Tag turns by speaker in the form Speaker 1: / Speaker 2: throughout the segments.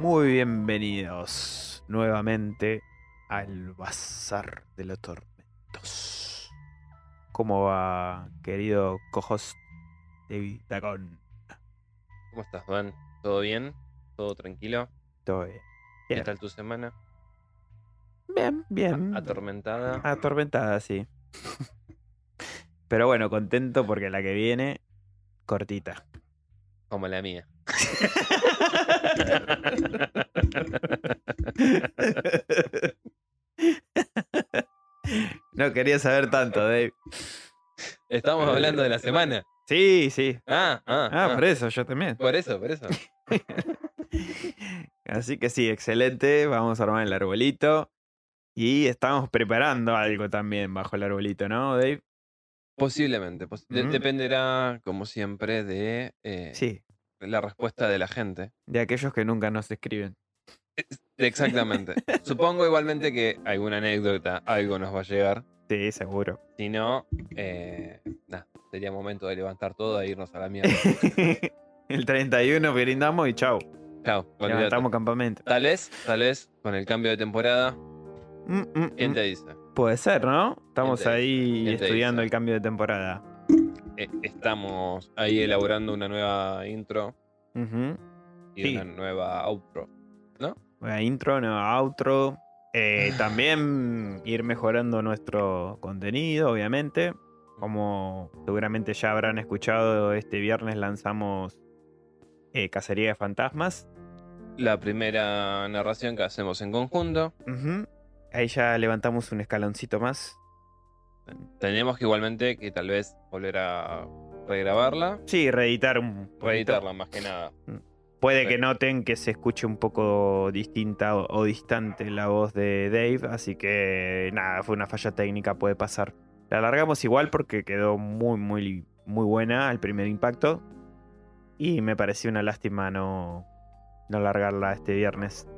Speaker 1: Muy bienvenidos nuevamente al Bazar de los Tormentos. ¿Cómo va, querido cojos de Tacón?
Speaker 2: ¿Cómo estás, Van? ¿Todo bien? ¿Todo tranquilo?
Speaker 1: Todo bien. Em,
Speaker 2: ¿Qué tal tu semana?
Speaker 1: Bien, bien.
Speaker 2: ¿Atormentada?
Speaker 1: ah. Atormentada, sí. Pero bueno, contento porque la que viene, cortita.
Speaker 2: Como la mía.
Speaker 1: No quería saber tanto, Dave.
Speaker 2: Estamos hablando de la semana.
Speaker 1: Sí, sí.
Speaker 2: Ah, ah,
Speaker 1: Ah,
Speaker 2: ah.
Speaker 1: por eso, yo también.
Speaker 2: Por eso, por eso.
Speaker 1: Así que sí, excelente. Vamos a armar el arbolito. Y estamos preparando algo también bajo el arbolito, ¿no, Dave?
Speaker 2: Posiblemente. pos- de-
Speaker 1: Ujú.
Speaker 2: Dependerá, como siempre, de eh,
Speaker 1: Mm. Sí,
Speaker 2: la respuesta de la gente.
Speaker 1: de aquellos que nunca nos escriben.
Speaker 2: Exactamente. Supongo igualmente que alguna anécdota, algo nos va a llegar.
Speaker 1: Sí, seguro.
Speaker 2: Si no, eh, nah, sería momento de levantar todo e irnos a la mierda.
Speaker 1: el 31 brindamos y chau.
Speaker 2: Chao. olvídate.
Speaker 1: Levantamos campamento.
Speaker 2: Tal vez, tal vez, con el cambio de temporada,
Speaker 1: Mm, mm, mm.
Speaker 2: ¿quién te dice?
Speaker 1: Puede ser, ¿no? Estamos
Speaker 2: ¿Quién te dice?
Speaker 1: ahí
Speaker 2: ¿Quién te
Speaker 1: estudiando
Speaker 2: dice?
Speaker 1: el cambio de temporada.
Speaker 2: E- Estamos ahí elaborando una nueva intro
Speaker 1: Ujú.
Speaker 2: y
Speaker 1: Sí.
Speaker 2: una nueva outro.
Speaker 1: Bueno, intro, no, outro. Eh, también ir mejorando nuestro contenido, obviamente. Como seguramente ya habrán escuchado, este viernes lanzamos eh, Cacería de Fantasmas.
Speaker 2: La primera narración que hacemos en conjunto.
Speaker 1: Ujú. Ahí ya levantamos un escaloncito más.
Speaker 2: Tenemos que igualmente que tal vez volver a regrabarla,
Speaker 1: Sí, reeditar un poquito.
Speaker 2: reeditarla más que nada.
Speaker 1: Puede
Speaker 2: Sí.
Speaker 1: que noten que se escuche un poco distinta o, o distante la voz de Dave, así que nada, fue una falla técnica, puede pasar. La alargamos igual porque quedó muy, muy, muy buena al primer impacto. Y me pareció una lástima no, no largarla este viernes.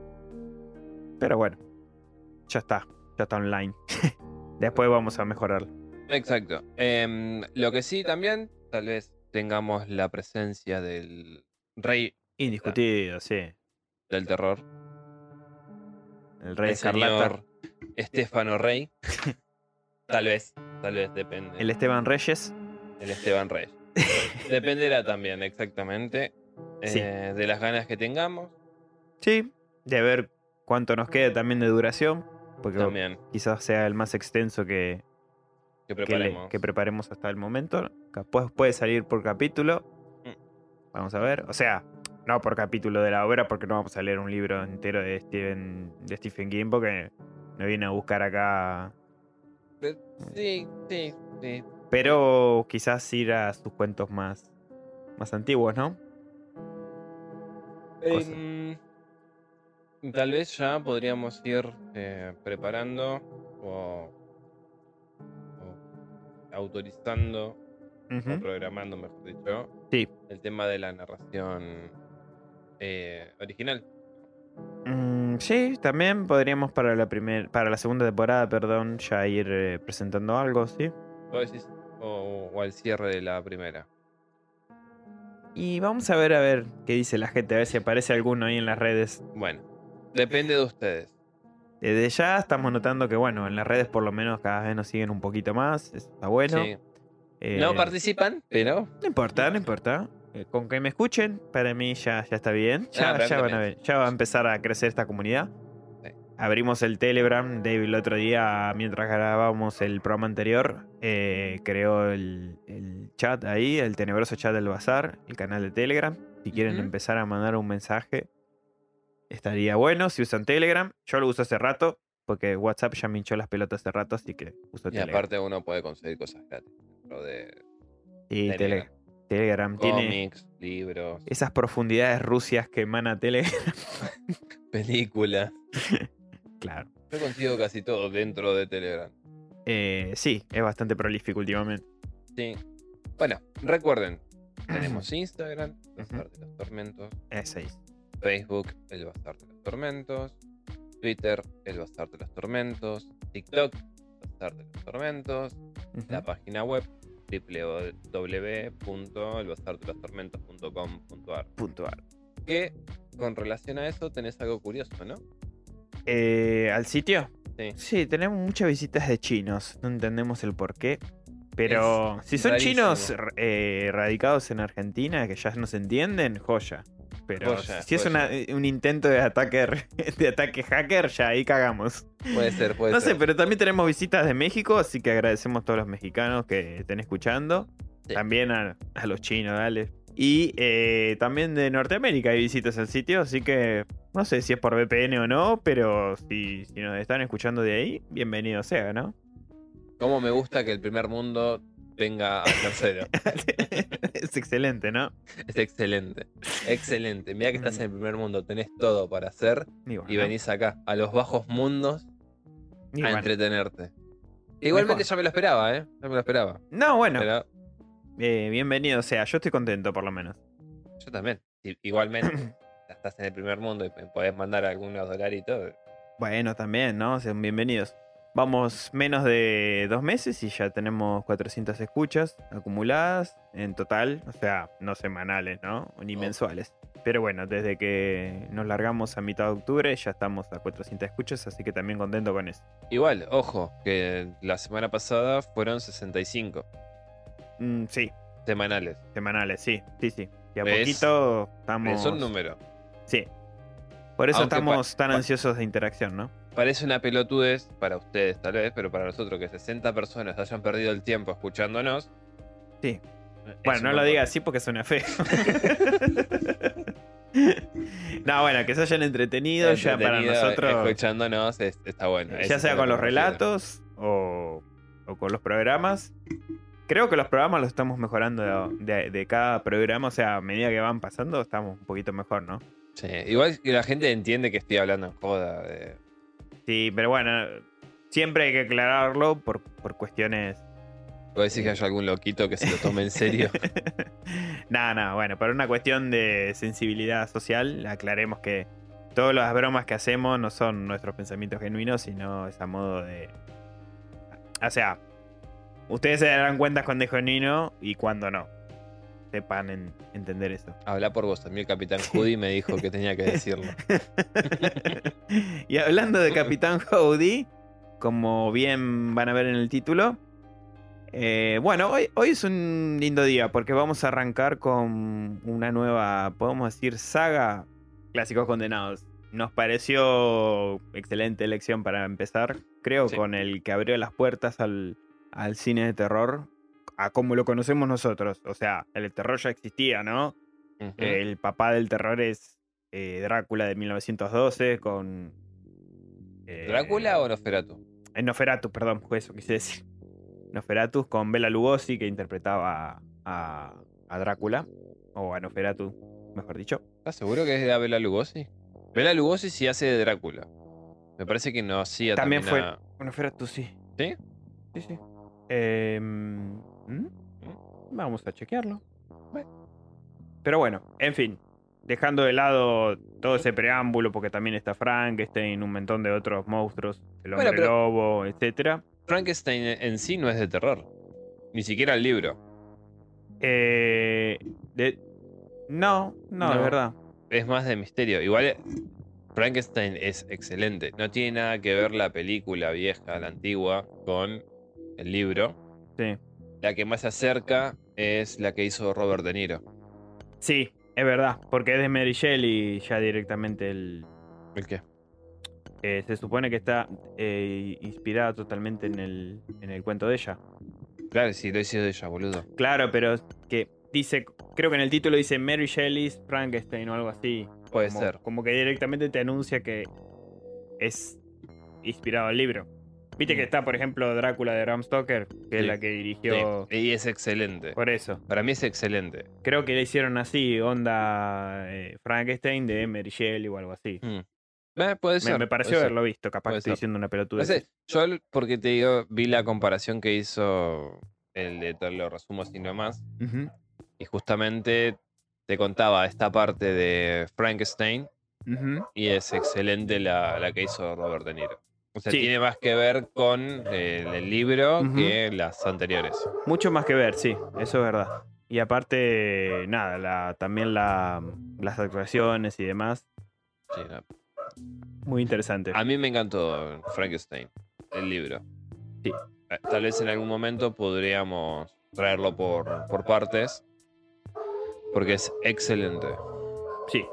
Speaker 1: Pero bueno, ya está, ya está online. Después vamos a mejorarla.
Speaker 2: Exacto. Em, lo que sí también, tal vez tengamos la presencia del rey
Speaker 1: Indiscutido, sí.
Speaker 2: del terror,
Speaker 1: El rey
Speaker 2: el
Speaker 1: escarlata.
Speaker 2: señor Estefano Rey. tal vez, tal vez depende.
Speaker 1: El Esteban Reyes.
Speaker 2: El Esteban Reyes. Dependerá también, exactamente,
Speaker 1: Sí.
Speaker 2: eh, de las ganas que tengamos.
Speaker 1: Sí, de ver cuánto nos queda también de duración, porque
Speaker 2: También,
Speaker 1: quizás sea el más extenso que,
Speaker 2: que
Speaker 1: que, le-
Speaker 2: preparemos.
Speaker 1: que preparemos hasta el momento. Capaz puede salir por capítulo.
Speaker 2: Mm.
Speaker 1: Vamos a ver. O sea, no por capítulo de la obra, porque no vamos a leer un libro entero de Stephen, de Stephen King, porque nos viene a buscar acá.
Speaker 2: Sí, sí, sí.
Speaker 1: Pero quizás ir a sus cuentos más, más antiguos, ¿no? Cosa.
Speaker 2: Em, tal vez ya podríamos ir eh, preparando o, o autorizando,
Speaker 1: Ujú.
Speaker 2: o programando, mejor dicho,
Speaker 1: Sí.
Speaker 2: el tema de la narración eh, original.
Speaker 1: Mm, sí, también podríamos para la primer, para la segunda temporada, perdón, ya ir eh, presentando algo, sí.
Speaker 2: ¿Vos decís? O, o al cierre de la primera.
Speaker 1: Y vamos a ver a ver qué dice la gente, a ver si aparece alguno ahí en las redes.
Speaker 2: Bueno, depende de ustedes.
Speaker 1: Desde ya estamos notando que bueno, en las redes por lo menos cada vez nos siguen un poquito más, eso está bueno.
Speaker 2: Sí.
Speaker 1: Eh,
Speaker 2: No participan, pero
Speaker 1: no importa, no importa. Eh, Con que me escuchen, para mí ya, ya está bien. Ya,
Speaker 2: Ah, para mí
Speaker 1: ya van a
Speaker 2: también.
Speaker 1: ver, ya va a empezar a crecer esta comunidad.
Speaker 2: Sí.
Speaker 1: Abrimos el Telegram. Dave el otro día, mientras grabábamos el programa anterior, eh, creó el, el chat ahí, el tenebroso chat del bazar, el canal de Telegram. Si quieren
Speaker 2: Ujú.
Speaker 1: empezar a mandar un mensaje, estaría bueno. Si usan Telegram, yo lo uso hace rato, porque WhatsApp ya me hinchó las pelotas hace rato, así que uso
Speaker 2: y
Speaker 1: Telegram.
Speaker 2: aparte uno puede conseguir cosas gratis. Lo de
Speaker 1: Sí,
Speaker 2: Telegram.
Speaker 1: Tele- Telegram tiene
Speaker 2: cómics, libros,
Speaker 1: esas profundidades rusias que emana Telegram.
Speaker 2: películas.
Speaker 1: Claro.
Speaker 2: Yo consigo casi todo dentro de Telegram.
Speaker 1: Eh, sí, es bastante prolífico últimamente.
Speaker 2: Sí. Bueno, recuerden, tenemos Instagram, el Bazar de los Tormentos,
Speaker 1: Es ahí.
Speaker 2: Facebook, el Bazar de los Tormentos, Twitter, el Bazar de los Tormentos, TikTok, el Bazar de los Tormentos, la página web www.elbazardelostormentos.com.ar
Speaker 1: Puntual.
Speaker 2: que con relación a eso tenés algo curioso, ¿no?
Speaker 1: Eh, ¿Al sitio?
Speaker 2: Sí.
Speaker 1: Sí, tenemos muchas visitas de chinos. No entendemos el por qué. Pero
Speaker 2: Es
Speaker 1: si son
Speaker 2: rarísimo.
Speaker 1: chinos eh, radicados en Argentina, que ya nos entienden, joya. Pero
Speaker 2: Joya,
Speaker 1: si es una- un intento de ataque, de ataque hacker, ya ahí cagamos.
Speaker 2: Puede ser, puede
Speaker 1: No
Speaker 2: ser.
Speaker 1: sé, pero también tenemos visitas de México, así que agradecemos a todos los mexicanos que estén escuchando.
Speaker 2: Sí.
Speaker 1: También a, a los chinos, dale. Y eh, también de Norteamérica hay visitas al sitio, así que no sé si es por VPN o no, pero si, si nos están escuchando de ahí, bienvenido sea, ¿no?
Speaker 2: ¿Cómo me gusta que el primer mundo venga al tercero?
Speaker 1: es excelente, ¿no?
Speaker 2: es excelente. Excelente. Mira que estás en el primer mundo, tenés todo para hacer
Speaker 1: bueno,
Speaker 2: y venís acá, a los bajos mundos,
Speaker 1: y
Speaker 2: a
Speaker 1: bueno.
Speaker 2: entretenerte. Igualmente
Speaker 1: Mejor.
Speaker 2: ya me lo esperaba, ¿eh? Ya me lo esperaba.
Speaker 1: No, bueno,
Speaker 2: Pero
Speaker 1: eh, bienvenido sea, yo estoy contento por lo menos.
Speaker 2: yo también. I- Igualmente, ya estás en el primer mundo y podés mandar algunos dolaritos.
Speaker 1: Bueno, también, ¿no? Sean bienvenidos. Vamos menos de dos meses y ya tenemos 400 escuchas acumuladas en total. O sea, no semanales, ¿no? Ni
Speaker 2: No.
Speaker 1: mensuales. Pero bueno, desde que nos largamos a mitad de octubre ya estamos a 400 escuchas, así que también contento con eso.
Speaker 2: Igual, ojo, que la semana pasada fueron 65
Speaker 1: Mm, sí,
Speaker 2: semanales.
Speaker 1: semanales, sí, sí, sí. Y a
Speaker 2: ¿Ves?
Speaker 1: poquito estamos...
Speaker 2: Es un número.
Speaker 1: Sí. Por eso
Speaker 2: Aunque pa-
Speaker 1: estamos tan
Speaker 2: pa-
Speaker 1: ansiosos de interacción, ¿no?
Speaker 2: Parece una pelotudez para ustedes tal vez, pero para nosotros que 60 personas hayan perdido el tiempo escuchándonos.
Speaker 1: Sí.
Speaker 2: es
Speaker 1: Bueno,
Speaker 2: un
Speaker 1: no lo
Speaker 2: montón.
Speaker 1: diga así porque suena feo. no, bueno, que se hayan entretenido, ya para
Speaker 2: Entretenido,
Speaker 1: nosotros,
Speaker 2: Escuchándonos es- está bueno. Eso
Speaker 1: ya
Speaker 2: es
Speaker 1: sea
Speaker 2: lo
Speaker 1: con
Speaker 2: que
Speaker 1: los
Speaker 2: me refiero.
Speaker 1: relatos o, o con los programas. Creo que los programas los estamos mejorando de, de- de cada programa, o sea, a medida que van pasando estamos un poquito mejor, ¿no?
Speaker 2: Sí, Igual que la gente entiende que estoy hablando en joda. de-
Speaker 1: Sí, pero bueno, siempre hay que aclararlo por, por cuestiones...
Speaker 2: Vos decís que hay algún loquito que se lo tome en serio.
Speaker 1: Nada, nada, bueno, por una cuestión de sensibilidad social, aclaremos que todas las bromas que hacemos no son nuestros pensamientos genuinos, sino es a modo de. O sea, ustedes se darán cuenta cuando es genuino y cuando no. Sepan en- entender eso.
Speaker 2: Habla por vos. A mí el capitán Judy me dijo que tenía que decirlo.
Speaker 1: y hablando de Capitán Howdy, como bien van a ver en el título, eh, bueno, hoy, hoy es un lindo día porque vamos a arrancar con una nueva, podemos decir, saga Clásicos Condenados. Nos pareció excelente elección para empezar, creo,
Speaker 2: Sí.
Speaker 1: con el que abrió las puertas al, al cine de terror, a como lo conocemos nosotros. O sea, el terror ya existía, ¿no?
Speaker 2: Ujú.
Speaker 1: El papá del terror es eh, Drácula de 1912 con... eh,
Speaker 2: ¿Drácula o Nosferatu?
Speaker 1: eh, Nosferatu, perdón, eso quise decir. Nosferatu con Bela Lugosi que interpretaba a, a Drácula, o a Nosferatu, mejor dicho.
Speaker 2: ¿Estás seguro que es de Bela Lugosi? Bela Lugosi sí hace de Drácula. Me parece que no hacía
Speaker 1: También fue-
Speaker 2: a-
Speaker 1: Nosferatu, sí.
Speaker 2: ¿Sí?
Speaker 1: Sí, sí. Em, ¿mm? Vamos a chequearlo. Pero bueno, en fin. Dejando de lado todo ese preámbulo, porque también está Frankenstein, un montón de otros monstruos, el
Speaker 2: Bueno,
Speaker 1: hombre
Speaker 2: pero-
Speaker 1: lobo, etcétera.
Speaker 2: Frankenstein en sí no es de terror. Ni siquiera el libro.
Speaker 1: Eh, de- No, no,
Speaker 2: No.
Speaker 1: es verdad.
Speaker 2: Es más de misterio. Igual eh, Frankenstein es excelente. No tiene nada que ver la película vieja, la antigua, con el libro.
Speaker 1: Sí.
Speaker 2: La que más se acerca es la que hizo Robert De Niro.
Speaker 1: Sí, es verdad, porque es de Mary Shelley y ya directamente el,
Speaker 2: ¿El qué?
Speaker 1: eh, se supone que está eh, inspirada totalmente en el, en el cuento de ella.
Speaker 2: Claro, sí, lo hizo ella, boludo.
Speaker 1: Claro, pero que dice, creo que en el título dice Mary Shelley's Frankenstein o algo así.
Speaker 2: Puede
Speaker 1: como,
Speaker 2: ser.
Speaker 1: Como que directamente te anuncia que es inspirado al libro. Viste que
Speaker 2: Mm.
Speaker 1: está, por ejemplo, Drácula de Bram Stoker, que es
Speaker 2: Sí.
Speaker 1: la que dirigió.
Speaker 2: Sí, Y es excelente.
Speaker 1: Por eso.
Speaker 2: Para mí es excelente.
Speaker 1: Creo que le hicieron así, onda eh, Frankenstein de Mary Shelley o algo así.
Speaker 2: Mm. Eh, puede
Speaker 1: Me,
Speaker 2: ser.
Speaker 1: me pareció
Speaker 2: puede ser.
Speaker 1: haberlo visto, capaz
Speaker 2: Puede
Speaker 1: que estoy
Speaker 2: ser.
Speaker 1: diciendo una pelotuda.
Speaker 2: No sé, yo el- porque te digo, vi la comparación que hizo el de te lo resumo así nomás. Y justamente te contaba esta parte de Frankenstein y es excelente la, la que hizo Robert De Niro. O sea,
Speaker 1: Sí.
Speaker 2: tiene más que ver con eh, el libro
Speaker 1: Ujú.
Speaker 2: que las anteriores.
Speaker 1: Mucho más que ver, sí, eso es verdad. Y aparte, nada, la, también la, las actuaciones y demás
Speaker 2: Sí, no.
Speaker 1: Muy interesante.
Speaker 2: A mí me encantó Frankenstein, el libro.
Speaker 1: Sí.
Speaker 2: Eh, Tal vez en algún momento podríamos traerlo por, por partes, porque es excelente.
Speaker 1: Sí,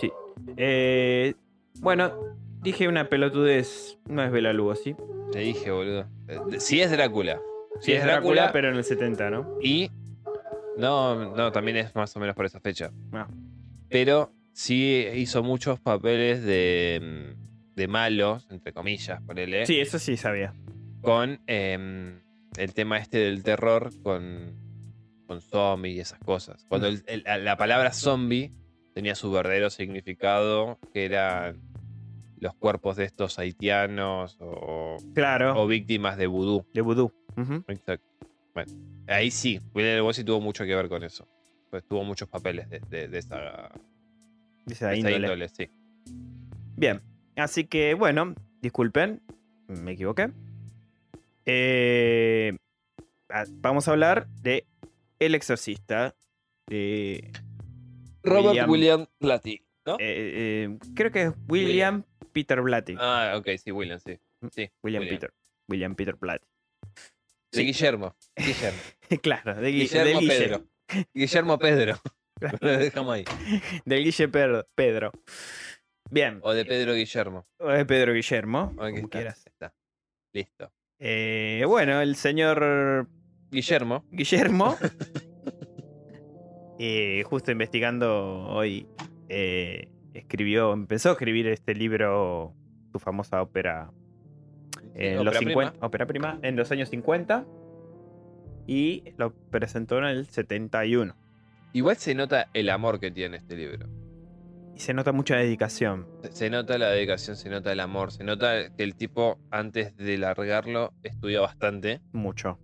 Speaker 1: sí. Eh, bueno, dije una pelotudez. No es Bela Lugosi.
Speaker 2: Te dije, boludo. Eh, de- Sí es Drácula. Sí,
Speaker 1: Sí,
Speaker 2: es Drácula,
Speaker 1: pero en el 70, ¿no?
Speaker 2: y... No, no, también es más o menos por esa fecha.
Speaker 1: Ah.
Speaker 2: Pero sí hizo muchos papeles de, de malos, entre comillas, ponele.
Speaker 1: Sí, eso sí sabía.
Speaker 2: con em, el tema este del terror con, con zombies y esas cosas. Cuando el- el- la- la palabra zombie tenía su verdadero significado, que eran los cuerpos de estos haitianos o,
Speaker 1: Claro,
Speaker 2: o víctimas de vudú.
Speaker 1: de vudú. Ujú.
Speaker 2: Exacto. Bueno, ahí sí, William Lugosi tuvo mucho que ver con eso. Pues tuvo muchos papeles de, de- de esa,
Speaker 1: Dice
Speaker 2: de
Speaker 1: la
Speaker 2: esa
Speaker 1: índole.
Speaker 2: índole, sí.
Speaker 1: Bien, así que bueno, disculpen, me equivoqué. Eh, ah, vamos a hablar de El Exorcista. de- Robert William- William
Speaker 2: Platy, ¿no?
Speaker 1: eh, eh, creo que es William, Peter Blatty.
Speaker 2: Ah, ok, sí, William, sí. Sí,
Speaker 1: Mm, William,
Speaker 2: William.
Speaker 1: Peter. William Peter Blatty.
Speaker 2: De
Speaker 1: Sí.
Speaker 2: Guillermo. Guillermo.
Speaker 1: claro, de Guille,
Speaker 2: Guillermo
Speaker 1: del Guille.
Speaker 2: Pedro. Guillermo Pedro. Lo dejamos ahí.
Speaker 1: Del Guille Per- Pedro. Bien,
Speaker 2: O de Pedro Guillermo.
Speaker 1: o de Pedro Guillermo, Eh,
Speaker 2: Aquí
Speaker 1: como
Speaker 2: está,
Speaker 1: quieras.
Speaker 2: está. Listo.
Speaker 1: Eh, bueno, el señor
Speaker 2: Guillermo.
Speaker 1: Guillermo. eh, justo investigando hoy, eh, escribió, empezó a escribir este libro, su famosa ópera, en
Speaker 2: ópera
Speaker 1: Eh, los
Speaker 2: prima.
Speaker 1: 50, ópera prima, en los años 50 y lo presentó en el 71.
Speaker 2: Igual se nota el amor que tiene este libro.
Speaker 1: Y se nota mucha dedicación.
Speaker 2: Se- Se nota la dedicación, se nota el amor, se nota que el tipo antes de largarlo estudió bastante,
Speaker 1: Mucho.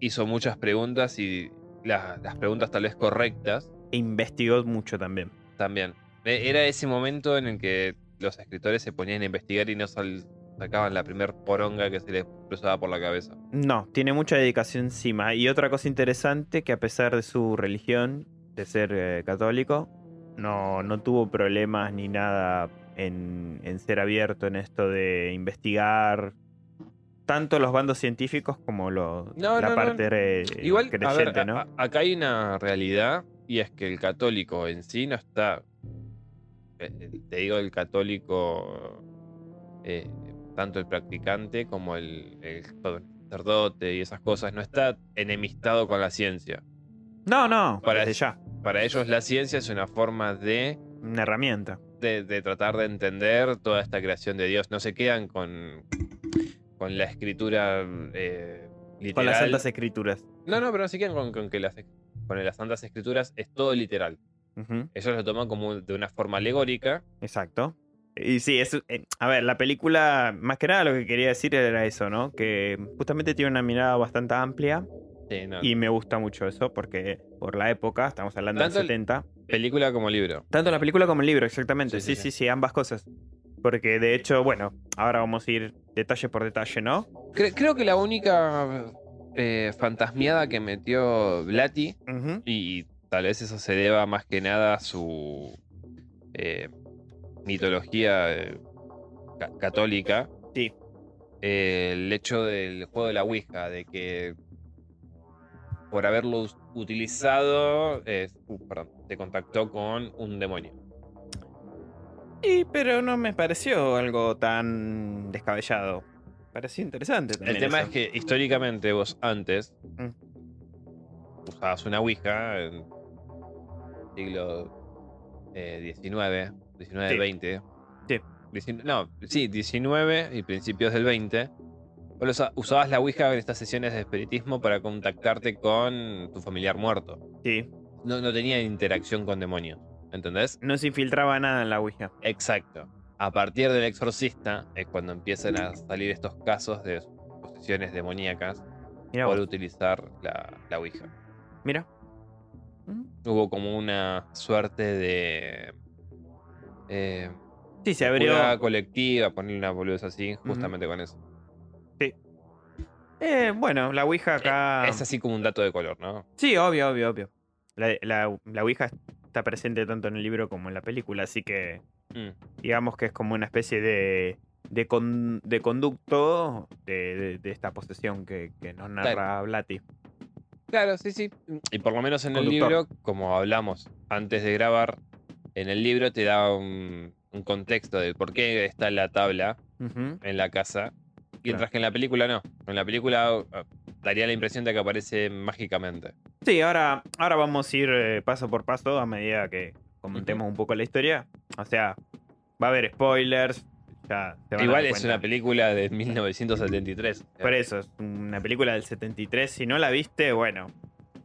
Speaker 2: hizo muchas preguntas y la- las preguntas tal vez correctas
Speaker 1: E investigó mucho también.
Speaker 2: también. E- Era ese momento en el que los escritores se ponían a investigar y no sal- sacaban la primer poronga que se les cruzaba por la cabeza.
Speaker 1: No, tiene mucha dedicación encima. Y otra cosa interesante, que a pesar de su religión, de ser eh, católico, no, no tuvo problemas ni nada en, en ser abierto en esto de investigar tanto los bandos científicos como lo-
Speaker 2: No,
Speaker 1: la
Speaker 2: no, no.
Speaker 1: parte eh,
Speaker 2: Igual, a ver,
Speaker 1: creyente,
Speaker 2: a-
Speaker 1: ¿no?
Speaker 2: a- acá hay una realidad y es que el católico en sí no está. eh, eh, Te digo, el católico, eh, tanto el practicante como el, el sacerdote y esas cosas, no está enemistado con la ciencia.
Speaker 1: No, no,
Speaker 2: Para-
Speaker 1: desde ya.
Speaker 2: Para ellos, la ciencia es una forma de,
Speaker 1: Una herramienta.
Speaker 2: de- de tratar de entender toda esta creación de Dios. No se quedan con, con la escritura. eh,
Speaker 1: Con las
Speaker 2: literal.
Speaker 1: santas escrituras.
Speaker 2: No, no, pero no se quedan con, con que las, con las Santas Escrituras es todo literal.
Speaker 1: Ujú,
Speaker 2: Ellos lo toman como de una forma alegórica.
Speaker 1: Exacto. Y sí, es, eh, a ver, la película, más que nada lo que quería decir era eso, ¿no? Que justamente tiene una mirada bastante amplia.
Speaker 2: Sí, no,
Speaker 1: Y me gusta mucho eso porque por la época, estamos hablando del
Speaker 2: Tanto el-
Speaker 1: 70,
Speaker 2: Película como libro.
Speaker 1: tanto la película como el libro, exactamente. Sí
Speaker 2: Sí,
Speaker 1: sí,
Speaker 2: sí,
Speaker 1: sí, ambas cosas. Porque de hecho, bueno, ahora vamos a ir detalle por detalle, ¿no?
Speaker 2: Cre- creo que la única eh, fantasmiada que metió Blatty,
Speaker 1: Ujú.
Speaker 2: y tal vez eso se deba más que nada a su eh, mitología eh, ca- católica.
Speaker 1: Sí.
Speaker 2: eh, el hecho del juego de la Ouija, de que por haberlo us- utilizado, eh, uh, perdón, se contactó con un demonio.
Speaker 1: Y pero no me pareció algo tan descabellado. Pareció interesante también.
Speaker 2: El tema
Speaker 1: eso.
Speaker 2: es que históricamente vos antes
Speaker 1: Mm.
Speaker 2: usabas una Ouija en siglo eh, XIX, XIX,
Speaker 1: Sí.
Speaker 2: XX.
Speaker 1: Sí.
Speaker 2: Diecin- no, sí, 19 y principios del 20. Vos lo usa- usabas la Ouija en estas sesiones de espiritismo para contactarte con tu familiar muerto.
Speaker 1: Sí,
Speaker 2: No, no tenía interacción con demonios, ¿entendés?
Speaker 1: no se infiltraba nada en la Ouija.
Speaker 2: Exacto. A partir del exorcista es cuando empiezan a salir estos casos de posesiones demoníacas
Speaker 1: Mira,
Speaker 2: por utilizar la, la Ouija.
Speaker 1: mira.
Speaker 2: Hubo como una suerte de. Eh,
Speaker 1: Sí, se abrió.
Speaker 2: una colectiva, ponerle una boludez así, justamente con eso.
Speaker 1: Eh, bueno, la Ouija acá.
Speaker 2: Es así como un dato de color, ¿no?
Speaker 1: Sí, obvio, obvio, obvio. La, la, la Ouija está presente tanto en el libro como en la película, así que
Speaker 2: Mm.
Speaker 1: Digamos que es como una especie de, de, con- de conducto de, de- de esta posesión que, que nos narra Blatty.
Speaker 2: Claro, sí, sí. Y por lo menos en
Speaker 1: Conductor.
Speaker 2: el libro, como hablamos antes de grabar, en el libro te da un, un contexto de por qué está la tabla
Speaker 1: Ujú.
Speaker 2: en la casa. Mientras que en la película no. En la película ah, daría la impresión de que aparece mágicamente.
Speaker 1: Sí, ahora, ahora vamos a ir eh, paso por paso a medida que comentemos un poco la historia. O sea, va a haber spoilers. ya se van a
Speaker 2: Igual
Speaker 1: dar
Speaker 2: es una
Speaker 1: cuenta.
Speaker 2: película de 1973.
Speaker 1: Por eso, es una película del 73. Si no la viste, bueno,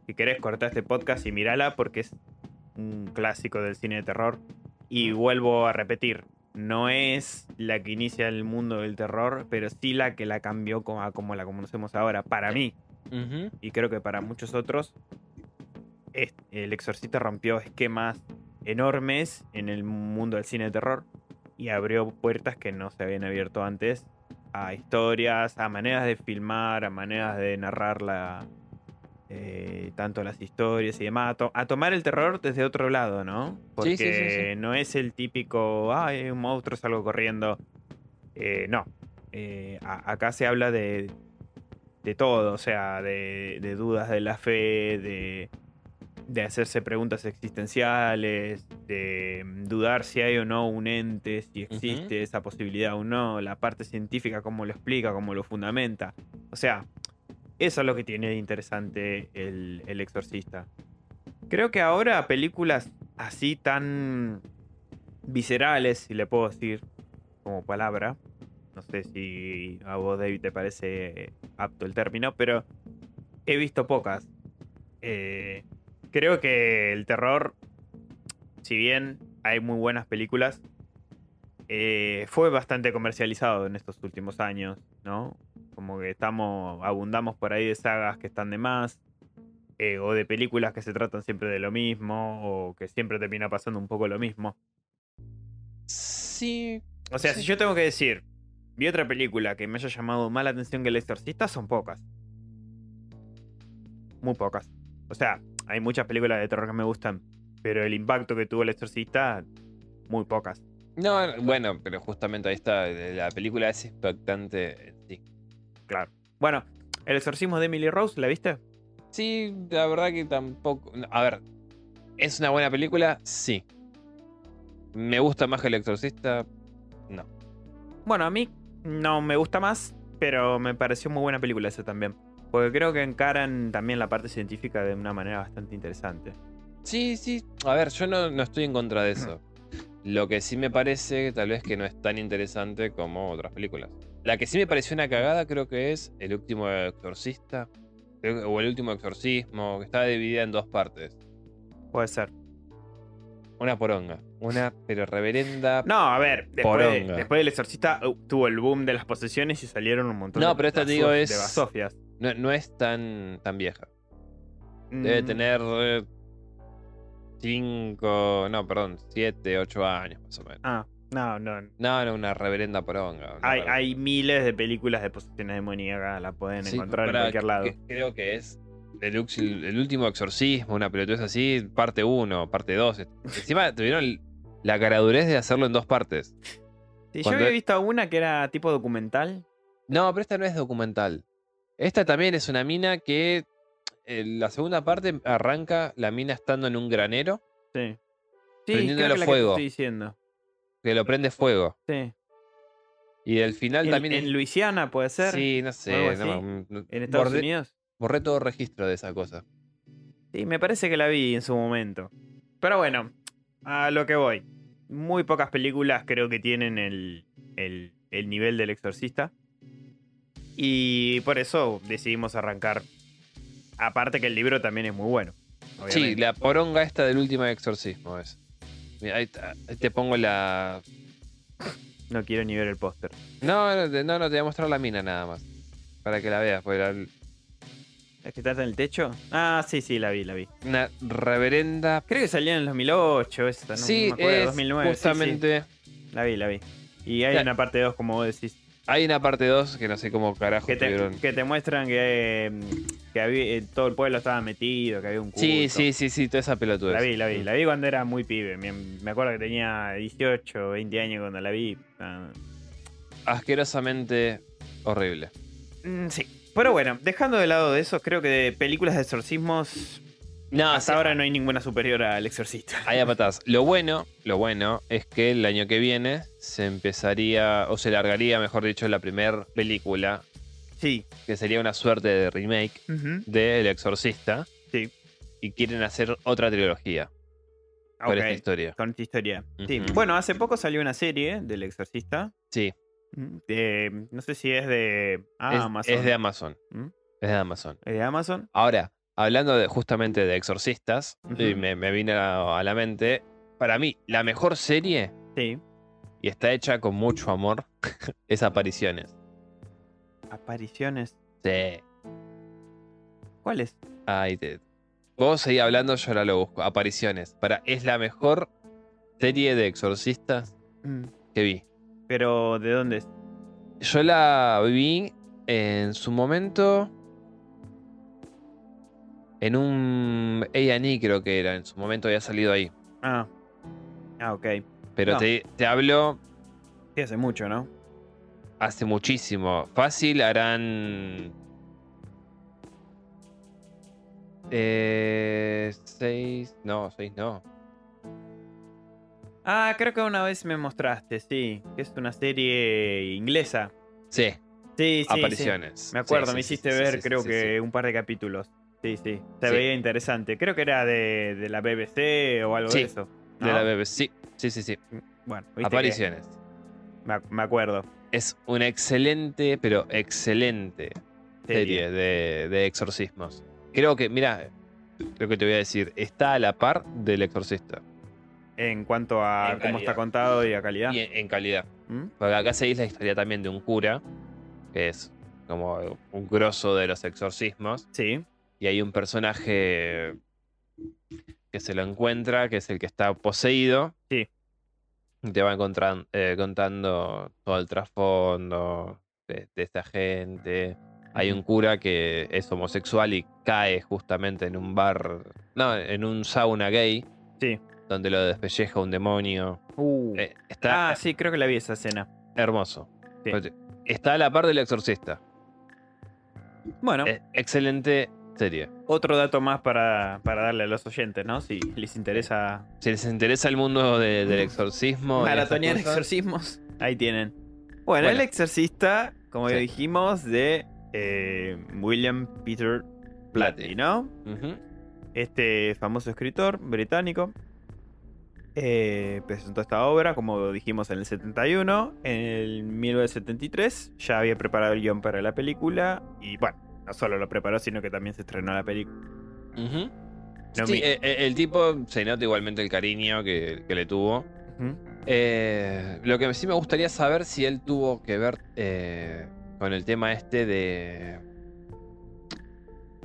Speaker 1: si querés cortar este podcast y mirala porque es un clásico del cine de terror. Y vuelvo a repetir, no es la que inicia el mundo del terror, pero sí la que la cambió co- a como la conocemos ahora. Para mí,
Speaker 2: Ujú.
Speaker 1: y creo que para muchos otros, es- El Exorcista rompió esquemas enormes en el mundo del cine de terror y abrió puertas que no se habían abierto antes a historias, a maneras de filmar, a maneras de narrar la, eh, tanto las historias y demás, a, to- a tomar el terror desde otro lado, ¿no? Porque
Speaker 2: Sí, sí, sí,
Speaker 1: no es el típico, ay, un monstruo, salgo corriendo. Eh, no, Eh, a- acá se habla de, de todo, o sea, de, de dudas de la fe, de, de hacerse preguntas existenciales, de mm, dudar si hay o no un ente, si existe esa posibilidad o no, la parte científica, cómo lo explica, cómo lo fundamenta. O sea, eso es lo que tiene de interesante el, el exorcista. Creo que ahora películas así tan viscerales, si le puedo decir como palabra, no sé si a vos David te parece apto el término, pero he visto pocas. Eh, creo que el terror, si bien hay muy buenas películas, eh, fue bastante comercializado en estos últimos años, ¿no? Como que estamos, abundamos por ahí de sagas que están de más, eh, o de películas que se tratan siempre de lo mismo, o que siempre termina pasando un poco lo mismo.
Speaker 2: Sí.
Speaker 1: O sea,
Speaker 2: Sí.
Speaker 1: si yo tengo que decir, vi otra película que me haya llamado más la atención que El Exorcista, son pocas. Muy pocas. O sea, hay muchas películas de terror que me gustan, pero el impacto que tuvo El Exorcista, muy pocas.
Speaker 2: No, no, bueno, pero justamente ahí está. La película es impactante en sí.
Speaker 1: Claro. Bueno, El Exorcismo de Emily Rose, ¿la viste?
Speaker 2: Sí, la verdad que tampoco. A ver, ¿es una buena película? Sí. ¿Me gusta más que El Exorcista?
Speaker 1: Bueno, a mí no me gusta más, pero me pareció muy buena película esa también. Porque creo que encaran también la parte científica de una manera bastante interesante.
Speaker 2: Sí, sí. A ver, yo no, no estoy en contra de eso. Lo que sí me parece, tal vez que no es tan interesante como otras películas. La que sí me pareció una cagada, creo que es El último exorcista. creo que- O El último exorcismo, que está dividida en dos partes.
Speaker 1: Puede ser.
Speaker 2: Una poronga. Una, pero reverenda.
Speaker 1: No, a ver, después, de-
Speaker 2: Ah, Poronga.
Speaker 1: después del exorcista uh, tuvo el boom de las posesiones y salieron un montón
Speaker 2: No,
Speaker 1: de
Speaker 2: pero esta, te digo,
Speaker 1: basof-
Speaker 2: es-
Speaker 1: de basofias.
Speaker 2: No, no es tan, tan vieja. Debe
Speaker 1: Mm,
Speaker 2: tener 5, no, perdón, 7, 8 años más o menos.
Speaker 1: Ah, no, no.
Speaker 2: No, no, una reverenda poronga. una
Speaker 1: Hay,
Speaker 2: reverenda.
Speaker 1: hay miles de películas de posesiones demoníacas, la pueden
Speaker 2: Sí,
Speaker 1: encontrar en
Speaker 2: pará,
Speaker 1: cualquier lado.
Speaker 2: que- creo que es el, ux- el último exorcismo, una pelotudez así, parte 1, parte 2. Encima tuvieron la caradurez de hacerlo en dos partes.
Speaker 1: Sí, yo
Speaker 2: cuando-
Speaker 1: había visto una que era tipo documental.
Speaker 2: No, pero esta no es documental. Esta también es una mina que eh, la segunda parte arranca la mina estando en un granero
Speaker 1: Sí. Sí, creo
Speaker 2: Prendiendo
Speaker 1: que
Speaker 2: el
Speaker 1: la que te
Speaker 2: fuego.
Speaker 1: estoy diciendo.
Speaker 2: que lo prende fuego.
Speaker 1: Sí.
Speaker 2: Y al final
Speaker 1: En,
Speaker 2: también
Speaker 1: en
Speaker 2: es-
Speaker 1: Luisiana puede ser.
Speaker 2: Sí, no sé.
Speaker 1: algo
Speaker 2: no
Speaker 1: así,
Speaker 2: me- no-
Speaker 1: En Estados
Speaker 2: borré,
Speaker 1: Unidos.
Speaker 2: borré todo registro de esa cosa.
Speaker 1: Sí, me parece que la vi en su momento. Pero bueno, a lo que voy. Muy pocas películas creo que tienen el, el- el nivel del exorcista. Y por eso decidimos arrancar. Aparte que el libro también es muy bueno.
Speaker 2: Sí,
Speaker 1: obviamente.
Speaker 2: la poronga esta del último exorcismo es. Mira, ahí, ta- ahí te pongo la.
Speaker 1: No quiero ni ver el póster.
Speaker 2: No, no, te- no, no, te voy a mostrar la mina nada más. Para que la veas. porque era
Speaker 1: ¿Es que está en el techo? Ah, sí, sí, la vi, la vi.
Speaker 2: una reverenda.
Speaker 1: Creo que salió en el 2008 esta, no,
Speaker 2: sí,
Speaker 1: no me acuerdo,
Speaker 2: es
Speaker 1: 2009. sí, sí.
Speaker 2: justamente.
Speaker 1: La vi, la vi. Y hay
Speaker 2: La-
Speaker 1: una parte 2, como vos decís.
Speaker 2: Hay una parte 2 que no sé cómo carajo
Speaker 1: Que te,
Speaker 2: tuvieron.
Speaker 1: que te muestran que eh, que había, eh, todo el pueblo estaba metido, que había un culto.
Speaker 2: Sí, sí, sí, sí, toda esa pelotudez.
Speaker 1: La vi, la vi, la vi cuando era muy pibe. Me, me acuerdo que tenía 18, 20 años cuando la vi. Ah,
Speaker 2: Asquerosamente horrible.
Speaker 1: mm, sí. Pero bueno, dejando de lado de eso, creo que de películas de exorcismos
Speaker 2: No,
Speaker 1: hasta
Speaker 2: Ah, sí,
Speaker 1: ahora no hay ninguna superior al exorcista.
Speaker 2: Ahí a patadas. Lo bueno, lo bueno es que el año que viene se empezaría, o se largaría, mejor dicho, la primera película,
Speaker 1: Sí.
Speaker 2: que sería una suerte de remake
Speaker 1: ujú,
Speaker 2: de El Exorcista.
Speaker 1: Sí.
Speaker 2: Y quieren hacer otra trilogía
Speaker 1: ok,
Speaker 2: con esta historia.
Speaker 1: Con esta historia. Sí.
Speaker 2: Ujú.
Speaker 1: Bueno, hace poco salió una serie del exorcista.
Speaker 2: Sí,
Speaker 1: mm, de- no sé si es de
Speaker 2: es,
Speaker 1: Ah, Amazon.
Speaker 2: es de Amazon.
Speaker 1: ¿Mm?
Speaker 2: Es de Amazon.
Speaker 1: ¿Es de Amazon?
Speaker 2: Ahora, hablando de, justamente de exorcistas,
Speaker 1: Ujú.
Speaker 2: y me, me vino a, a la mente, para mí, la mejor serie,
Speaker 1: Sí.
Speaker 2: y está hecha con mucho amor, es Apariciones.
Speaker 1: Apariciones.
Speaker 2: Sí.
Speaker 1: ¿Cuáles?
Speaker 2: Ahí te... Vos seguís hablando, yo ahora lo busco. Apariciones. Para, es la mejor serie de exorcistas
Speaker 1: Mm,
Speaker 2: que vi.
Speaker 1: Pero ¿de dónde es?
Speaker 2: Yo la vi en su momento. En un A&E creo que era. En su momento había salido ahí.
Speaker 1: Ah. Ah, ok.
Speaker 2: Pero
Speaker 1: No.
Speaker 2: te, te hablo
Speaker 1: Sí, hace mucho, ¿no?
Speaker 2: hace muchísimo. Fácil harán. Eh, seis. No, seis no.
Speaker 1: Ah, creo que una vez me mostraste, sí. Que es una serie inglesa.
Speaker 2: Sí,
Speaker 1: Sí, sí. sí.
Speaker 2: apariciones.
Speaker 1: Me acuerdo,
Speaker 2: Sí, sí,
Speaker 1: me
Speaker 2: sí,
Speaker 1: hiciste
Speaker 2: sí,
Speaker 1: ver
Speaker 2: sí, sí,
Speaker 1: creo
Speaker 2: sí,
Speaker 1: que
Speaker 2: sí.
Speaker 1: un par de capítulos. Sí, sí. Se
Speaker 2: Sí.
Speaker 1: veía interesante. Creo que era de, de la BBC o algo
Speaker 2: Sí,
Speaker 1: de eso. ¿no?
Speaker 2: De la BBC. Sí, sí, sí. sí.
Speaker 1: Bueno, viste que
Speaker 2: Apariciones.
Speaker 1: Me, ac- me acuerdo.
Speaker 2: Es una excelente, pero excelente
Speaker 1: Serie.
Speaker 2: serie de, de exorcismos. Creo que, mira, creo que te voy a decir, está a la par del exorcista.
Speaker 1: En cuanto a
Speaker 2: En
Speaker 1: cómo
Speaker 2: calidad.
Speaker 1: está contado y a calidad.
Speaker 2: Y en- en calidad.
Speaker 1: ¿Mm?
Speaker 2: Porque acá seguís la historia también de un cura, que es como un grosso de los exorcismos,
Speaker 1: Sí.
Speaker 2: y hay un personaje que se lo encuentra, que es el que está poseído.
Speaker 1: Sí.
Speaker 2: Y te va encontran- eh, contando todo el trasfondo de, de esta gente. Hay un cura que es homosexual y cae justamente en un bar, no, en un sauna gay.
Speaker 1: Sí.
Speaker 2: Donde lo despelleja un demonio.
Speaker 1: Uh.
Speaker 2: Eh, está
Speaker 1: Ah, sí, creo que la vi esa escena.
Speaker 2: Hermoso.
Speaker 1: Sí.
Speaker 2: Está a la par del exorcista.
Speaker 1: Bueno,
Speaker 2: Eh, excelente serie.
Speaker 1: otro dato más para, para darle a los oyentes, ¿no? Si les interesa
Speaker 2: Si les interesa el mundo de- del exorcismo. y
Speaker 1: maratonear
Speaker 2: estas cosas,
Speaker 1: exorcismos, ahí tienen. Bueno,
Speaker 2: Bueno.
Speaker 1: el exorcista, como ya
Speaker 2: Sí.
Speaker 1: dijimos, de eh, William Peter Blatty,
Speaker 2: Blatty.
Speaker 1: ¿no?
Speaker 2: Ujú.
Speaker 1: Este famoso escritor británico eh, presentó esta obra, como dijimos, en el 71. En el 1973 ya había preparado el guión para la película. Y bueno, no solo lo preparó, sino que también se estrenó la película.
Speaker 2: Ujú.
Speaker 1: No
Speaker 2: Sí,
Speaker 1: mi-
Speaker 2: eh, eh, el tipo se nota igualmente el cariño que, que le tuvo.
Speaker 1: Ujú.
Speaker 2: Eh, lo que sí me gustaría saber si él tuvo que ver eh, con el tema este de.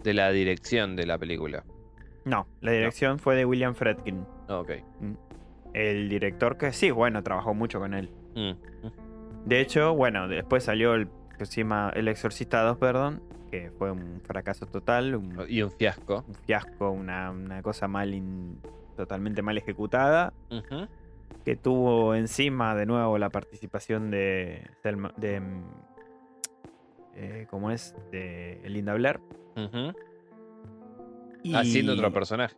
Speaker 2: de la dirección de la película.
Speaker 1: No, la dirección fue de William Fredkin,
Speaker 2: Ah, Ok.
Speaker 1: el director que sí, bueno, trabajó mucho con él.
Speaker 2: Mm.
Speaker 1: De hecho, bueno, después salió el, encima, el Exorcista 2, perdón, que fue un fracaso total, un,
Speaker 2: Y un fiasco.
Speaker 1: un fiasco, una, una cosa mal in- totalmente mal ejecutada,
Speaker 2: Ujú.
Speaker 1: que tuvo encima de nuevo la participación de, Selma- de mm, eh, ¿cómo es? De Linda Blair.
Speaker 2: Ujú.
Speaker 1: Y-
Speaker 2: Haciendo otro personaje.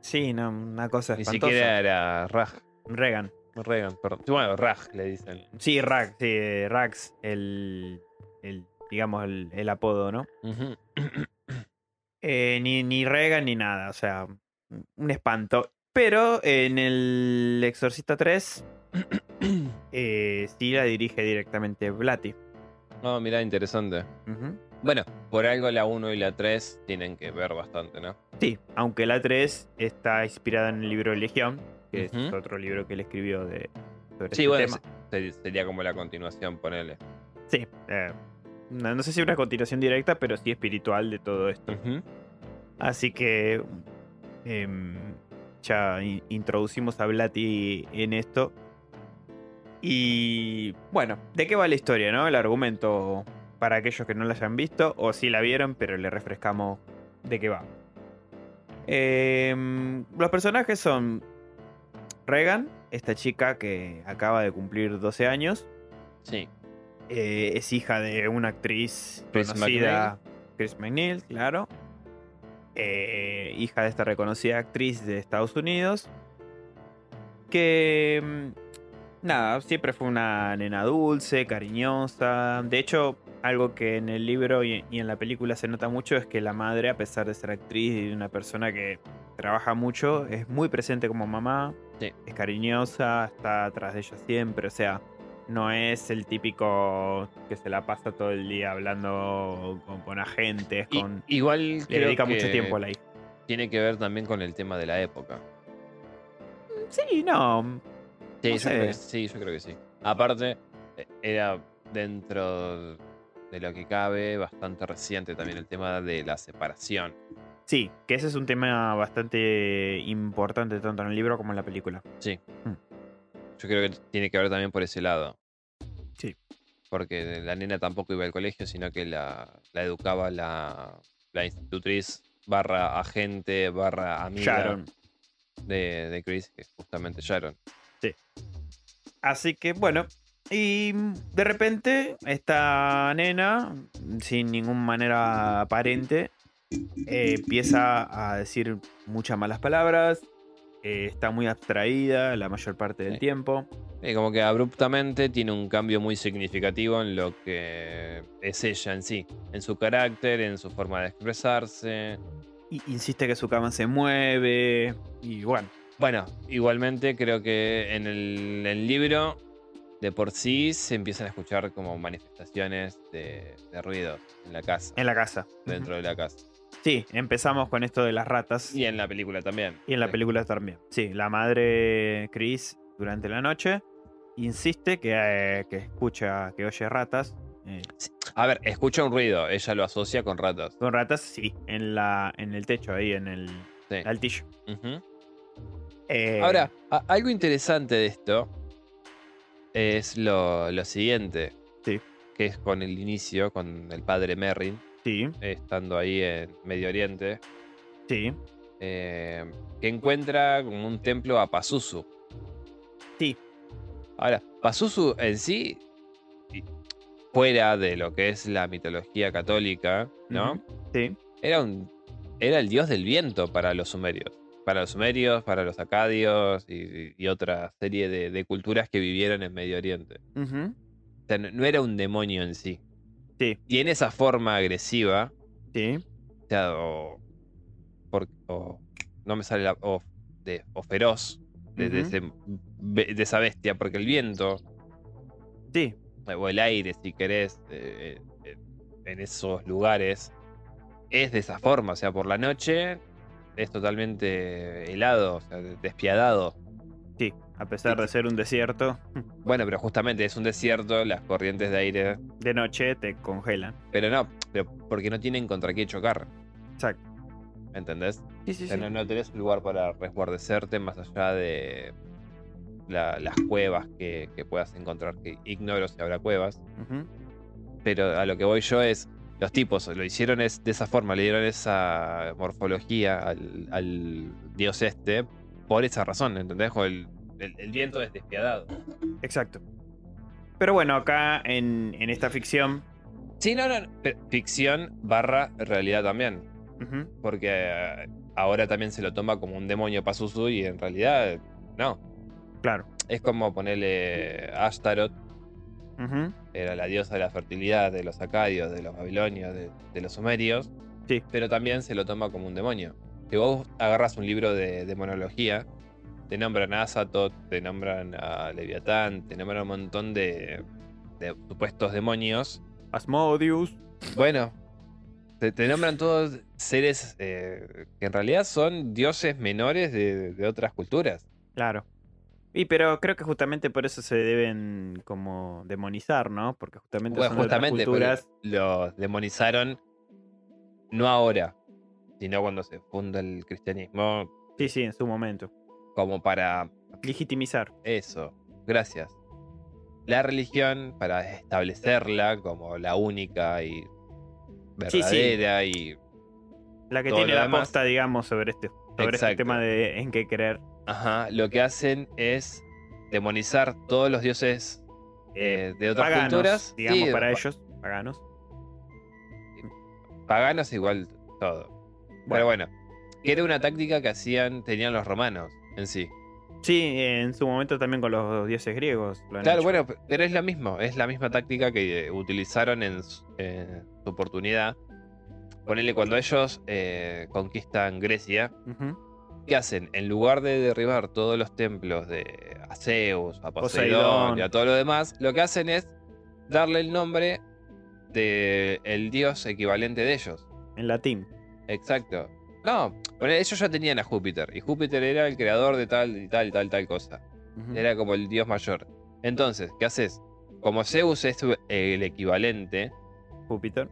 Speaker 1: Sí, no, una cosa
Speaker 2: Ni
Speaker 1: espantosa.
Speaker 2: siquiera era Raj.
Speaker 1: Reagan.
Speaker 2: Reagan, perdón. Sí, Bueno, Raj le dicen.
Speaker 1: Sí, Rax, sí, eh, Rax, el, el- digamos, el- el apodo, ¿no?
Speaker 2: Ujú.
Speaker 1: Eh, ni, ni Reagan ni nada, o sea, un espanto. Pero en el Exorcista 3 eh, sí la dirige directamente Blatty.
Speaker 2: No, Ah, mirá, interesante.
Speaker 1: Ujú.
Speaker 2: Bueno, por algo la 1 y la 3 tienen que ver bastante, ¿no?
Speaker 1: Sí, aunque la 3 está inspirada en el libro Legión, que es
Speaker 2: Ujú.
Speaker 1: otro libro que él escribió de, sobre
Speaker 2: Sí,
Speaker 1: este
Speaker 2: bueno,
Speaker 1: tema.
Speaker 2: se- se- sería como la continuación, ponele.
Speaker 1: Sí, eh, no, no sé si una continuación directa, pero sí espiritual de todo esto.
Speaker 2: Ujú.
Speaker 1: Así que em, ya in- introducimos a Blatty en esto. Y bueno, ¿de qué va la historia, no? El argumento para aquellos que no la hayan visto o si la vieron, pero le refrescamos de qué va. Eh, los personajes son Regan, esta chica que acaba de cumplir 12 años.
Speaker 2: Sí.
Speaker 1: eh, es hija de una actriz
Speaker 2: Chris
Speaker 1: conocida, Chris McNeil, claro. Eh, hija de esta reconocida actriz de Estados Unidos. Que. mm, Nada, siempre fue una nena dulce, cariñosa. De hecho, algo que en el libro y, y en la película se nota mucho es que la madre, a pesar de ser actriz y una persona que trabaja mucho, es muy presente como mamá.
Speaker 2: Sí.
Speaker 1: Es cariñosa, está atrás de ella siempre. O sea, no es el típico que se la pasa todo el día hablando con, con agentes,
Speaker 2: Y-
Speaker 1: con...
Speaker 2: igual
Speaker 1: Le
Speaker 2: creo
Speaker 1: dedica
Speaker 2: que
Speaker 1: mucho tiempo a la hija.
Speaker 2: Tiene que ver también con el tema de la época.
Speaker 1: Sí, no.
Speaker 2: Sí,
Speaker 1: No
Speaker 2: yo creo
Speaker 1: sé.
Speaker 2: que, sí, yo creo que sí. Aparte, eh, era dentro de lo que cabe bastante reciente también el tema de la separación.
Speaker 1: Sí, que ese es un tema bastante importante tanto en el libro como en la película.
Speaker 2: Yo creo que tiene que ver también por ese lado.
Speaker 1: Sí.
Speaker 2: Porque la nena tampoco iba al colegio, sino que la, la educaba la, la institutriz barra agente barra amiga
Speaker 1: Sharon.
Speaker 2: De, de Chris, que es justamente Sharon.
Speaker 1: Así que bueno, y de repente esta nena, sin ninguna manera aparente, eh, empieza a decir muchas malas palabras, eh, está muy abstraída la mayor parte del
Speaker 2: Sí.
Speaker 1: tiempo.
Speaker 2: Eh, como que abruptamente tiene un cambio muy significativo en lo que es ella en sí, en su carácter, en su forma de expresarse.
Speaker 1: Y insiste que su cama se mueve. Y bueno,
Speaker 2: Bueno, igualmente creo que en el, el libro de por sí se empiezan a escuchar como manifestaciones de, de ruido en la casa,
Speaker 1: en la casa.
Speaker 2: dentro de la casa.
Speaker 1: Sí, empezamos con esto de las ratas.
Speaker 2: Y en la película también.
Speaker 1: Y en la
Speaker 2: Sí.
Speaker 1: película también. Sí, la madre Chris durante la noche insiste que, eh, que escucha, que oye ratas. eh,
Speaker 2: A ver, escucha un ruido, ella lo asocia con ratas.
Speaker 1: Con ratas, sí, en, la, en el techo, ahí, en el
Speaker 2: Sí.
Speaker 1: altillo.
Speaker 2: Ujú.
Speaker 1: Eh,
Speaker 2: Ahora, a- algo interesante de esto es lo, lo siguiente.
Speaker 1: Sí.
Speaker 2: Que es con el inicio, con el padre Merrin,
Speaker 1: Sí,
Speaker 2: eh, estando ahí en Medio Oriente,
Speaker 1: sí.
Speaker 2: eh, que encuentra como un templo a Pazuzu.
Speaker 1: Sí.
Speaker 2: Ahora, Pazuzu en sí, y- fuera de lo que es la mitología católica, ¿no?
Speaker 1: ujú, Sí,
Speaker 2: Era un. Era el dios del viento para los sumerios. Para los sumerios, para los acadios y, y otra serie de, de culturas que vivieron en Medio Oriente.
Speaker 1: ujú,
Speaker 2: O sea, no, no era un demonio en sí.
Speaker 1: Sí.
Speaker 2: Y en esa forma agresiva,
Speaker 1: sí.
Speaker 2: o sea, o. por- o- no me sale la. O, de- o feroz de, de
Speaker 1: ujú,
Speaker 2: ese- be- de esa bestia, porque el viento
Speaker 1: Sí,
Speaker 2: o el aire, si querés, eh, eh, en esos lugares, es de esa forma. O sea, por la noche es totalmente helado, o sea, despiadado.
Speaker 1: sí. A pesar de ser un desierto,
Speaker 2: Bueno, pero justamente es un desierto, las corrientes de aire.
Speaker 1: de noche te congelan.
Speaker 2: Pero no, pero porque no tienen contra qué chocar,
Speaker 1: Exacto.
Speaker 2: ¿entendés?
Speaker 1: Sí, sí,
Speaker 2: O sea,
Speaker 1: sí.
Speaker 2: no, no tenés un lugar para resguardecerte más allá de la- las cuevas que, que puedas encontrar. Que ignoro si habrá cuevas.
Speaker 1: ujú,
Speaker 2: Pero a lo que voy yo es, los tipos lo hicieron es, de esa forma, le dieron esa morfología al, al dios este por esa razón, ¿entendés? Como El, el- el viento es despiadado.
Speaker 1: Exacto. Pero bueno, acá en, en esta ficción.
Speaker 2: Sí, no, no, no, pero ficción barra realidad también,
Speaker 1: ujú,
Speaker 2: porque eh, ahora también se lo toma como un demonio Pazuzu y en realidad no.
Speaker 1: Claro.
Speaker 2: Es como ponerle Ashtaroth,
Speaker 1: ujú,
Speaker 2: era la diosa de la fertilidad de los acadios, de los babilonios, de, de los sumerios.
Speaker 1: Sí.
Speaker 2: Pero también se lo toma como un demonio. Si vos agarras un libro de demonología, te nombran a Azatoth, te nombran a Leviatán, te nombran un montón de, de supuestos demonios.
Speaker 1: Asmodeus.
Speaker 2: Bueno, te, te nombran todos seres eh, que en realidad son dioses menores de, de otras culturas.
Speaker 1: Claro. Y pero creo que justamente por eso se deben como demonizar, ¿no? Porque justamente
Speaker 2: Bueno,
Speaker 1: son de otras
Speaker 2: justamente,
Speaker 1: culturas.
Speaker 2: porque los demonizaron no ahora, sino cuando se funda el cristianismo,
Speaker 1: Sí, sí, en su momento.
Speaker 2: como para
Speaker 1: Legitimizar.
Speaker 2: eso. Gracias. la religión, para establecerla como la única y
Speaker 1: Sí, sí.
Speaker 2: verdadera y...
Speaker 1: La que
Speaker 2: Todo
Speaker 1: tiene
Speaker 2: lo
Speaker 1: la
Speaker 2: demás.
Speaker 1: posta, digamos, sobre este, sobre este
Speaker 2: Exacto.
Speaker 1: tema de en qué creer.
Speaker 2: Ajá, lo que hacen es demonizar todos los dioses
Speaker 1: eh,
Speaker 2: eh, de otras
Speaker 1: paganos,
Speaker 2: culturas.
Speaker 1: digamos,
Speaker 2: Sí,
Speaker 1: para
Speaker 2: pa-
Speaker 1: ellos, paganos.
Speaker 2: Paganos igual todo. Pero bueno, que era una táctica que hacían, tenían los romanos en sí.
Speaker 1: Sí, eh, en su momento también con los dioses griegos. lo han
Speaker 2: Claro,
Speaker 1: hecho.
Speaker 2: bueno, pero es lo mismo, es la misma táctica que eh, utilizaron en su, eh, su oportunidad. Ponele, cuando ellos eh, conquistan Grecia,
Speaker 1: Ujú.
Speaker 2: ¿qué hacen? En lugar de derribar todos los templos de a Zeus, a Poseidón,
Speaker 1: Poseidón.
Speaker 2: y a todo lo demás, lo que hacen es darle el nombre del el dios equivalente de ellos.
Speaker 1: En latín.
Speaker 2: Exacto. No, bueno, ellos ya tenían a Júpiter, y Júpiter era el creador de tal y tal y tal tal cosa.
Speaker 1: Ujú.
Speaker 2: Era como el dios mayor. Entonces, ¿qué haces? Como Zeus es tu- el equivalente,
Speaker 1: Júpiter.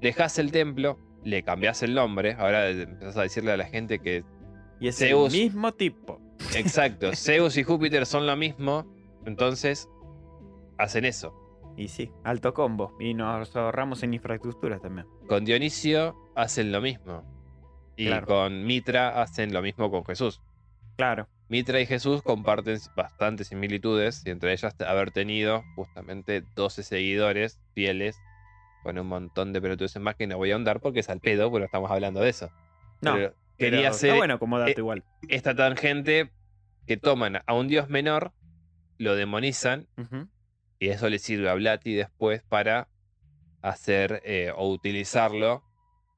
Speaker 2: dejas el templo, le cambias el nombre. Ahora empezás a decirle a la gente que,
Speaker 1: Y es
Speaker 2: Zeus.
Speaker 1: el mismo tipo.
Speaker 2: exacto, Zeus y Júpiter son lo mismo. Entonces, hacen eso.
Speaker 1: Y sí, alto combo. Y nos ahorramos en infraestructuras también.
Speaker 2: Con Dionisio hacen lo mismo. Y
Speaker 1: Claro.
Speaker 2: con Mitra hacen lo mismo con Jesús.
Speaker 1: Claro.
Speaker 2: Mitra y Jesús comparten bastantes similitudes, y entre ellas haber tenido justamente 12 seguidores fieles con un montón de pelotudeces más que no voy a ahondar porque es al pedo, pero estamos hablando de eso.
Speaker 1: No.
Speaker 2: Pero
Speaker 1: pero está
Speaker 2: quería hacer
Speaker 1: bueno, como dato
Speaker 2: eh,
Speaker 1: igual.
Speaker 2: esta tangente que toman a un dios menor, lo demonizan,
Speaker 1: Ujú.
Speaker 2: y eso le sirve a Blatty después para hacer eh, o utilizarlo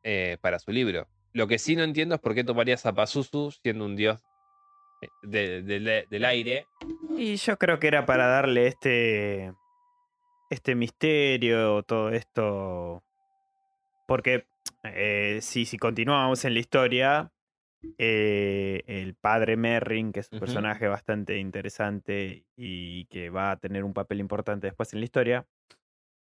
Speaker 2: eh, para su libro. Lo que sí no entiendo es por qué tomarías a Pazuzu siendo un dios eh, de- de- de- del aire.
Speaker 1: Y yo creo que era para darle este. Este misterio, todo esto. Porque eh, si, si continuamos en la historia, eh, el padre Merrin, que es un
Speaker 2: Ujú.
Speaker 1: personaje bastante interesante y que va a tener un papel importante después en la historia,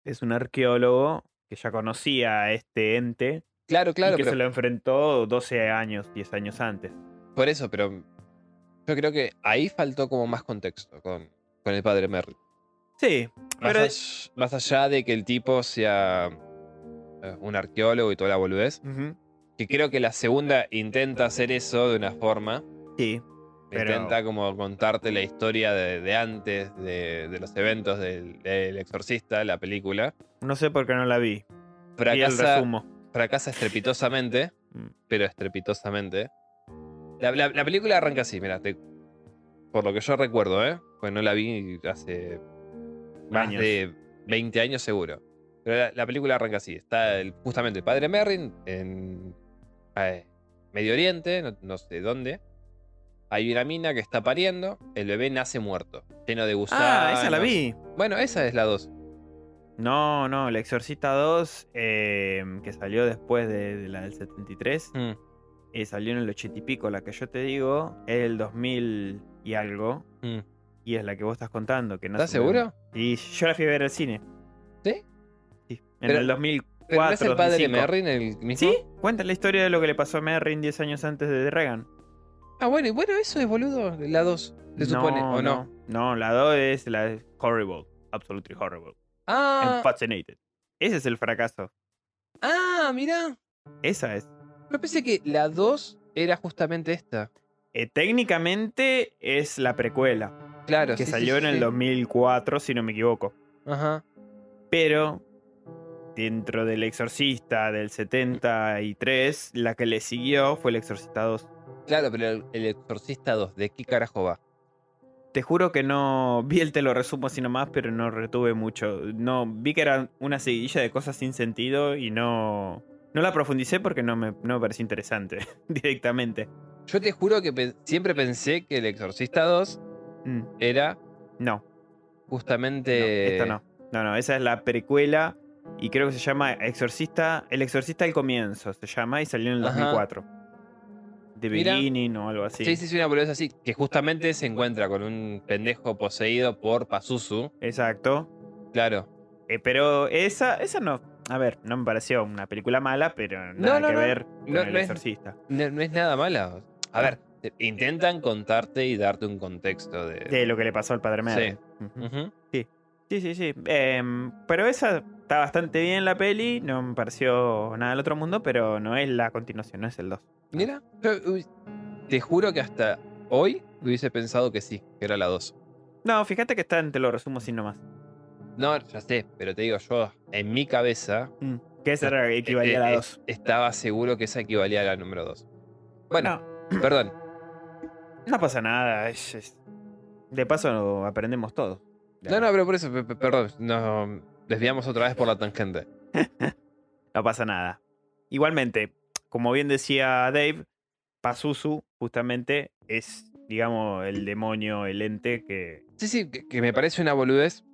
Speaker 1: es un arqueólogo que ya conocía a este ente
Speaker 2: Claro,
Speaker 1: y
Speaker 2: claro,
Speaker 1: que
Speaker 2: pero
Speaker 1: se lo enfrentó 12 años, 10 años antes.
Speaker 2: por eso, pero yo creo que ahí faltó como más contexto con, con el padre Merrill.
Speaker 1: Sí,
Speaker 2: Más,
Speaker 1: Pero-
Speaker 2: all- más allá de que el tipo sea eh, un arqueólogo y toda la boludez,
Speaker 1: ujú,
Speaker 2: que creo que la segunda intenta hacer eso de una forma,
Speaker 1: sí, Pero-
Speaker 2: intenta como contarte la historia de, de antes, de, de los eventos del, del exorcista, la película.
Speaker 1: no sé por qué no la vi. Y el
Speaker 2: Fracasa,
Speaker 1: resumo.
Speaker 2: fracasa estrepitosamente,
Speaker 1: Mm.
Speaker 2: pero estrepitosamente. La, la- la película arranca así, mira, por lo que yo recuerdo, ¿eh? Pues no la vi hace más
Speaker 1: Años.
Speaker 2: de 20 años seguro. Pero la, la película arranca así, está el- justamente el padre Merrin en eh, Medio Oriente, no, no sé dónde. Hay una mina que está pariendo, el bebé nace muerto, lleno de gusanos.
Speaker 1: Ah, esa la vi.
Speaker 2: Bueno, esa es la 2.
Speaker 1: No, no, El Exorcista 2, eh, que salió después de, de la del 73, eh, salió en el 80 y pico. La que yo te digo es el 2000 y algo, y es la que vos estás contando. Que no
Speaker 2: ¿Estás
Speaker 1: se me-
Speaker 2: seguro?
Speaker 1: Y yo la fui a ver al cine.
Speaker 2: ¿Sí?
Speaker 1: Sí, en
Speaker 2: Pero-
Speaker 1: el 2004.
Speaker 2: ¿Pero no es el padre
Speaker 1: 2005.
Speaker 2: Merrin el mismo?
Speaker 1: ¿Sí? Cuenta la historia de lo que le pasó a Merrin 10 años antes de Reagan.
Speaker 2: Ah, bueno, y bueno, eso es boludo, la 2, se supone, ¿o no?
Speaker 1: No, la 2 es la de Horrible. Absolutely Horrible. And
Speaker 2: Ah,
Speaker 1: Fascinated. Ese es el fracaso.
Speaker 2: ah, mirá.
Speaker 1: Esa es.
Speaker 2: Yo pensé que la 2 era justamente esta.
Speaker 1: Eh, técnicamente es la precuela,
Speaker 2: Claro,
Speaker 1: que
Speaker 2: Ah, sí, sí,
Speaker 1: salió
Speaker 2: sí,
Speaker 1: en el
Speaker 2: sí.
Speaker 1: 2004, si no me equivoco.
Speaker 2: Ajá.
Speaker 1: Pero dentro del Exorcista del 73, la que le siguió fue el Exorcista 2.
Speaker 2: Claro, pero el, el Exorcista 2, ¿de qué carajo va?
Speaker 1: Te juro que no vi el te lo resumo así nomás, pero no retuve mucho. No vi que era una seguidilla de cosas sin sentido y no no la profundicé porque no me, no me pareció interesante directamente.
Speaker 2: Yo te juro que pe- siempre pensé que el Exorcista 2
Speaker 1: Mm,
Speaker 2: era
Speaker 1: no. No,
Speaker 2: justamente.
Speaker 1: esta no. No, no, esa es la precuela y creo que se llama Exorcista, El Exorcista al comienzo se llama y salió en el
Speaker 2: Ajá.
Speaker 1: 2004. The
Speaker 2: Mira.
Speaker 1: Beginning o algo así.
Speaker 2: Sí, sí, sí, una boludez así. Que justamente se encuentra con un pendejo poseído por Pazuzu.
Speaker 1: Exacto.
Speaker 2: Claro.
Speaker 1: Eh, pero esa esa no, a ver, no me pareció una película mala, pero
Speaker 2: No,
Speaker 1: nada
Speaker 2: no,
Speaker 1: que
Speaker 2: no.
Speaker 1: ver con
Speaker 2: No,
Speaker 1: El
Speaker 2: no es-
Speaker 1: Exorcista.
Speaker 2: No, no es nada mala. A ver, te- intentan contarte y darte un contexto de.
Speaker 1: De lo que le pasó al padre Merlin.
Speaker 2: Ujú.
Speaker 1: Sí, sí, sí. Em, pero esa está bastante bien la peli. No me pareció nada del otro mundo, pero no es la continuación, no es el 2.
Speaker 2: Mira, yo, uy, te juro que hasta hoy hubiese pensado que sí, que era la 2.
Speaker 1: No, fíjate que está, te lo resumo así nomás.
Speaker 2: No, ya sé, pero te digo, yo en mi cabeza
Speaker 1: Mm, Que esa era equivalía a
Speaker 2: eh,
Speaker 1: la
Speaker 2: eh,
Speaker 1: 2.
Speaker 2: estaba seguro que esa equivalía a la número 2. Bueno,
Speaker 1: No,
Speaker 2: perdón.
Speaker 1: no pasa nada. es- es- De paso aprendemos todo.
Speaker 2: No, no, pero por eso, pe- pe- perdón, nos desviamos otra vez por la tangente.
Speaker 1: No pasa nada. Igualmente, como bien decía Dave, Pazuzu justamente es, digamos, el demonio, el ente que...
Speaker 2: Sí, sí, que, que me parece una boludez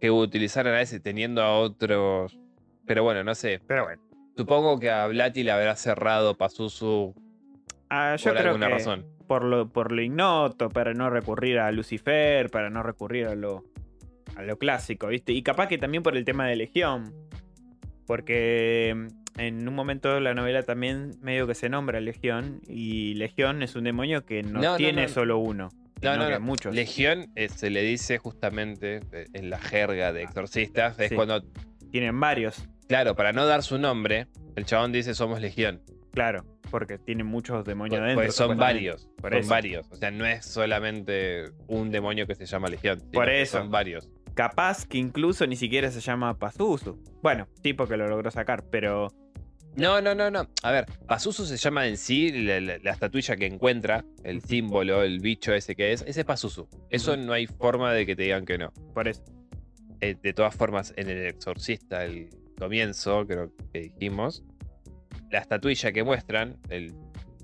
Speaker 2: que utilizaran a ese teniendo a otros. Pero bueno, no sé.
Speaker 1: Pero bueno,
Speaker 2: Supongo que a Blatty le habrá cerrado Pazuzu
Speaker 1: ah, yo
Speaker 2: por
Speaker 1: creo
Speaker 2: alguna
Speaker 1: que
Speaker 2: razón.
Speaker 1: Por, lo, por lo ignoto, para no recurrir a Lucifer, para no recurrir a lo, a lo clásico, ¿viste? Y capaz que también por el tema de Legión, porque mm, en un momento de la novela también medio que se nombra Legión, y Legión es un demonio que no,
Speaker 2: No, no,
Speaker 1: tiene
Speaker 2: no.
Speaker 1: solo uno,
Speaker 2: No,
Speaker 1: sino
Speaker 2: no,
Speaker 1: que
Speaker 2: no.
Speaker 1: muchos.
Speaker 2: Legión eh, se le dice justamente eh, en la jerga de exorcistas. Es
Speaker 1: Ah, Sí.
Speaker 2: cuando,
Speaker 1: Tienen varios.
Speaker 2: claro, para no dar su nombre, el chabón dice somos Legión.
Speaker 1: Claro, porque tiene muchos demonios
Speaker 2: Pues-
Speaker 1: adentro.
Speaker 2: pues son
Speaker 1: supuestamente.
Speaker 2: varios.
Speaker 1: Por
Speaker 2: son
Speaker 1: eso.
Speaker 2: varios. O sea, no es solamente un demonio que se llama Legión. sino
Speaker 1: Por
Speaker 2: que
Speaker 1: eso.
Speaker 2: Son varios.
Speaker 1: Capaz que incluso ni siquiera se llama Pazuzu. Bueno, sí, porque lo logró sacar, pero
Speaker 2: No, no, no, no. A ver, Pazuzu se llama en sí la, la- la estatuilla que encuentra, el símbolo, el bicho ese que es. Ese es Pazuzu. Eso no hay forma de que te digan que no.
Speaker 1: por eso.
Speaker 2: Eh, de todas formas, en El Exorcista, el comienzo, creo que dijimos, la estatuilla que muestran el-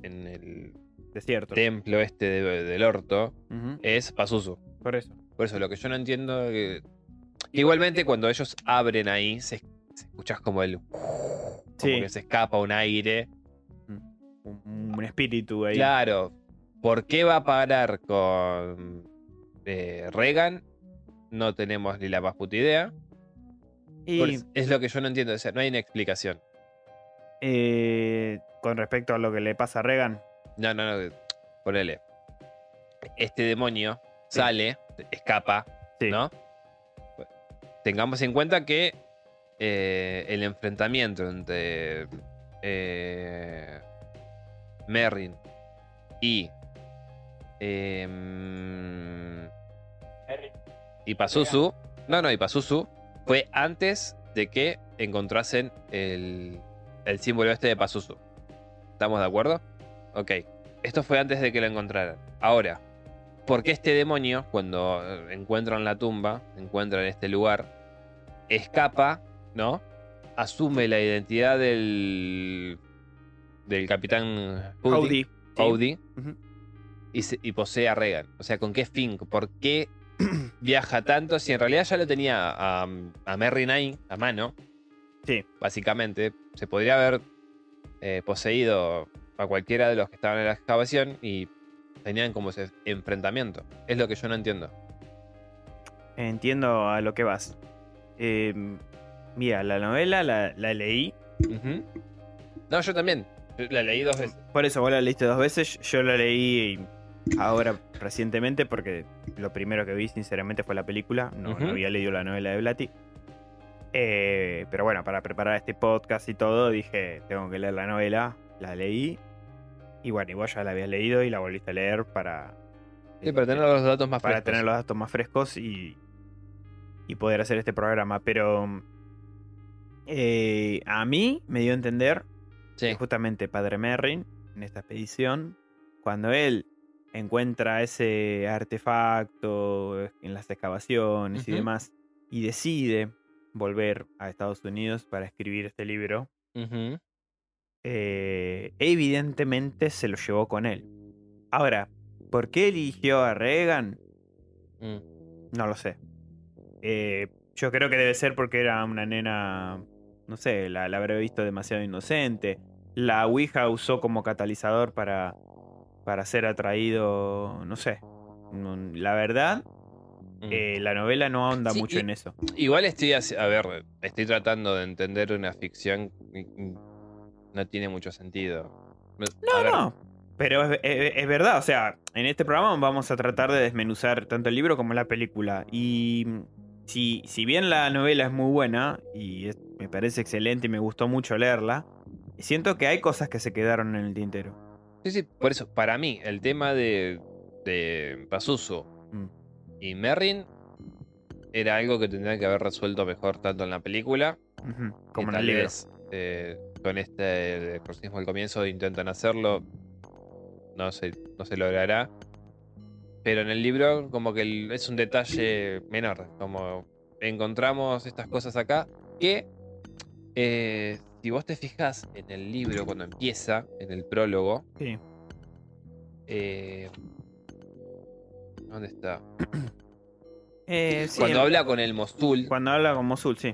Speaker 2: en el
Speaker 1: Es cierto.
Speaker 2: templo este de- del orto
Speaker 1: Ujú,
Speaker 2: es Pazuzu.
Speaker 1: Por eso.
Speaker 2: Por eso, lo que yo no entiendo. eh, que
Speaker 1: eh,
Speaker 2: igualmente, cuando ellos abren ahí, se, se escuchas como el. Como
Speaker 1: Sí.
Speaker 2: que se escapa un aire.
Speaker 1: Un, un espíritu ahí.
Speaker 2: Claro. ¿Por qué va a parar con eh, Reagan? No tenemos ni la más puta idea.
Speaker 1: Y
Speaker 2: Por- Es lo que yo no entiendo. O sea, no hay una explicación.
Speaker 1: eh, con respecto a lo que le pasa a Regan,
Speaker 2: No, no, no. Ponele. Este demonio sale, escapa,
Speaker 1: Sí.
Speaker 2: ¿no? Tengamos en cuenta que eh, el enfrentamiento entre eh, Merrin y. em, y Pazuzu. No, no, y Pazuzu fue antes de que encontrasen el, el símbolo este de Pazuzu. ¿Estamos de acuerdo? Ok. Esto fue antes de que lo encontraran. Ahora, ¿por qué este demonio, cuando eh, encuentran la tumba, encuentran este lugar, escapa, ¿no? Asume la identidad del. del capitán Howdy.
Speaker 1: Audi. sí.
Speaker 2: Audi
Speaker 1: Ujú.
Speaker 2: y, se- y posee a Regan. O sea, ¿con qué fin? ¿Por qué viaja tanto? Si en realidad ya lo tenía a, a Merrin ahí, a mano,
Speaker 1: Sí.
Speaker 2: básicamente, se podría haber eh, poseído a cualquiera de los que estaban en la excavación y tenían como ese enfrentamiento. Es lo que yo no entiendo.
Speaker 1: Entiendo a lo que vas. Eh, mira, la novela la, la leí.
Speaker 2: Ujú. No, yo también. Yo La leí dos veces.
Speaker 1: Por eso vos la leíste dos veces. Yo la leí ahora recientemente porque lo primero que vi sinceramente fue la película. No, no
Speaker 2: Ujú.
Speaker 1: había leído la novela de Blatty. Eh, pero bueno, para preparar este podcast y todo dije, tengo que leer la novela. La leí. Y bueno, y vos ya la habías leído y la volviste a leer para...
Speaker 2: Sí, para tener los datos más
Speaker 1: para
Speaker 2: frescos.
Speaker 1: tener los datos más frescos y, y poder hacer este programa. Pero eh, a mí me dio a entender
Speaker 2: Sí.
Speaker 1: que justamente Padre Merrin, en esta expedición, cuando él encuentra ese artefacto en las excavaciones y
Speaker 2: Ujú.
Speaker 1: demás, y decide volver a Estados Unidos para escribir este libro,
Speaker 2: Ujú.
Speaker 1: eh, evidentemente se lo llevó con él. Ahora, ¿por qué eligió a Reagan?
Speaker 2: Mm.
Speaker 1: No lo sé. Eh, yo creo que debe ser porque era una nena, no sé, la, la habré visto demasiado inocente. La Ouija usó como catalizador para, para ser atraído, no sé. No, La verdad,
Speaker 2: Mm.
Speaker 1: eh, la novela no ahonda
Speaker 2: Sí,
Speaker 1: mucho
Speaker 2: y-
Speaker 1: en eso.
Speaker 2: Igual estoy, haci- a ver, estoy tratando de entender una ficción que no tiene mucho sentido. No,
Speaker 1: No, pero es, es- es verdad, o sea, en este programa vamos a tratar de desmenuzar tanto el libro como la película. Y si, si bien la novela es muy buena y es- me parece excelente y me gustó mucho leerla, siento que hay cosas que se quedaron en el tintero.
Speaker 2: Sí, sí, por eso, para mí, el tema de, de Pazuzu
Speaker 1: Mm.
Speaker 2: y Merrin era algo que tendrían que haber resuelto mejor tanto en la película
Speaker 1: Ujú,
Speaker 2: y
Speaker 1: Como en
Speaker 2: tal
Speaker 1: el libro.
Speaker 2: vez, eh, con este exorcismo al comienzo intentan hacerlo, no se, no se logrará. Pero en el libro, como que el- es un detalle menor, como encontramos estas cosas acá que eh, si vos te fijas en el libro cuando empieza, en el prólogo,
Speaker 1: Sí.
Speaker 2: eh, ¿Dónde está?
Speaker 1: Eh, sí,
Speaker 2: Cuando
Speaker 1: en-
Speaker 2: habla con el Mosul.
Speaker 1: cuando habla con Mosul, sí.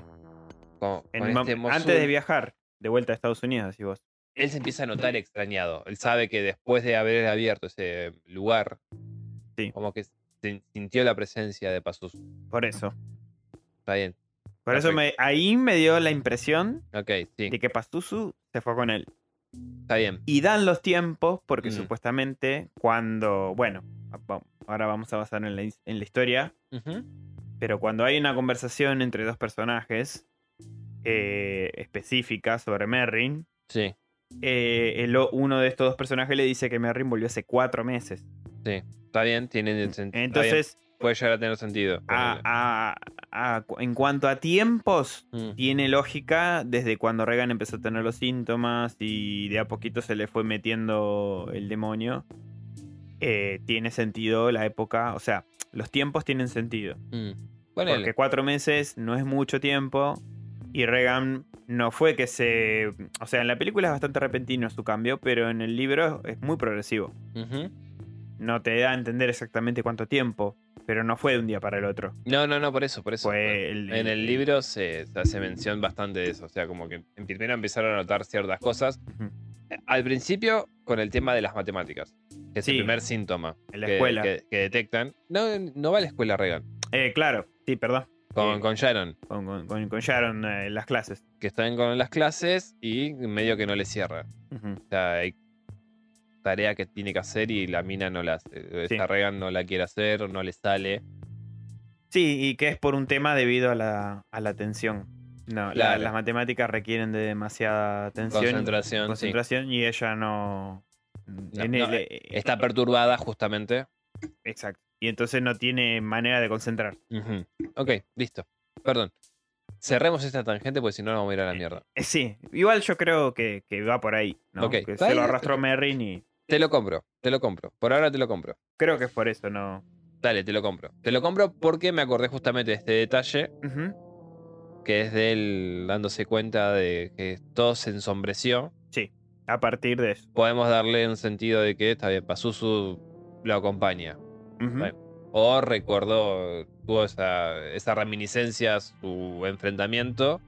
Speaker 2: con-
Speaker 1: En
Speaker 2: con
Speaker 1: el mom-
Speaker 2: este Mosul,
Speaker 1: antes de viajar de vuelta a Estados Unidos, decís vos.
Speaker 2: él se empieza a notar extrañado. Él sabe que después de haber abierto ese lugar,
Speaker 1: Sí.
Speaker 2: como que sin- sintió la presencia de Pasus.
Speaker 1: Por eso.
Speaker 2: Está bien.
Speaker 1: Por eso me, ahí me dio la impresión
Speaker 2: Ok, sí,
Speaker 1: de que Pastuzu se fue con él.
Speaker 2: está bien.
Speaker 1: Y dan los tiempos porque
Speaker 2: Mm.
Speaker 1: supuestamente cuando, bueno, ah, va- ahora vamos a basar en la, his- en la historia,
Speaker 2: Ujú,
Speaker 1: pero cuando hay una conversación entre dos personajes eh, específica sobre Merrin,
Speaker 2: Sí,
Speaker 1: eh, el o- uno de estos dos personajes le dice que Merrin volvió hace cuatro meses.
Speaker 2: está bien, tiene sentido.
Speaker 1: Entonces, ah,
Speaker 2: puede llegar a tener sentido.
Speaker 1: a-
Speaker 2: ponele.
Speaker 1: a- a- en cuanto a tiempos,
Speaker 2: Mm,
Speaker 1: tiene lógica desde cuando Reagan empezó a tener los síntomas y de a poquito se le fue metiendo el demonio. Eh, tiene sentido la época, o sea, los tiempos tienen sentido.
Speaker 2: mm. Ponele.
Speaker 1: ah, Porque cuatro meses no es mucho tiempo y Reagan no fue que se... O sea, en la película es bastante repentino su cambio, pero en el libro es muy progresivo.
Speaker 2: Ujú.
Speaker 1: No te da a entender exactamente cuánto tiempo, pero no fue de un día para el otro.
Speaker 2: No, no, no, por eso, por eso.
Speaker 1: Fue el-
Speaker 2: En el libro se, se hace mención bastante de eso. O sea, como que en primero empezaron a notar ciertas cosas.
Speaker 1: Ujú.
Speaker 2: Al principio, con el tema de las matemáticas. Que es
Speaker 1: Sí.
Speaker 2: el primer síntoma
Speaker 1: En la
Speaker 2: que,
Speaker 1: escuela.
Speaker 2: que- que detectan. No, no va a la escuela Reagan.
Speaker 1: Eh, claro, sí, perdón.
Speaker 2: Con,
Speaker 1: Sí.
Speaker 2: con Sharon,
Speaker 1: Con, con- con- con Sharon eh, en las clases.
Speaker 2: que están con las clases y medio que no le cierra.
Speaker 1: Ujú.
Speaker 2: O sea, hay tarea que tiene que hacer y la mina no la hace.
Speaker 1: Sí.
Speaker 2: Esta Reagan no la quiere hacer, no le sale.
Speaker 1: Sí, y que es por un tema debido a la, a la tensión. No, la-
Speaker 2: Claro.
Speaker 1: las matemáticas requieren de demasiada tensión,
Speaker 2: Concentración, sí.
Speaker 1: concentración, y ella no. en
Speaker 2: no,
Speaker 1: el-
Speaker 2: eh, Está perturbada justamente.
Speaker 1: Exacto. Y entonces no tiene manera de concentrar.
Speaker 2: Ujú. Ok, listo. Perdón. Cerremos esta tangente porque si no nos vamos a ir a la mierda.
Speaker 1: Eh, sí, igual yo creo que, que va por ahí. ¿no?
Speaker 2: Ok.
Speaker 1: Que
Speaker 2: Está
Speaker 1: se lo
Speaker 2: bien.
Speaker 1: arrastró Merrin y
Speaker 2: Te lo compro, te lo compro. Por ahora te lo compro.
Speaker 1: creo que es por eso, ¿no?
Speaker 2: Dale, te lo compro. Te lo compro porque me acordé justamente de este detalle
Speaker 1: Ujú.
Speaker 2: que es de él dándose cuenta de que todo se ensombreció.
Speaker 1: A partir de eso.
Speaker 2: Podemos darle un sentido de que está bien, Pazuzu lo acompaña.
Speaker 1: Ujú.
Speaker 2: Bueno. O recordó, tuvo esa, esa reminiscencia, a su enfrentamiento.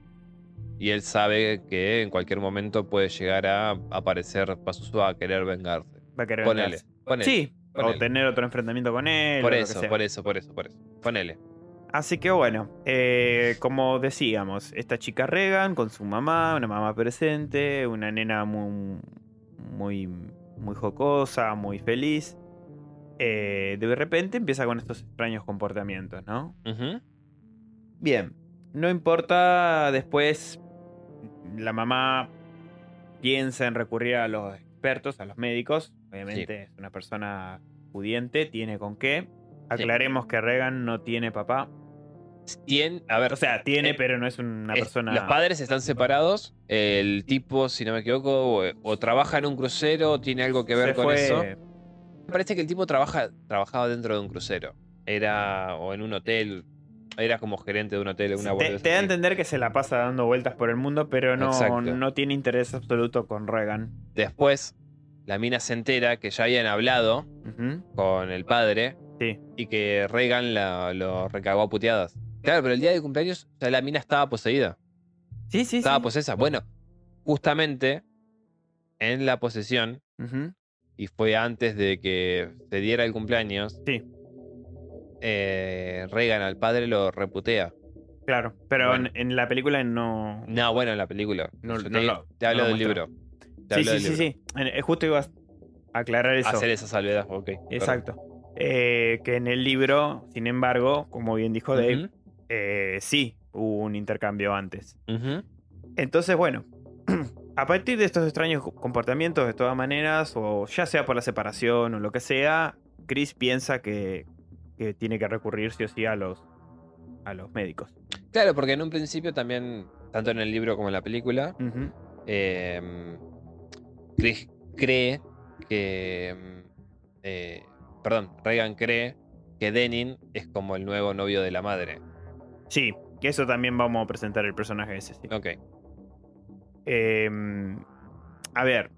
Speaker 2: Y él sabe que en cualquier momento puede llegar a aparecer Pazuzu a querer vengarse.
Speaker 1: Va a querer
Speaker 2: Ponele,
Speaker 1: vengarse.
Speaker 2: ponele.
Speaker 1: Sí,
Speaker 2: ponele.
Speaker 1: o tener otro enfrentamiento con él.
Speaker 2: Por
Speaker 1: o lo que
Speaker 2: eso,
Speaker 1: sea.
Speaker 2: por eso, por eso, por eso. Ponele.
Speaker 1: Así que bueno, eh, como decíamos, esta chica Regan con su mamá, una mamá presente, una nena muy, muy, muy jocosa, muy feliz. eh, de repente empieza con estos extraños comportamientos, ¿no?
Speaker 2: Ujú.
Speaker 1: Bien, no importa después, la mamá piensa en recurrir a los expertos, a los médicos. Obviamente es una persona pudiente, tiene con qué. Aclaremos que Regan no tiene papá.
Speaker 2: Tien- a ver,
Speaker 1: O sea, tiene,
Speaker 2: Eh,
Speaker 1: pero no es una
Speaker 2: es-
Speaker 1: persona.
Speaker 2: los padres están separados. El tipo, si no me equivoco, o, o trabaja en un crucero, o tiene algo que ver
Speaker 1: se
Speaker 2: con
Speaker 1: fue-
Speaker 2: eso. Me parece que el tipo trabaja, trabajaba dentro de un crucero. Era, o en un hotel, era como gerente de un hotel, una
Speaker 1: Te,
Speaker 2: boludez
Speaker 1: te da a
Speaker 2: así.
Speaker 1: entender que se la pasa dando vueltas por el mundo, pero no,
Speaker 2: Exacto.
Speaker 1: no tiene interés absoluto con Reagan.
Speaker 2: Después, la mina se entera que ya habían hablado
Speaker 1: Ujú.
Speaker 2: con el padre
Speaker 1: Sí.
Speaker 2: y que Reagan la- lo recagó a puteadas. Claro, pero el día de cumpleaños ya la mina estaba poseída.
Speaker 1: Sí, sí,
Speaker 2: Estaba
Speaker 1: sí.
Speaker 2: posesa. Bueno, justamente en la posesión,
Speaker 1: Ujú.
Speaker 2: y fue antes de que se diera el cumpleaños,
Speaker 1: Sí.
Speaker 2: eh, Reagan al padre lo reputea.
Speaker 1: Claro, pero
Speaker 2: Bueno.
Speaker 1: en, en la película no.
Speaker 2: No, bueno, en la película.
Speaker 1: No-
Speaker 2: Yo te,
Speaker 1: no lo-
Speaker 2: te hablo
Speaker 1: no lo
Speaker 2: del
Speaker 1: muestra.
Speaker 2: libro. Te
Speaker 1: sí,
Speaker 2: hablo
Speaker 1: sí,
Speaker 2: del
Speaker 1: sí,
Speaker 2: libro. Ah,
Speaker 1: sí. En- eh, Justo ibas a aclarar eso.
Speaker 2: Hacer esa salvedad, ok.
Speaker 1: Exacto. Eh, que en el libro, sin embargo, como bien dijo
Speaker 2: perfecto.
Speaker 1: Dave,
Speaker 2: Ujú.
Speaker 1: eh, sí hubo un intercambio antes.
Speaker 2: Ujú.
Speaker 1: Entonces, bueno, a partir de estos extraños comportamientos, de todas maneras, o ya sea por la separación o lo que sea, Chris piensa que, que tiene que recurrir sí o sí a los, a los médicos.
Speaker 2: Claro, porque en un principio también, tanto en el libro como en la película,
Speaker 1: Ujú.
Speaker 2: eh, Chris cree que. em, eh, perdón, Reagan cree que Denin es como el nuevo novio de la madre.
Speaker 1: Sí, que eso también vamos a presentar el personaje ese. sí.
Speaker 2: Ok.
Speaker 1: Eh, a ver,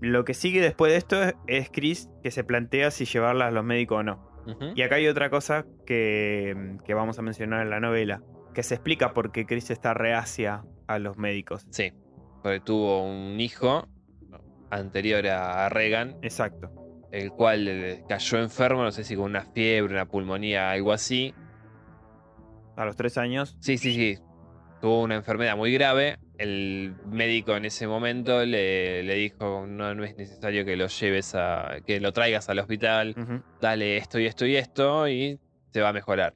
Speaker 1: lo que sigue después de esto es, es Chris que se plantea si llevarla a los médicos o no.
Speaker 2: Ujú.
Speaker 1: Y acá hay otra cosa que, que vamos a mencionar en la novela, que se explica por qué Chris está reacia a los médicos.
Speaker 2: Sí, porque tuvo un hijo anterior a a Reagan,
Speaker 1: Exacto.
Speaker 2: el cual eh, cayó enfermo, no sé si con una fiebre, una pulmonía, algo así.
Speaker 1: A los tres años.
Speaker 2: Sí, sí, sí. Tuvo una enfermedad muy grave. El médico en ese momento le, le dijo, no, no es necesario que lo lleves a, que lo traigas al hospital,
Speaker 1: Ujú.
Speaker 2: dale esto y esto y esto y se va a mejorar.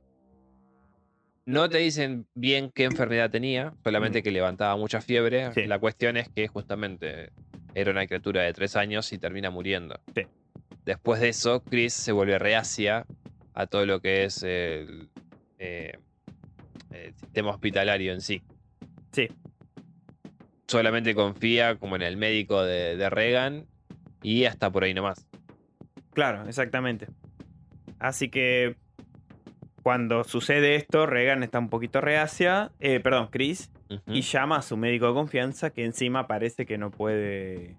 Speaker 2: No te dicen bien qué enfermedad tenía, solamente
Speaker 1: Mm.
Speaker 2: que levantaba mucha fiebre.
Speaker 1: Sí.
Speaker 2: La cuestión es que justamente era una criatura de tres años y termina muriendo.
Speaker 1: Sí.
Speaker 2: Después de eso, Chris se vuelve reacia a todo lo que es el, eh, el sistema hospitalario en sí.
Speaker 1: Sí.
Speaker 2: Solamente confía como en el médico de, de Reagan y hasta por ahí nomás.
Speaker 1: Claro, exactamente. Así que cuando sucede esto, Regan está un poquito reacia, eh, perdón, Chris,
Speaker 2: Ujú.
Speaker 1: y llama a su médico de confianza, que encima parece que no puede,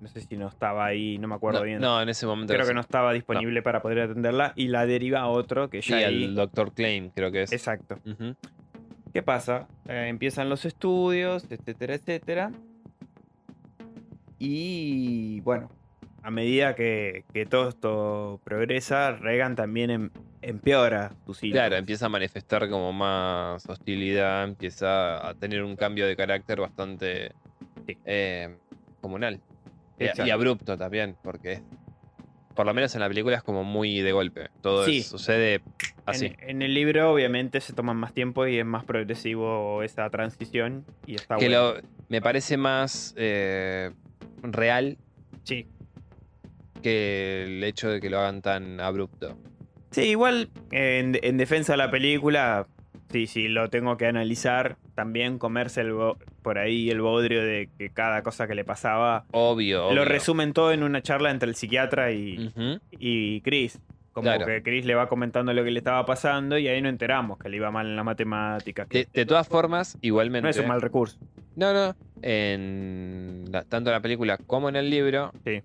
Speaker 1: no sé si no estaba ahí, no me acuerdo
Speaker 2: no,
Speaker 1: bien.
Speaker 2: no, en ese momento
Speaker 1: creo que no estaba disponible para poder atenderla y la deriva a otro que
Speaker 2: Sí,
Speaker 1: ya ahí-
Speaker 2: el Doctor Claim, creo que es.
Speaker 1: Exacto.
Speaker 2: Ujú.
Speaker 1: ¿Qué pasa? Eh, empiezan los estudios, etcétera, etcétera. Y bueno, a medida que, que todo esto progresa, Reagan también em- empeora sus síntomas.
Speaker 2: Claro, empieza a manifestar como más hostilidad, empieza a tener un cambio de carácter bastante
Speaker 1: Sí.
Speaker 2: eh, comunal. Y- Y
Speaker 1: Exacto.
Speaker 2: abrupto también, porque por lo menos en la película es como muy de golpe. Todo
Speaker 1: Sí.
Speaker 2: es- sucede
Speaker 1: En-
Speaker 2: así.
Speaker 1: En, el libro, obviamente, se toman más tiempo y es más progresivo esa transición. Y está
Speaker 2: que
Speaker 1: bueno.
Speaker 2: lo- me parece más eh, real
Speaker 1: Sí.
Speaker 2: que el hecho de que lo hagan tan abrupto.
Speaker 1: Sí, igual en, en defensa de la película, sí, sí, lo tengo que analizar. También comerse el bo- por ahí el bodrio de que cada cosa que le pasaba.
Speaker 2: Obvio. obvio.
Speaker 1: Lo resumen todo en una charla entre el psiquiatra y,
Speaker 2: Ujú.
Speaker 1: y Chris. Como
Speaker 2: Claro.
Speaker 1: que Chris le va comentando lo que le estaba pasando y ahí no enteramos que le iba mal en las matemáticas. que
Speaker 2: de, de todas formas, igualmente.
Speaker 1: no es un mal recurso.
Speaker 2: No, no. En la- tanto en la película como en el libro,
Speaker 1: Sí.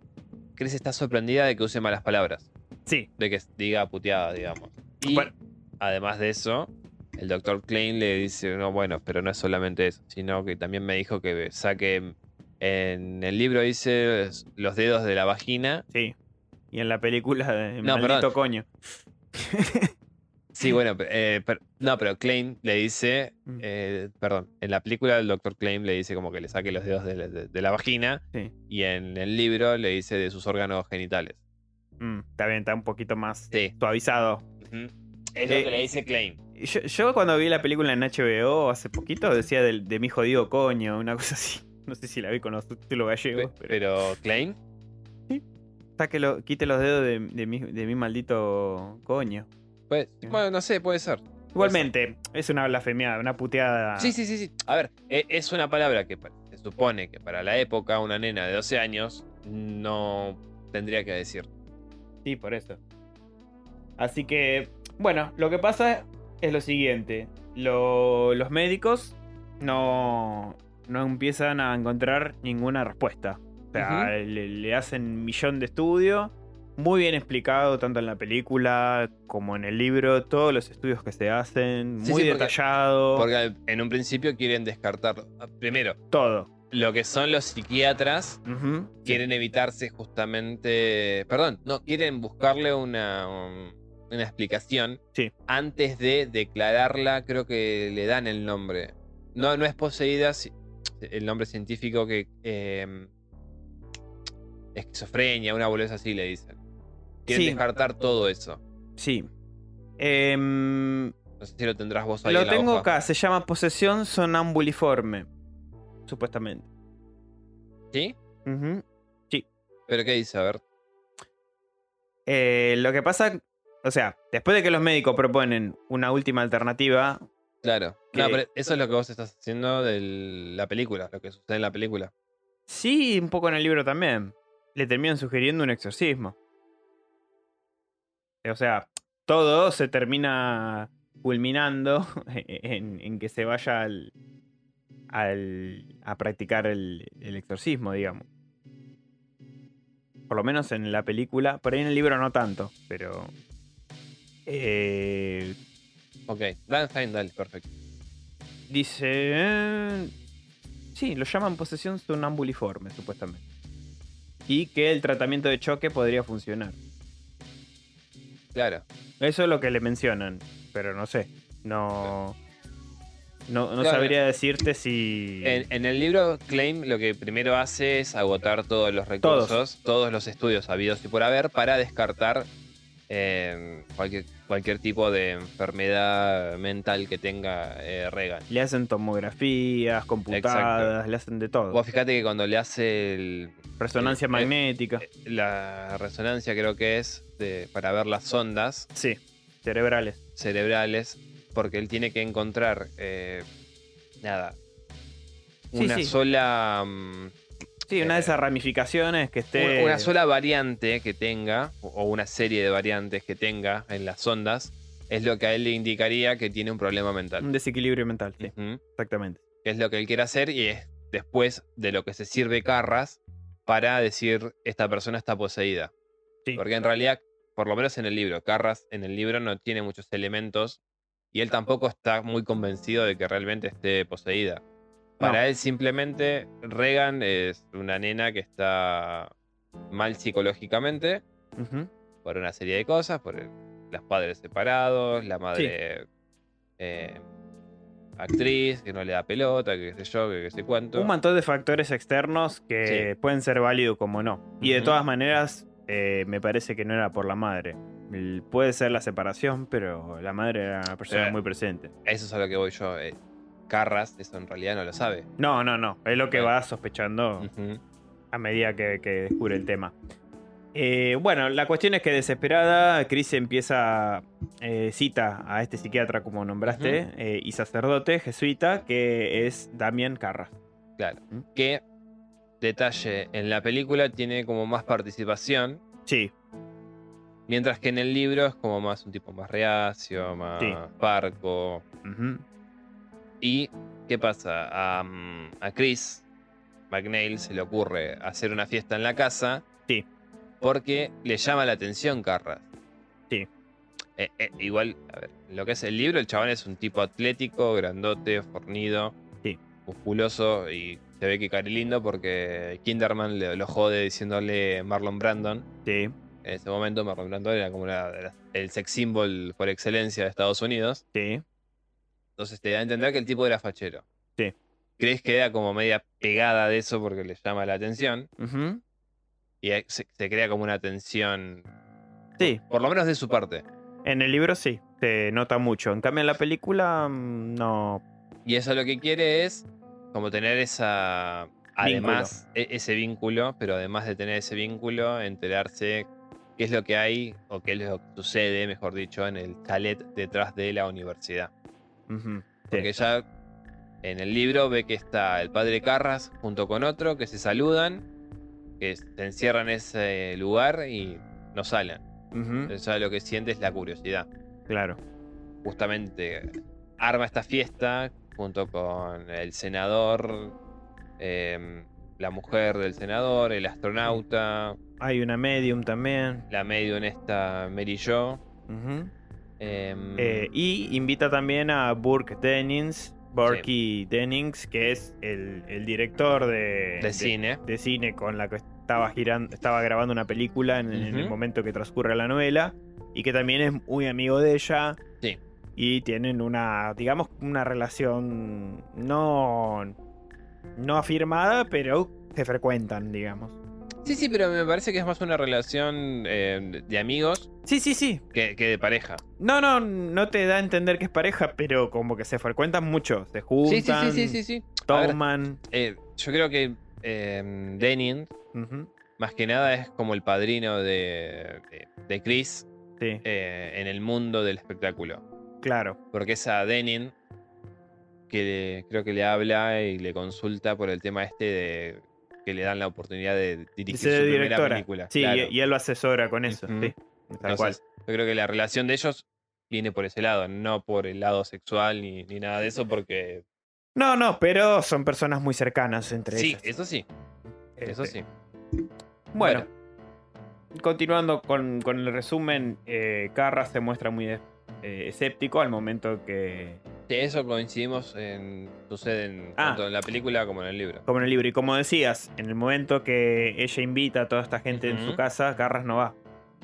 Speaker 2: Chris está sorprendida de que use malas palabras,
Speaker 1: Sí,
Speaker 2: de que diga puteada, digamos. Y
Speaker 1: Bueno.
Speaker 2: además de eso, el doctor Klein le dice, no, bueno, pero no es solamente eso, sino que también me dijo que saque, en el libro dice "es- los dedos de la vagina.
Speaker 1: sí. Y en la película de
Speaker 2: No,
Speaker 1: Maldito
Speaker 2: perdón.
Speaker 1: Coño.
Speaker 2: Sí, bueno, pe- eh, per- no, pero Klein le dice,
Speaker 1: Mm.
Speaker 2: eh, perdón, en la película el doctor Klein le dice como que le saque los dedos de la- de- de la vagina.
Speaker 1: Sí.
Speaker 2: y en el libro le dice de sus órganos genitales.
Speaker 1: Mm, está bien, está un poquito más
Speaker 2: Sí.
Speaker 1: suavizado.
Speaker 2: Es
Speaker 1: lo que le
Speaker 2: dice Klein.
Speaker 1: Yo, yo cuando vi la película en HBO hace poquito decía del- de, mi jodido coño, una cosa así. No sé si la vi con los títulos gallegos, pero
Speaker 2: Pero Klein,
Speaker 1: saque lo- quite los dedos de, de mi, de mi maldito coño.
Speaker 2: pues,
Speaker 1: Sí.
Speaker 2: bueno, no sé, puede ser.
Speaker 1: Igualmente, es una blasfemia, una puteada.
Speaker 2: Sí, sí, sí, sí. A ver, e- es una palabra que pa- se supone que para la época una nena de 12 años no tendría que decir.
Speaker 1: Sí, por eso. Así que, bueno, lo que pasa es lo siguiente. Lo- los médicos no, no empiezan a encontrar ninguna respuesta. O sea,
Speaker 2: Ujú.
Speaker 1: le, le hacen millón de estudios. Muy bien explicado, tanto en la película como en el libro. Todos los estudios que se hacen.
Speaker 2: Sí,
Speaker 1: muy
Speaker 2: sí, porque-
Speaker 1: detallado.
Speaker 2: Porque al- en un principio quieren descartar, primero,
Speaker 1: Todo.
Speaker 2: lo que son los psiquiatras
Speaker 1: Ujú.
Speaker 2: quieren evitarse justamente. Perdón, no, quieren buscarle una, um, una explicación
Speaker 1: Sí.
Speaker 2: antes de declararla, creo que le dan el nombre. No, no es poseída si- el nombre científico que. eh, esquizofrenia, una boludez así le dicen. Quieren
Speaker 1: Sí.
Speaker 2: descartar todo eso.
Speaker 1: Sí. Em,
Speaker 2: O No sé si lo tendrás vos ahí.
Speaker 1: Lo
Speaker 2: en la
Speaker 1: tengo
Speaker 2: hoja.
Speaker 1: acá, se llama Posesión Sonambuliforme. Supuestamente.
Speaker 2: ¿Sí?
Speaker 1: Ujú.
Speaker 2: ¿Pero qué dice? A ver.
Speaker 1: Eh, lo que pasa, o sea, después de que los médicos proponen una última alternativa,
Speaker 2: Claro. No,
Speaker 1: ¿Qué?
Speaker 2: pero eso es lo que vos estás haciendo de la película, lo que sucede en la película.
Speaker 1: sí, un poco en el libro también, le terminan sugiriendo un exorcismo. O sea, todo se termina culminando en, en que se vaya al, al- a practicar el, el exorcismo, digamos. Por lo menos en la película, por ahí en el libro no tanto, pero... eh,
Speaker 2: Ok, Dan Stein, dale, perfecto.
Speaker 1: Dice. eh, Sí, lo llaman posesión sonambuliforme, supuestamente. Y que el tratamiento de choque podría funcionar.
Speaker 2: Claro.
Speaker 1: Eso es lo que le mencionan, pero no sé. No. No, no
Speaker 2: Claro.
Speaker 1: sabría decirte si.
Speaker 2: En, en el libro Claim lo que primero hace es agotar todos los recursos, todos, los estudios habidos y por haber para descartar eh, cualquier, cualquier tipo de enfermedad mental que tenga eh, Regan.
Speaker 1: Le hacen tomografías, computadas, le hacen de todo.
Speaker 2: Vos fijate que cuando le hace el-
Speaker 1: Resonancia
Speaker 2: eh,
Speaker 1: magnética.
Speaker 2: la resonancia, creo que es, de- para ver las ondas,
Speaker 1: sí, cerebrales.
Speaker 2: cerebrales porque él tiene que encontrar eh, nada
Speaker 1: Sí,
Speaker 2: una
Speaker 1: sí.
Speaker 2: sola mm,
Speaker 1: Sí, una
Speaker 2: Eh,
Speaker 1: de esas ramificaciones que esté.
Speaker 2: una, una sola variante que tenga o- o una serie de variantes que tenga en las ondas es lo que a él le indicaría que tiene un problema mental
Speaker 1: Un desequilibrio mental, sí,
Speaker 2: Ujú.
Speaker 1: exactamente.
Speaker 2: Que es lo que él quiere hacer y es después de lo que se sirve Carras para decir esta persona está poseída
Speaker 1: Sí.
Speaker 2: Porque en realidad, por lo menos en el libro, Carras en el libro no tiene muchos elementos y él tampoco está muy convencido de que realmente esté poseída. Para él simplemente Regan es una nena que está mal psicológicamente
Speaker 1: Ujú.
Speaker 2: por una serie de cosas, por el- los padres separados, la madre eh, actriz que no le da pelota, que qué sé yo, que qué sé cuánto.
Speaker 1: Un montón de factores externos que pueden ser válidos como no. Y de
Speaker 2: Ujú.
Speaker 1: todas maneras, eh, me parece que no era por la madre. El- puede ser la separación, pero la madre era una persona
Speaker 2: Eh.
Speaker 1: muy presente.
Speaker 2: Eso es a lo que voy yo. eh, Carras eso en realidad no lo sabe.
Speaker 1: No, no, no. Es lo que
Speaker 2: Bueno.
Speaker 1: va sospechando
Speaker 2: Ujú.
Speaker 1: a medida que, que descubre el tema. Eh, bueno, la cuestión es que desesperada, Chris empieza, eh, cita a este psiquiatra como nombraste,
Speaker 2: Ujú.
Speaker 1: eh, y sacerdote jesuita, que es Damien Carras.
Speaker 2: Claro.
Speaker 1: ¿Mm?
Speaker 2: Que, detalle, en la película tiene como más participación,
Speaker 1: Sí,
Speaker 2: mientras que en el libro es como más un tipo más reacio, más
Speaker 1: Sí.
Speaker 2: parco.
Speaker 1: ujú,
Speaker 2: ¿Y qué pasa? A, mm, a Chris McNeil se le ocurre hacer una fiesta en la casa.
Speaker 1: Sí.
Speaker 2: Porque le llama la atención Carras.
Speaker 1: Sí.
Speaker 2: Eh, eh, igual, a ver, en lo que es el libro, el chabón es un tipo atlético, grandote, fornido,
Speaker 1: Sí.
Speaker 2: musculoso y se ve que cari lindo porque Kinderman le- lo jode diciéndole Marlon Brandon.
Speaker 1: sí,
Speaker 2: En ese momento Marlon Brandon era como la- la- el sex symbol por excelencia de Estados Unidos.
Speaker 1: sí.
Speaker 2: Entonces te da a entender que el tipo era fachero.
Speaker 1: Sí.
Speaker 2: Chris queda como media pegada de eso porque le llama la atención.
Speaker 1: ujú,
Speaker 2: Y ahí se, se crea como una tensión,
Speaker 1: Sí,
Speaker 2: por lo menos de su parte.
Speaker 1: En el libro sí, se nota mucho. En cambio, en la película, mm, no.
Speaker 2: Y eso lo que quiere es como tener esa. Además, e- ese vínculo, pero además de tener ese vínculo, enterarse qué es lo que hay o qué es lo que sucede, mejor dicho, en el chalet detrás de la universidad.
Speaker 1: Ujú,
Speaker 2: Porque
Speaker 1: sí.
Speaker 2: ya en el libro ve que está el padre Carras junto con otro, que se saludan, que se encierran en ese lugar y no salen.
Speaker 1: Ujú,
Speaker 2: Entonces ya lo que siente es la curiosidad.
Speaker 1: Claro.
Speaker 2: Justamente arma esta fiesta junto con el senador, em, la mujer del senador, el astronauta,
Speaker 1: Hay una medium también.
Speaker 2: la medio en esta Mary Jo.
Speaker 1: ujú.
Speaker 2: em,
Speaker 1: Eh, y invita también a Burke Dennings, Burke Dennings, que es el, el director de,
Speaker 2: de cine.
Speaker 1: de cine con la que estaba girando, estaba grabando una película en, en el
Speaker 2: Ujú.
Speaker 1: momento que transcurre la novela y que también es muy amigo de ella.
Speaker 2: Sí.
Speaker 1: Y tienen una, digamos, una relación no no afirmada, pero se frecuentan, digamos.
Speaker 2: Sí, sí, pero me parece que es más una relación eh, de amigos
Speaker 1: Sí, sí, sí.
Speaker 2: que, que de pareja.
Speaker 1: No, no, no te da a entender que es pareja, pero como que se frecuentan mucho. Se
Speaker 2: Sí, sí,
Speaker 1: juntan,
Speaker 2: sí, sí, sí, sí. A ver,
Speaker 1: toman.
Speaker 2: eh, yo creo que eh, Denning,
Speaker 1: Ujú,
Speaker 2: más que nada, es como el padrino de, de, de Chris
Speaker 1: Sí,
Speaker 2: eh, en el mundo del espectáculo.
Speaker 1: claro.
Speaker 2: Porque es a Denning que creo que le habla y le consulta por el tema este de que le dan la oportunidad de dirigir
Speaker 1: Dice
Speaker 2: su primera
Speaker 1: directora.
Speaker 2: película.
Speaker 1: Sí,
Speaker 2: claro.
Speaker 1: y, y él lo asesora con eso.
Speaker 2: Ujú.
Speaker 1: Sí, tal cual.
Speaker 2: Entonces, Yo creo que la relación de ellos viene por ese lado, no por el lado sexual ni, ni nada de eso, porque
Speaker 1: No, no, pero son personas muy cercanas entre
Speaker 2: sí,
Speaker 1: ellas.
Speaker 2: eso sí, eso
Speaker 1: Este,
Speaker 2: sí.
Speaker 1: Bueno, continuando con, con el resumen, eh, Carras se muestra muy eh, escéptico al momento que.
Speaker 2: De eso coincidimos en. Sucede en,
Speaker 1: Ah.
Speaker 2: tanto en la película como en el libro.
Speaker 1: Como en el libro. Y como decías, en el momento que ella invita a toda esta gente en su
Speaker 2: Ujú.
Speaker 1: casa, Carras no va.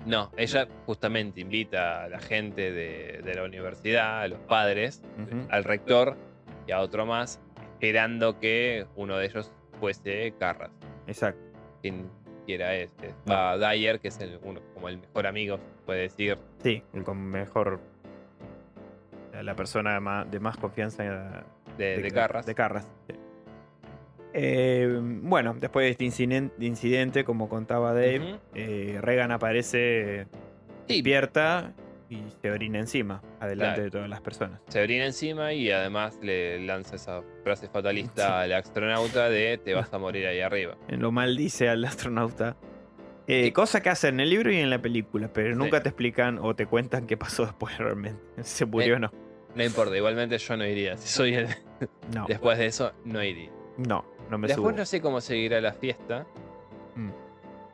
Speaker 2: No, ella justamente invita a la gente de, de la universidad, a los padres,
Speaker 1: Ujú.
Speaker 2: al rector y a otro más, esperando que uno de ellos fuese Carras.
Speaker 1: Exacto.
Speaker 2: Quien quiera es.
Speaker 1: Ah.
Speaker 2: Va Dyer, que es el, uno, como el mejor amigo, se puede decir.
Speaker 1: Sí, el con mejor. La persona de más, de más confianza eh,
Speaker 2: Eh, de, de Carras.
Speaker 1: De Carras. sí. Eh, bueno, después de este inciden- de incidente, como contaba Dave,
Speaker 2: Ujú.
Speaker 1: eh, Regan aparece
Speaker 2: Sí,
Speaker 1: despierta y se orina encima, adelante
Speaker 2: Claro.
Speaker 1: de todas las personas.
Speaker 2: se orina encima y además le lanza esa frase fatalista al astronauta de te vas a morir ahí arriba.
Speaker 1: Lo maldice al astronauta. Eh, Cosa que hace en el libro y en la película, pero
Speaker 2: Sí.
Speaker 1: nunca te explican o te cuentan qué pasó después realmente. ¿Se
Speaker 2: Eh,
Speaker 1: murió o no?
Speaker 2: No importa, igualmente yo no iría. Si soy el-
Speaker 1: No,
Speaker 2: después de eso, no iría.
Speaker 1: no, no me
Speaker 2: Después
Speaker 1: subo.
Speaker 2: no sé cómo seguirá la fiesta.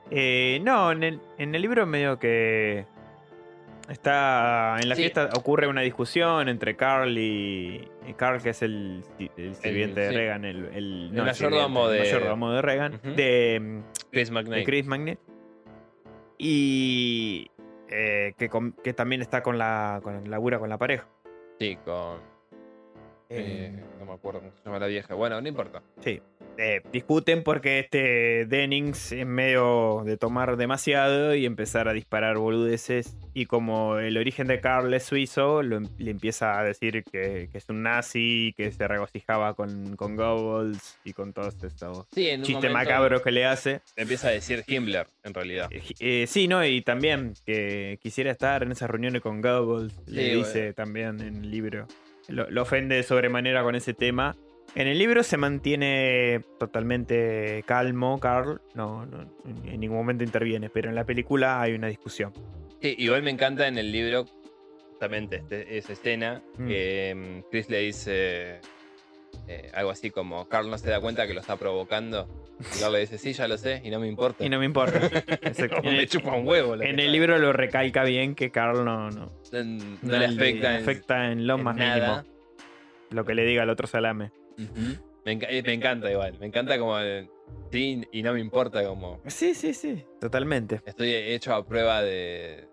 Speaker 1: Eh, no, en el, en el libro medio que está en la
Speaker 2: Sí.
Speaker 1: fiesta ocurre una discusión entre Carl y, y Carl que es el, si- el sirviente de
Speaker 2: sí.
Speaker 1: Regan, el, el- no,
Speaker 2: El
Speaker 1: sirviente,
Speaker 2: mayordomo
Speaker 1: el
Speaker 2: de-
Speaker 1: mayordomo de Regan,
Speaker 2: Ujú.
Speaker 1: de, mm,
Speaker 2: Chris
Speaker 1: de
Speaker 2: McKnight.
Speaker 1: Chris Magnet y eh, que, com- que también está con la con labura con la pareja.
Speaker 2: Sí, con. eh,
Speaker 1: Eh,
Speaker 2: no me acuerdo cómo se llama la vieja. Bueno, no importa.
Speaker 1: Sí. Eh, discuten porque este Dennings es medio de tomar demasiado y empezar a disparar boludeces. Y como el origen de Carl es suizo, lo em- le empieza a decir que, que es un nazi, que se regocijaba con, con Goebbels y con todos estos
Speaker 2: Sí, en un
Speaker 1: chistes
Speaker 2: momento
Speaker 1: macabros que le hace.
Speaker 2: Empieza a decir Himmler, en realidad.
Speaker 1: Eh, sí, no, y también que quisiera estar en esas reuniones con Goebbels, le
Speaker 2: Sí,
Speaker 1: dice también en el libro. Lo, lo ofende de sobremanera con ese tema. En el libro se mantiene totalmente calmo, Carl, no, no, en ningún momento interviene, pero en la película hay una discusión.
Speaker 2: Sí, igual me encanta en el libro, justamente este- esa escena,
Speaker 1: Mm.
Speaker 2: que em, Chris le dice eh, algo así como, Carl no se da cuenta que lo está provocando. Y Carl le dice, sí, ya lo sé, y no me importa.
Speaker 1: Y no me importa. Exacto.
Speaker 2: Como
Speaker 1: en,
Speaker 2: me
Speaker 1: el,
Speaker 2: chupa un huevo. lo
Speaker 1: en
Speaker 2: que
Speaker 1: el
Speaker 2: sea.
Speaker 1: libro lo recalca bien que Carl no, no,
Speaker 2: No, no le afecta, en-
Speaker 1: afecta en lo
Speaker 2: en
Speaker 1: más
Speaker 2: nada.
Speaker 1: mínimo lo que le diga al otro salame.
Speaker 2: me, enca- eh, me encanta igual, me encanta como, el- sí, y no me importa como,
Speaker 1: Sí, sí, sí, totalmente.
Speaker 2: estoy hecho a prueba de,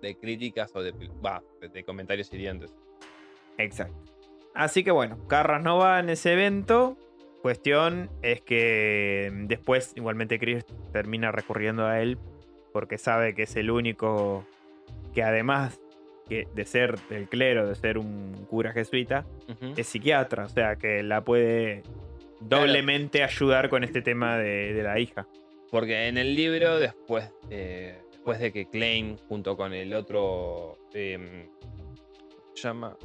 Speaker 2: de críticas o de, bah, de- de comentarios hirientes.
Speaker 1: Exacto. Así que bueno, Carras no va en ese evento. Cuestión es que mm, después igualmente Chris termina recurriendo a él porque sabe que es el único que además que de ser del clero, de ser un cura jesuita,
Speaker 2: Ujú.
Speaker 1: es psiquiatra, o sea que la puede doblemente ayudar con este tema de, de la hija.
Speaker 2: Porque en el libro, después, eh, después de que Klein, junto con el otro. em, ¿cómo se llama.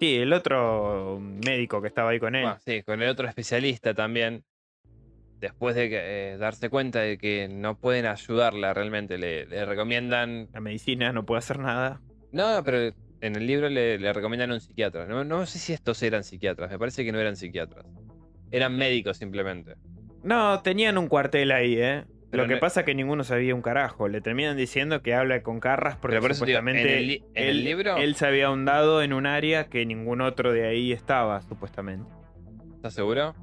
Speaker 1: Sí, el otro médico que estaba ahí con él.
Speaker 2: Bueno, sí, con el otro especialista también. Después de que, eh, darse cuenta de que no pueden ayudarla realmente, le, le recomiendan.
Speaker 1: La medicina no puede hacer nada.
Speaker 2: No, pero en el libro le, le recomiendan a un psiquiatra. No, no sé si estos eran psiquiatras, me parece que no eran psiquiatras. Eran médicos simplemente.
Speaker 1: No, tenían un cuartel ahí, ¿eh?
Speaker 2: Pero
Speaker 1: Lo que
Speaker 2: no-
Speaker 1: pasa es que ninguno sabía un carajo. Le terminan diciendo que habla con Carras porque
Speaker 2: Pero por eso te digo, en
Speaker 1: supuestamente
Speaker 2: el li- en
Speaker 1: él,
Speaker 2: el libro-
Speaker 1: él se había ahondado en un área que ningún otro de ahí estaba, supuestamente.
Speaker 2: ¿Estás seguro?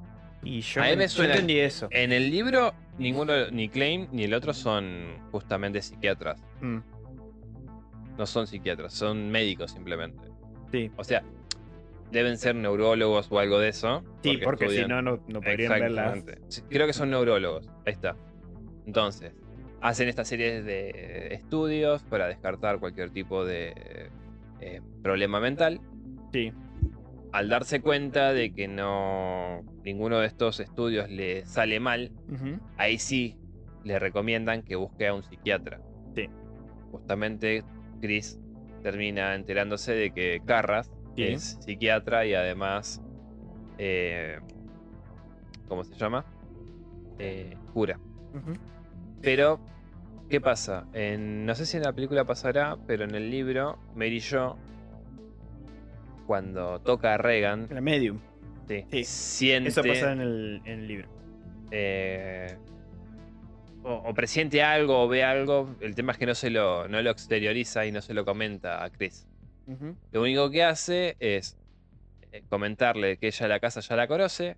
Speaker 1: Y yo,
Speaker 2: A mí
Speaker 1: no-
Speaker 2: me
Speaker 1: yo
Speaker 2: suena-
Speaker 1: entendí eso.
Speaker 2: En el libro, ninguno, ni Klein ni el otro son justamente psiquiatras.
Speaker 1: Mm,
Speaker 2: No son psiquiatras, son médicos simplemente.
Speaker 1: sí,
Speaker 2: O sea, deben ser neurólogos o algo de eso.
Speaker 1: sí porque, si
Speaker 2: estudian-
Speaker 1: no, no, no podrían ver las...
Speaker 2: Exactamente. Sí, Creo que son neurólogos. Ahí está. Entonces, hacen estas series de estudios para descartar cualquier tipo de eh, problema mental.
Speaker 1: Sí.
Speaker 2: Al darse cuenta de que no ninguno de estos estudios le sale mal,
Speaker 1: Ujú.
Speaker 2: ahí sí le recomiendan que busque a un psiquiatra.
Speaker 1: Sí.
Speaker 2: Justamente Chris termina enterándose de que Carras
Speaker 1: Sí.
Speaker 2: es psiquiatra y además, eh, ¿cómo se llama? Eh, cura.
Speaker 1: Ujú.
Speaker 2: Pero, ¿qué pasa? En- no sé si en la película pasará, pero en el libro, Mary Jo, cuando toca a Regan,
Speaker 1: La medium.
Speaker 2: sí,
Speaker 1: sí.
Speaker 2: siente...
Speaker 1: Eso pasa en el, en el libro.
Speaker 2: eh, o, o presiente algo o ve algo, el tema es que no se lo, no lo exterioriza y no se lo comenta a Chris.
Speaker 1: Ujú.
Speaker 2: Lo único que hace es eh, comentarle que ella la casa ya la conoce,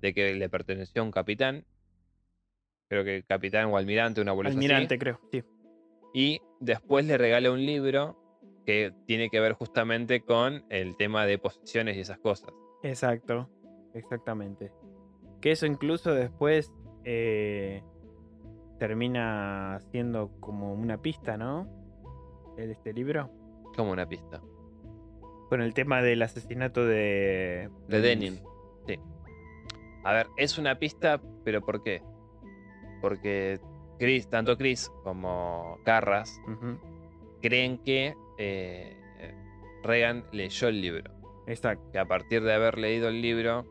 Speaker 2: de que le perteneció a un capitán, creo que capitán o almirante, una bolsa
Speaker 1: Almirante, creo. Sí.
Speaker 2: y después le regala un libro que tiene que ver justamente con el tema de posiciones y esas cosas.
Speaker 1: Exacto, exactamente. Que eso incluso después eh, termina siendo como una pista, ¿no? El- Este libro.
Speaker 2: Como una pista.
Speaker 1: Con el tema del asesinato de...
Speaker 2: De Denim.
Speaker 1: Dennis.
Speaker 2: Sí. A ver, es una pista, pero ¿por qué? Porque Chris, tanto Chris como Carras
Speaker 1: Ujú,
Speaker 2: creen que eh, Regan leyó el libro.
Speaker 1: Exacto.
Speaker 2: Que a partir de haber leído el libro,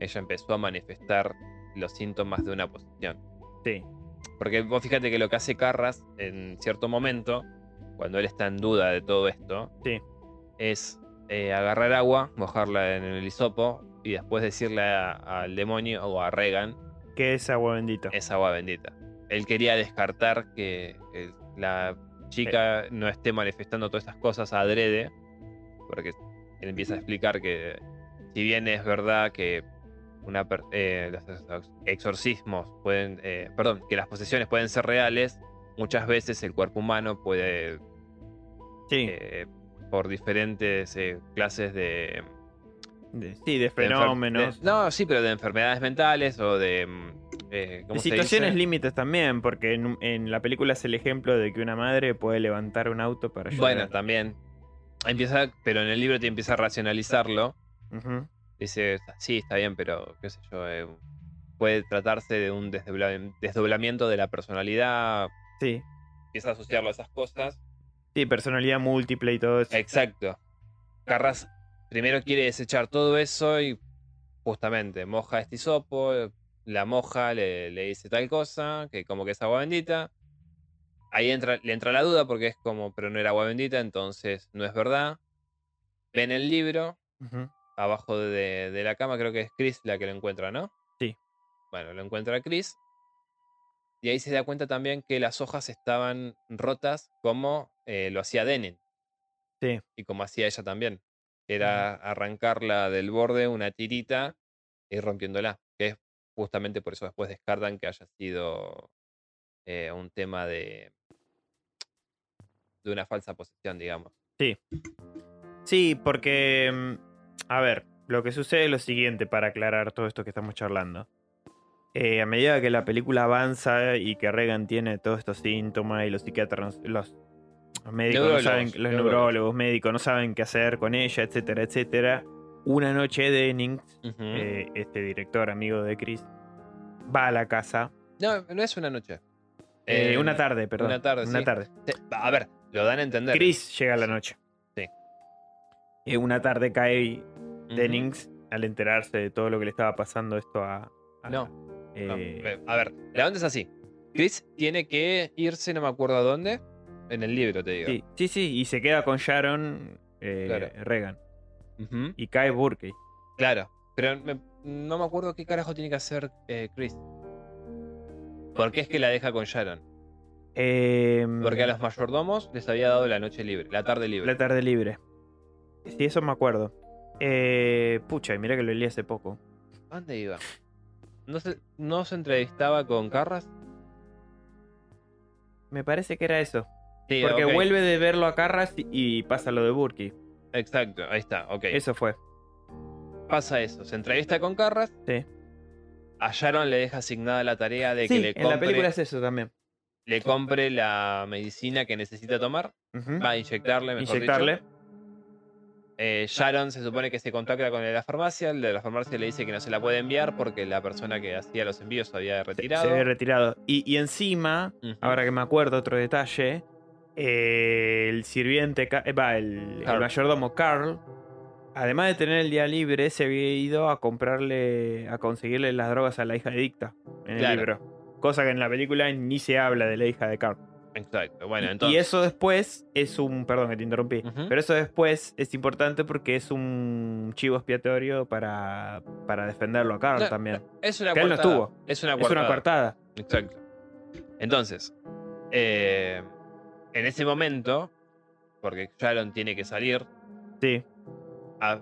Speaker 2: ella empezó a manifestar los síntomas de una posición.
Speaker 1: Sí.
Speaker 2: Porque vos fíjate que lo que hace Carras en cierto momento, cuando él está en duda de todo esto,
Speaker 1: Sí.
Speaker 2: es eh, agarrar agua, mojarla en el hisopo y después decirle a- al demonio o a Regan,
Speaker 1: Que es agua bendita.
Speaker 2: es agua bendita. Él quería descartar que el- la chica no esté manifestando todas estas cosas adrede, porque él empieza a explicar que si bien es verdad que una per- eh, los ex- exorcismos pueden, eh, perdón, que las posesiones pueden ser reales, muchas veces el cuerpo humano puede,
Speaker 1: Sí.
Speaker 2: eh, por diferentes eh, clases de,
Speaker 1: de, sí, de
Speaker 2: de enfer-
Speaker 1: fenómenos.
Speaker 2: de- no, sí, pero de enfermedades mentales o de... mm, eh,
Speaker 1: De
Speaker 2: ¿cómo se
Speaker 1: situaciones
Speaker 2: dice?
Speaker 1: límites también, porque en, un- en la película es el ejemplo de que una madre puede levantar un auto para
Speaker 2: Bueno,
Speaker 1: llorar.
Speaker 2: también. Empieza, pero en el libro te empieza a racionalizarlo.
Speaker 1: Ujú,
Speaker 2: Dice, sí, está bien, pero qué sé yo, eh, puede tratarse de un desdobla- desdoblamiento de la personalidad.
Speaker 1: Sí.
Speaker 2: Empieza a asociarlo a esas cosas.
Speaker 1: Sí, personalidad múltiple y todo eso.
Speaker 2: Exacto. Carras primero quiere desechar todo eso y justamente moja este hisopo, la moja, le, le dice tal cosa, que como que es agua bendita. Ahí entra, le entra la duda porque es como, pero no era agua bendita, entonces no es verdad. Ven el libro,
Speaker 1: Ujú.
Speaker 2: abajo de, de la cama, creo que es Chris la que lo encuentra, ¿no?
Speaker 1: Sí.
Speaker 2: Bueno, lo encuentra Chris. Y ahí se da cuenta también que las hojas estaban rotas como eh, lo hacía Denin.
Speaker 1: Sí.
Speaker 2: Y como hacía ella también. Era arrancarla del borde una tirita y rompiéndola. Que es justamente por eso después descartan que haya sido eh, un tema de, de una falsa posesión, digamos.
Speaker 1: Sí, porque. mm, A ver, lo que sucede es lo siguiente para aclarar todo esto que estamos charlando. Eh, a medida que la película avanza y que Regan tiene todos estos síntomas y los psiquiatras, no- los médicos no
Speaker 2: Neurólogos,
Speaker 1: saben, los
Speaker 2: neurólogos.
Speaker 1: neurólogos, médicos no saben qué hacer con ella, etcétera, etcétera. Una noche Dennings,
Speaker 2: Ujú.
Speaker 1: eh, este director amigo de Chris, va a la casa.
Speaker 2: no, no es una noche.
Speaker 1: eh,
Speaker 2: Eh,
Speaker 1: una tarde, perdón.
Speaker 2: una tarde, sí. Te- A ver, lo dan a entender.
Speaker 1: Chris llega a la noche.
Speaker 2: Sí.
Speaker 1: Eh, una tarde cae
Speaker 2: Ujú.
Speaker 1: Dennings, al enterarse de todo lo que le estaba pasando esto a. a-
Speaker 2: No,
Speaker 1: eh,
Speaker 2: No, eh, a ver, la onda es así. Chris tiene que irse, no me acuerdo a dónde. En el libro, te digo.
Speaker 1: sí, sí, sí, y se queda con Sharon eh,
Speaker 2: Claro.
Speaker 1: Reagan.
Speaker 2: Ujú,
Speaker 1: Y cae Burkey.
Speaker 2: Claro. Pero me- no me acuerdo qué carajo tiene que hacer eh, Chris. ¿Por qué es que la deja con Sharon?
Speaker 1: Eh,
Speaker 2: Porque a los mayordomos les había dado la noche libre, la tarde libre.
Speaker 1: La tarde libre. Sí, eso me acuerdo. Eh, pucha, y mira que lo leí hace poco.
Speaker 2: ¿A ¿Dónde iba? ¿No se, ¿No se entrevistaba con Carras?
Speaker 1: Me parece que era eso.
Speaker 2: Sí,
Speaker 1: Porque
Speaker 2: ok,
Speaker 1: vuelve de verlo a Carras y, y pasa lo de Burkey.
Speaker 2: Exacto, ahí está, ok.
Speaker 1: Eso fue.
Speaker 2: pasa eso. Se entrevista con Carras.
Speaker 1: Sí.
Speaker 2: a Sharon le deja asignada la tarea de que
Speaker 1: Sí,
Speaker 2: le
Speaker 1: en la película
Speaker 2: compre,
Speaker 1: es eso también.
Speaker 2: le compre la medicina que necesita tomar.
Speaker 1: Ujú.
Speaker 2: Va a inyectarle, mejor
Speaker 1: Inyectarle.
Speaker 2: dicho. Eh, Sharon se supone que se contacta con el de la farmacia. El de la farmacia le dice que no se la puede enviar porque la persona que hacía los envíos se había
Speaker 1: Se-
Speaker 2: retirado.
Speaker 1: Se ve retirado. Y, y encima,
Speaker 2: Ujú.
Speaker 1: ahora que me acuerdo otro detalle, eh, el sirviente, Ca- eh, va, el, el
Speaker 2: Carl.
Speaker 1: mayordomo Carl, además de tener el día libre, se había ido a comprarle, a conseguirle las drogas a la hija adicta en el
Speaker 2: Claro.
Speaker 1: libro. Cosa que en la película ni se habla de la hija de Carl.
Speaker 2: Exacto. Bueno,
Speaker 1: Y-
Speaker 2: entonces.
Speaker 1: Y eso después es un. Perdón que te interrumpí.
Speaker 2: Ujú.
Speaker 1: Pero eso después es importante porque es un chivo expiatorio para, para defenderlo a Carl
Speaker 2: No,
Speaker 1: también.
Speaker 2: Es una
Speaker 1: que él no
Speaker 2: cuartada.
Speaker 1: estuvo.
Speaker 2: Es una
Speaker 1: Es una
Speaker 2: cuartada.
Speaker 1: coartada.
Speaker 2: Exacto. Entonces, eh, en ese momento, porque Sharon tiene que salir,
Speaker 1: Sí,
Speaker 2: a,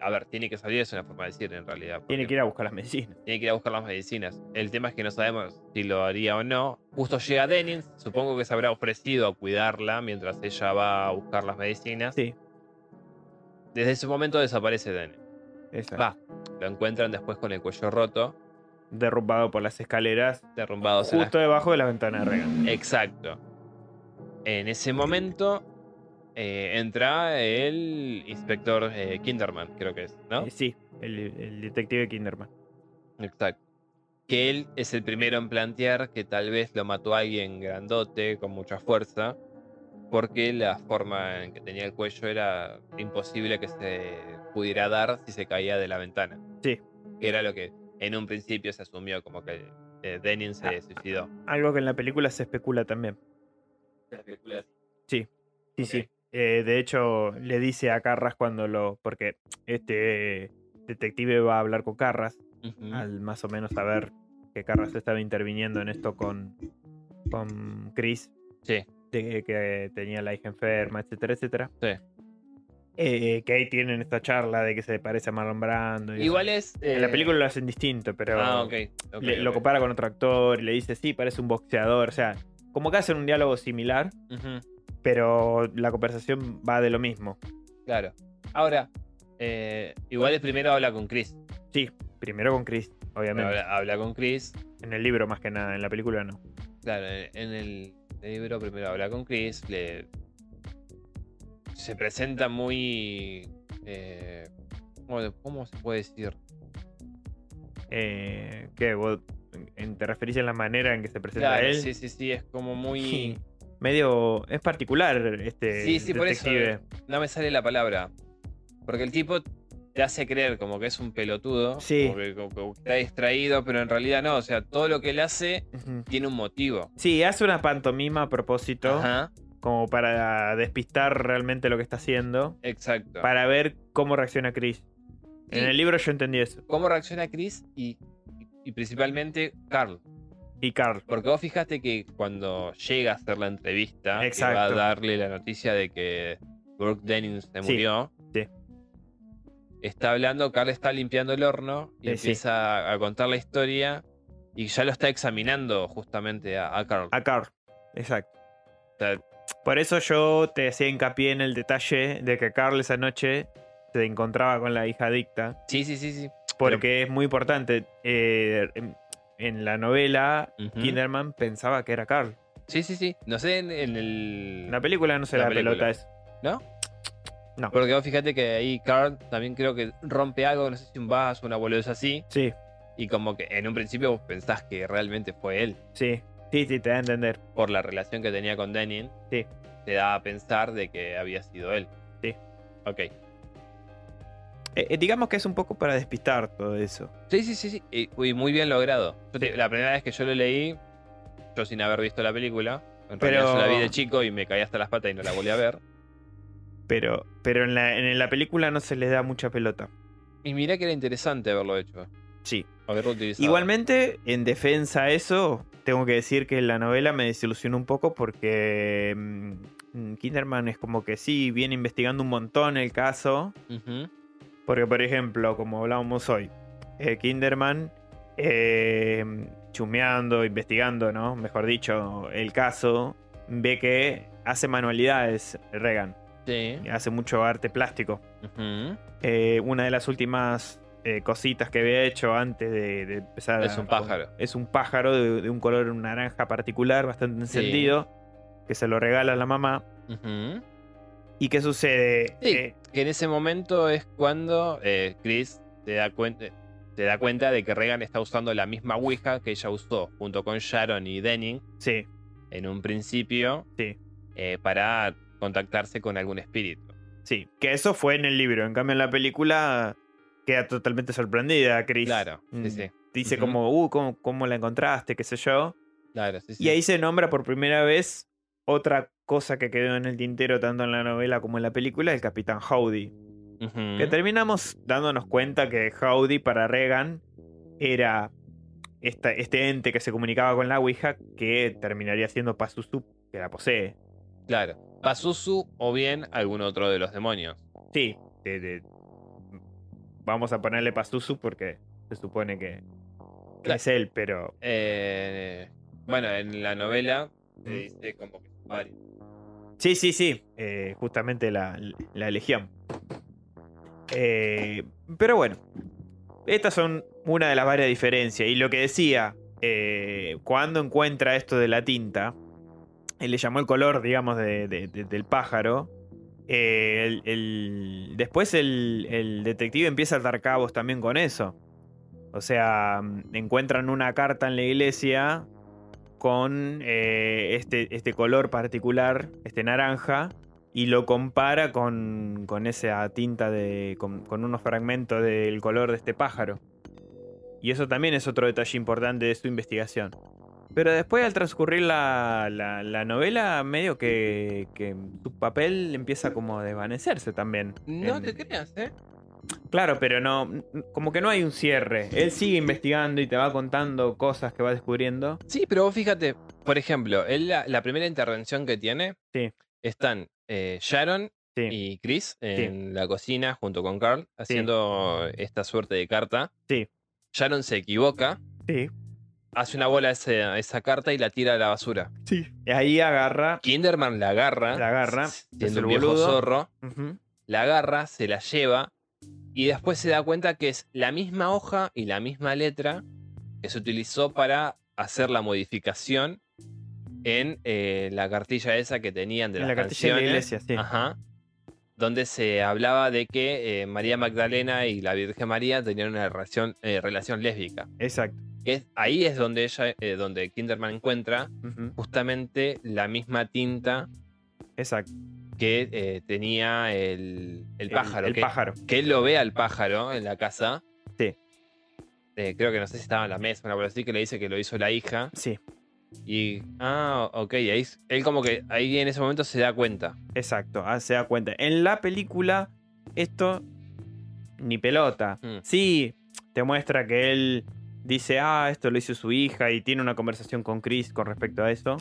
Speaker 2: a ver, tiene que salir es una forma de decir en realidad. porque
Speaker 1: tiene que ir a buscar las medicinas.
Speaker 2: tiene que ir a buscar las medicinas. El tema es que no sabemos si lo haría o no. Justo llega Dennings, supongo que se habrá ofrecido a cuidarla mientras ella va a buscar las medicinas.
Speaker 1: Sí,
Speaker 2: Desde ese momento desaparece Dennings.
Speaker 1: esa.
Speaker 2: Va, lo encuentran después con el cuello roto,
Speaker 1: Derrumbado por las escaleras,
Speaker 2: derrumbados en las
Speaker 1: justo debajo de la ventana de Regan.
Speaker 2: ¿Eh? Exacto. En ese momento eh, entra el inspector eh, Kinderman, creo que es, ¿no?
Speaker 1: Eh, Sí, el, el detective Kinderman.
Speaker 2: Exacto. Que él es el primero en plantear que tal vez lo mató alguien grandote, con mucha fuerza, porque la forma en que tenía el cuello era imposible que se pudiera dar si se caía de la ventana.
Speaker 1: Sí.
Speaker 2: Que era lo que en un principio se asumió como que eh, Denning se
Speaker 1: Ah.
Speaker 2: suicidó.
Speaker 1: Algo que en la película se especula también. Sí, sí. Eh, de hecho, le dice a Carras cuando lo. Porque este detective va a hablar con Carras.
Speaker 2: Ujú.
Speaker 1: al más o menos saber que Carras estaba interviniendo en esto con, con Chris,
Speaker 2: Sí.
Speaker 1: de que tenía la hija enferma, etcétera, etcétera.
Speaker 2: Sí.
Speaker 1: Eh, que ahí tienen esta charla de que se parece a Marlon Brando. y eso.
Speaker 2: Igual es...
Speaker 1: En la
Speaker 2: eh,
Speaker 1: película lo hacen distinto, pero
Speaker 2: Ah, ok. ok,
Speaker 1: le- lo
Speaker 2: ok.
Speaker 1: compara con otro actor y le dice, sí, parece un boxeador. O sea, como que hacen un diálogo similar,
Speaker 2: Ujú,
Speaker 1: pero la conversación va de lo mismo.
Speaker 2: Claro. Ahora, eh, igual el primero habla con Chris.
Speaker 1: Sí, primero con Chris, obviamente.
Speaker 2: Habla, habla con Chris.
Speaker 1: En el libro más que nada, en la película no.
Speaker 2: Claro, en en el libro primero habla con Chris. Le... Se presenta muy. eh, ¿cómo, le- cómo se puede decir?
Speaker 1: Eh, ¿Qué? ¿Vos en- te referís en la manera en que se presenta
Speaker 2: Claro,
Speaker 1: él?
Speaker 2: sí, sí, sí, es como muy.
Speaker 1: Sí. Medio. Es particular este
Speaker 2: Sí, sí, por eso.
Speaker 1: detective.
Speaker 2: No me sale la palabra. Porque el tipo te hace creer como que es un pelotudo.
Speaker 1: Sí.
Speaker 2: Como que, como que está distraído, pero en realidad no. O sea, todo lo que él hace
Speaker 1: Ujú.
Speaker 2: tiene un motivo.
Speaker 1: Sí, hace una pantomima a propósito,
Speaker 2: Ajá,
Speaker 1: como para despistar realmente lo que está haciendo,
Speaker 2: exacto.
Speaker 1: para ver cómo reacciona Chris.
Speaker 2: Sí.
Speaker 1: En el libro yo entendí eso.
Speaker 2: cómo reacciona Chris y, y principalmente Carl.
Speaker 1: Y Carl.
Speaker 2: Porque vos fijaste que cuando llega a hacer la entrevista, que va a
Speaker 1: Exacto.
Speaker 2: darle la noticia de que Brooke Dennings se
Speaker 1: Sí,
Speaker 2: murió.
Speaker 1: sí.
Speaker 2: Está hablando, Carl está limpiando el horno y
Speaker 1: Eh, sí.
Speaker 2: empieza a- a contar la historia y ya lo está examinando justamente a, a Carl.
Speaker 1: A Carl. Exacto.
Speaker 2: sea-
Speaker 1: Por eso yo te hacía hincapié en el detalle de que Carl esa noche se encontraba con la hija adicta.
Speaker 2: Sí, sí, sí, sí.
Speaker 1: Porque es muy importante. eh, en, en la novela,
Speaker 2: Ujú.
Speaker 1: Kinderman pensaba que era Carl.
Speaker 2: Sí, sí, sí. No sé en, en el.
Speaker 1: En la película no se
Speaker 2: La
Speaker 1: la,
Speaker 2: película.
Speaker 1: pelota eso.
Speaker 2: ¿No?
Speaker 1: No.
Speaker 2: Porque vos fíjate que ahí Carl también creo que rompe algo, no sé si un vaso, una boludez así.
Speaker 1: Sí,
Speaker 2: Y como que en un principio vos pensás que realmente fue él,
Speaker 1: sí. Sí, sí, te da a entender.
Speaker 2: por la relación que tenía con Denin,
Speaker 1: Sí.
Speaker 2: te da a pensar de que había sido él.
Speaker 1: Sí.
Speaker 2: Ok.
Speaker 1: Eh, eh, digamos que es un poco para despistar todo eso.
Speaker 2: Sí, sí, sí, sí. Y uy, muy bien logrado. Yo te- la primera vez que yo lo leí, yo sin haber visto la película, en
Speaker 1: Pero-
Speaker 2: realidad yo la vi de chico y me caí hasta las patas y no la volví a ver.
Speaker 1: Pero, pero en, la, en la película no se le da mucha pelota.
Speaker 2: Y mirá que era interesante haberlo hecho,
Speaker 1: Sí.
Speaker 2: haberlo utilizado.
Speaker 1: Igualmente, en defensa a eso, tengo que decir que la novela me desilusionó un poco porque mm, Kinderman es como que sí, viene investigando un montón el caso.
Speaker 2: Ujú.
Speaker 1: Porque, por ejemplo, como hablábamos hoy, eh, Kinderman eh, chumeando, investigando, ¿no? Mejor dicho, el caso, ve que hace manualidades Regan,
Speaker 2: Sí.
Speaker 1: hace mucho arte plástico.
Speaker 2: Ujú.
Speaker 1: Eh, una de las últimas eh, cositas que había hecho antes de, de empezar
Speaker 2: Es
Speaker 1: a-
Speaker 2: un pájaro.
Speaker 1: Es un pájaro de, de un color naranja particular, bastante
Speaker 2: Sí.
Speaker 1: encendido, que se lo regala a la mamá.
Speaker 2: Ujú.
Speaker 1: ¿Y qué sucede?
Speaker 2: Sí,
Speaker 1: Eh,
Speaker 2: que en ese momento es cuando eh, Chris se da, cuenta, se da cuenta de que Regan está usando la misma Ouija que ella usó junto con Sharon y Denning
Speaker 1: sí,
Speaker 2: en un principio
Speaker 1: Sí.
Speaker 2: eh, para contactarse con algún espíritu.
Speaker 1: sí. Que eso fue en el libro. En cambio, en la película queda totalmente sorprendida, Chris.
Speaker 2: Claro,
Speaker 1: Mm.
Speaker 2: sí, sí,
Speaker 1: Dice
Speaker 2: Ujú.
Speaker 1: como, uh, ¿cómo, cómo la encontraste? ¿Qué sé yo?
Speaker 2: claro, sí, sí.
Speaker 1: Y ahí se nombra por primera vez otra cosa que quedó en el tintero tanto en la novela como en la película, el Capitán Howdy.
Speaker 2: Ujú.
Speaker 1: Que terminamos dándonos cuenta que Howdy para Reagan era esta- este ente que se comunicaba con la Ouija que terminaría siendo Pazuzu, que la posee.
Speaker 2: Claro. Pazuzu o bien algún otro de los demonios.
Speaker 1: Sí, de- de- vamos a ponerle Pazuzu porque se supone que, que
Speaker 2: Claro.
Speaker 1: es él, pero
Speaker 2: Eh, bueno, en la novela se dice como que son varios.
Speaker 1: Sí, sí, sí. eh, justamente la, la legión. Eh, pero bueno, estas son una de las varias diferencias. Y lo que decía, eh, cuando encuentra esto de la tinta, él le llamó el color, digamos, de- de- de- del pájaro. Eh, el- el- después el, el detective empieza a atar cabos también con eso. O sea, mm, encuentran una carta en la iglesia con eh, este, este color particular, este naranja, y lo compara con, con esa tinta de. Con, con unos fragmentos del color de este pájaro. Y eso también es otro detalle importante de su investigación. Pero después, al transcurrir la, la- la novela, medio que, que su papel empieza como a desvanecerse también.
Speaker 2: No
Speaker 1: En-
Speaker 2: te creas, ¿eh?
Speaker 1: Claro, pero no. Como que no hay un cierre. Él sigue investigando y te va contando cosas que va descubriendo.
Speaker 2: Sí, pero vos fíjate, por ejemplo, él la, la primera intervención que tiene
Speaker 1: Sí.
Speaker 2: están eh, Sharon
Speaker 1: Sí.
Speaker 2: y Chris en la cocina junto con Carl haciendo esta suerte de carta.
Speaker 1: Sí.
Speaker 2: Sharon se equivoca,
Speaker 1: Sí,
Speaker 2: hace una bola a ese- a esa carta y la tira a la basura.
Speaker 1: sí. Ahí agarra.
Speaker 2: Kinderman la agarra,
Speaker 1: La agarra,
Speaker 2: s-
Speaker 1: es
Speaker 2: siendo
Speaker 1: el
Speaker 2: un viejo
Speaker 1: boludo.
Speaker 2: zorro,
Speaker 1: Ujú.
Speaker 2: la agarra, se la lleva y después se da cuenta que es la misma hoja y la misma letra que se utilizó para hacer la modificación en eh, la cartilla esa que tenían de
Speaker 1: En
Speaker 2: las
Speaker 1: la cartilla de la
Speaker 2: canciones, Ah.
Speaker 1: iglesia, sí.
Speaker 2: ajá, donde se hablaba de que eh, María Magdalena y la Virgen María tenían una relación, eh, relación lésbica.
Speaker 1: Exacto.
Speaker 2: Que es- ahí es donde ella, eh, donde Kinderman encuentra
Speaker 1: Ujú.
Speaker 2: justamente la misma tinta
Speaker 1: Exacto.
Speaker 2: que eh, tenía el, el pájaro.
Speaker 1: El,
Speaker 2: que,
Speaker 1: pájaro.
Speaker 2: que él lo ve al pájaro en la casa.
Speaker 1: Sí.
Speaker 2: Eh, creo que no sé si estaba en la mesa, una cosa así, que le dice que lo hizo la hija.
Speaker 1: Sí,
Speaker 2: Y. Ah, ok. Ahí, s- él como que ahí en ese momento se da cuenta.
Speaker 1: exacto. Ah, se da cuenta. En la película, esto ni pelota.
Speaker 2: Mm.
Speaker 1: Sí, te muestra que él dice, ah, esto lo hizo su hija y tiene una conversación con Chris con respecto a eso,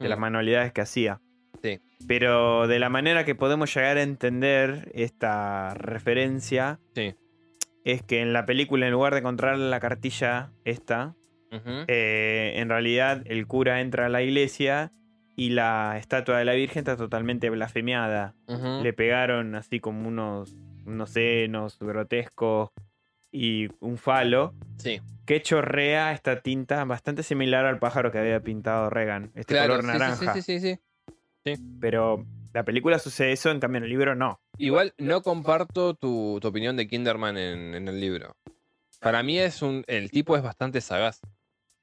Speaker 1: de las
Speaker 2: Mm.
Speaker 1: manualidades que hacía.
Speaker 2: Sí.
Speaker 1: Pero de la manera que podemos llegar a entender esta referencia
Speaker 2: Sí.
Speaker 1: es que en la película, en lugar de encontrar la cartilla esta,
Speaker 2: Ujú.
Speaker 1: Eh, en realidad, el cura entra a la iglesia y la estatua de la Virgen está totalmente blasfemiada.
Speaker 2: Ujú.
Speaker 1: Le pegaron así como unos, unos senos grotescos y un falo
Speaker 2: Sí.
Speaker 1: que chorrea esta tinta bastante similar al pájaro que había pintado Reagan, este
Speaker 2: Claro,
Speaker 1: color
Speaker 2: sí, sí, sí,
Speaker 1: naranja.
Speaker 2: sí, sí, sí.
Speaker 1: Pero la película sucede eso, en cambio en el libro no.
Speaker 2: Igual no comparto tu, tu opinión de Kinderman en, en el libro. Para mí es un. El tipo es bastante sagaz.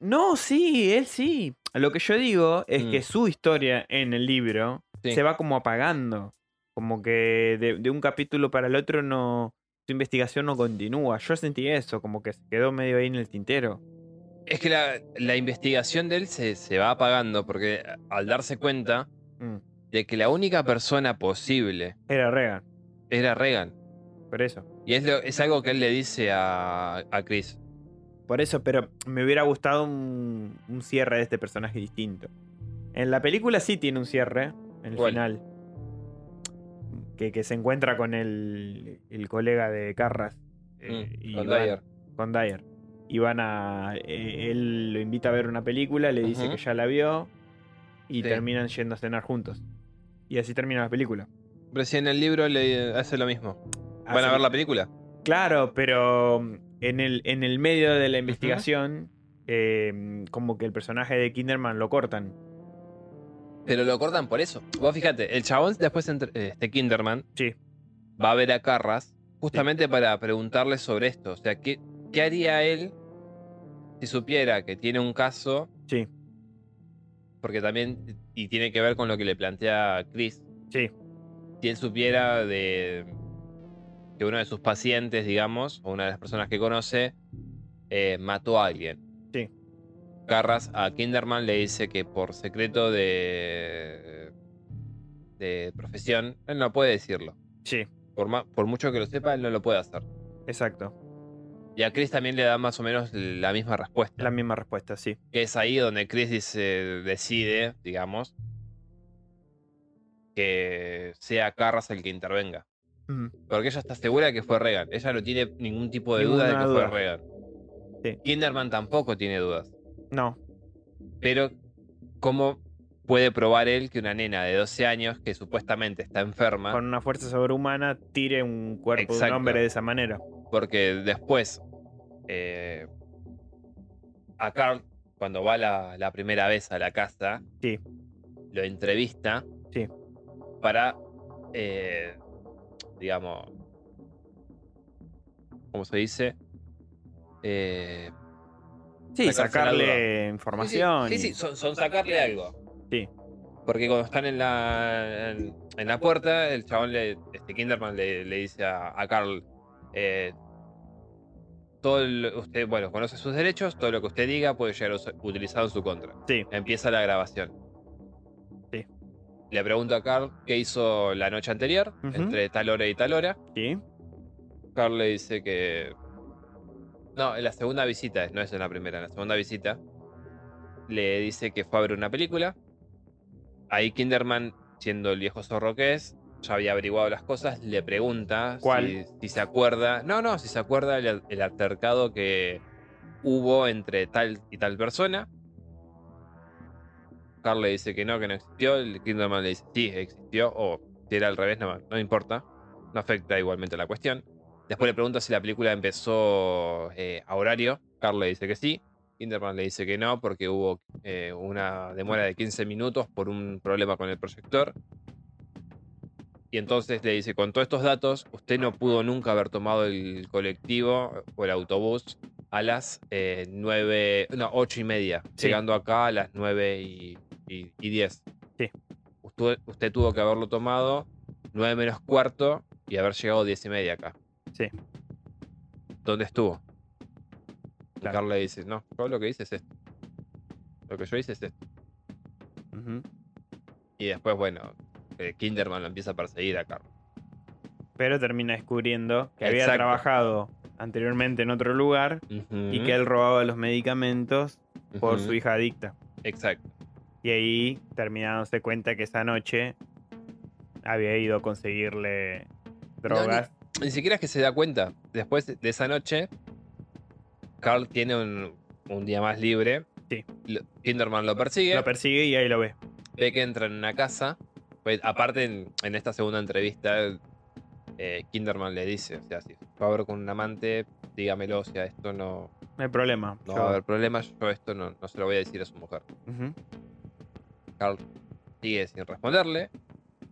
Speaker 1: No, sí, él sí. Lo que yo digo es
Speaker 2: Mm.
Speaker 1: que su historia en el libro
Speaker 2: Sí.
Speaker 1: se va como apagando. Como que de, de un capítulo para el otro no. Su investigación no continúa. Yo sentí eso, como que se quedó medio ahí en el tintero.
Speaker 2: Es que la, la investigación de él se, se va apagando porque al darse cuenta
Speaker 1: Mm.
Speaker 2: de que la única persona posible
Speaker 1: Era Reagan,
Speaker 2: era Reagan.
Speaker 1: por eso.
Speaker 2: Y es, lo- es algo que él le dice a, a Chris.
Speaker 1: Por eso, pero me hubiera gustado un, un cierre de este personaje distinto. En la película sí tiene un cierre, en el
Speaker 2: ¿Cuál?
Speaker 1: final. Que, que se encuentra con el, el colega de Carras. eh,
Speaker 2: Mm,
Speaker 1: y
Speaker 2: con
Speaker 1: van-
Speaker 2: Dyer.
Speaker 1: con Dyer. Y van a. eh, él lo invita a ver una película, le dice
Speaker 2: Ujú.
Speaker 1: que ya la vio. Y
Speaker 2: Sí.
Speaker 1: terminan yendo a cenar juntos. Y así termina la película.
Speaker 2: Recién en el libro le hace lo mismo. ¿Van
Speaker 1: Hacen-
Speaker 2: a ver la película?
Speaker 1: Claro, pero mm, en el, en el medio de la investigación, eh, como que el personaje de Kinderman lo cortan.
Speaker 2: Pero lo cortan por eso. Vos fíjate, el chabón después, entre- eh, este Kinderman,
Speaker 1: Sí.
Speaker 2: va a ver a Carras justamente para preguntarle sobre esto. O sea, ¿qué, qué haría él si supiera que tiene un caso?
Speaker 1: Sí.
Speaker 2: Porque también, y tiene que ver con lo que le plantea Chris,
Speaker 1: Sí,
Speaker 2: si él supiera de que uno de sus pacientes, digamos, o una de las personas que conoce, eh, mató a alguien.
Speaker 1: Sí.
Speaker 2: Carras a Kinderman le dice que por secreto de, de profesión, él no puede decirlo.
Speaker 1: sí,
Speaker 2: Por, ma- por mucho que lo sepa, él no lo puede hacer.
Speaker 1: exacto.
Speaker 2: Y a Chris también le da más o menos la misma respuesta.
Speaker 1: La misma respuesta, sí.
Speaker 2: Que es ahí donde Chris dice, decide, digamos, que sea Carras el que intervenga.
Speaker 1: Ujú.
Speaker 2: Porque ella está segura de que fue Reagan. Ella no tiene ningún tipo de duda de
Speaker 1: Ninguna
Speaker 2: que
Speaker 1: duda.
Speaker 2: fue Reagan.
Speaker 1: Sí.
Speaker 2: Kinderman tampoco tiene dudas.
Speaker 1: No,
Speaker 2: Pero, ¿cómo puede probar él que una nena de 12 años que supuestamente está enferma?
Speaker 1: con una fuerza sobrehumana tire un cuerpo de un
Speaker 2: Exacto.
Speaker 1: hombre de esa manera.
Speaker 2: Porque después, eh, a Carl, cuando va la, la primera vez a la casa,
Speaker 1: Sí.
Speaker 2: lo entrevista
Speaker 1: Sí.
Speaker 2: para, eh, digamos, ¿cómo se dice? Eh,
Speaker 1: Sí,
Speaker 2: Sacarse la
Speaker 1: sacarle
Speaker 2: Sí, sí,
Speaker 1: información.
Speaker 2: Sí,
Speaker 1: y-
Speaker 2: sí, son, son sacarle algo.
Speaker 1: Sí.
Speaker 2: Porque cuando están en la, en, en la puerta, el chabón, le, este Kinderman le, le dice a, a Carl, eh, todo el- usted, bueno, conoce sus derechos, todo lo que usted diga puede llegar a us- utilizado en su contra.
Speaker 1: Sí.
Speaker 2: Empieza la grabación.
Speaker 1: Sí.
Speaker 2: Le pregunto a Carl qué hizo la noche anterior,
Speaker 1: Ujú.
Speaker 2: entre tal hora y tal hora.
Speaker 1: sí.
Speaker 2: Carl le dice que. No, en la segunda visita, no es en la primera, en la segunda visita. Le dice que fue a ver una película. Ahí Kinderman, siendo el viejo zorro que es, ya había averiguado las cosas, le pregunta
Speaker 1: ¿Cuál?
Speaker 2: Si, si se acuerda. No, no, si se acuerda el, el altercado que hubo entre tal y tal persona. Carl le dice que no, que no existió. El Kinderman le dice sí, existió. O si era al revés, no, no importa. No afecta igualmente la cuestión. Después le pregunta si la película empezó eh, a horario. Carl le dice que sí. Kinderman le dice que no porque hubo eh, una demora de 15 minutos por un problema con el proyector. Y entonces le dice, con todos estos datos, usted no pudo nunca haber tomado el colectivo o el autobús a las eh, nueve, no, ocho y media,
Speaker 1: Sí.
Speaker 2: llegando acá a las nueve y, y, y diez.
Speaker 1: Sí.
Speaker 2: Usted, usted tuvo que haberlo tomado nueve menos cuarto y haber llegado diez y media acá.
Speaker 1: Sí.
Speaker 2: ¿Dónde estuvo? Y
Speaker 1: Claro.
Speaker 2: Carl le dice, no, yo lo que hice es esto. Lo que yo hice es esto.
Speaker 1: Ujú.
Speaker 2: Y después, bueno, eh, Kinderman lo empieza a perseguir a Carl.
Speaker 1: Pero termina descubriendo que había
Speaker 2: Exacto.
Speaker 1: trabajado anteriormente en otro lugar y
Speaker 2: Ujú,
Speaker 1: que él robaba los medicamentos por
Speaker 2: ujú,
Speaker 1: su hija adicta.
Speaker 2: Exacto.
Speaker 1: Y ahí termina dándose cuenta que esa noche había ido a conseguirle drogas.
Speaker 2: Ni siquiera es que se da cuenta. Después de esa noche, Carl tiene un, un día más libre.
Speaker 1: Sí.
Speaker 2: Lo- Kinderman lo persigue.
Speaker 1: Lo persigue y ahí lo ve.
Speaker 2: ve que entra en una casa. Pues, aparte, en, en esta segunda entrevista, eh, Kinderman le dice, o sea, si va a haber con un amante, dígamelo, o sea, esto no,
Speaker 1: No hay problema.
Speaker 2: no
Speaker 1: Yo-
Speaker 2: va a haber problemas, yo esto no, no se lo voy a decir a su mujer.
Speaker 1: Ujú.
Speaker 2: Carl sigue sin responderle.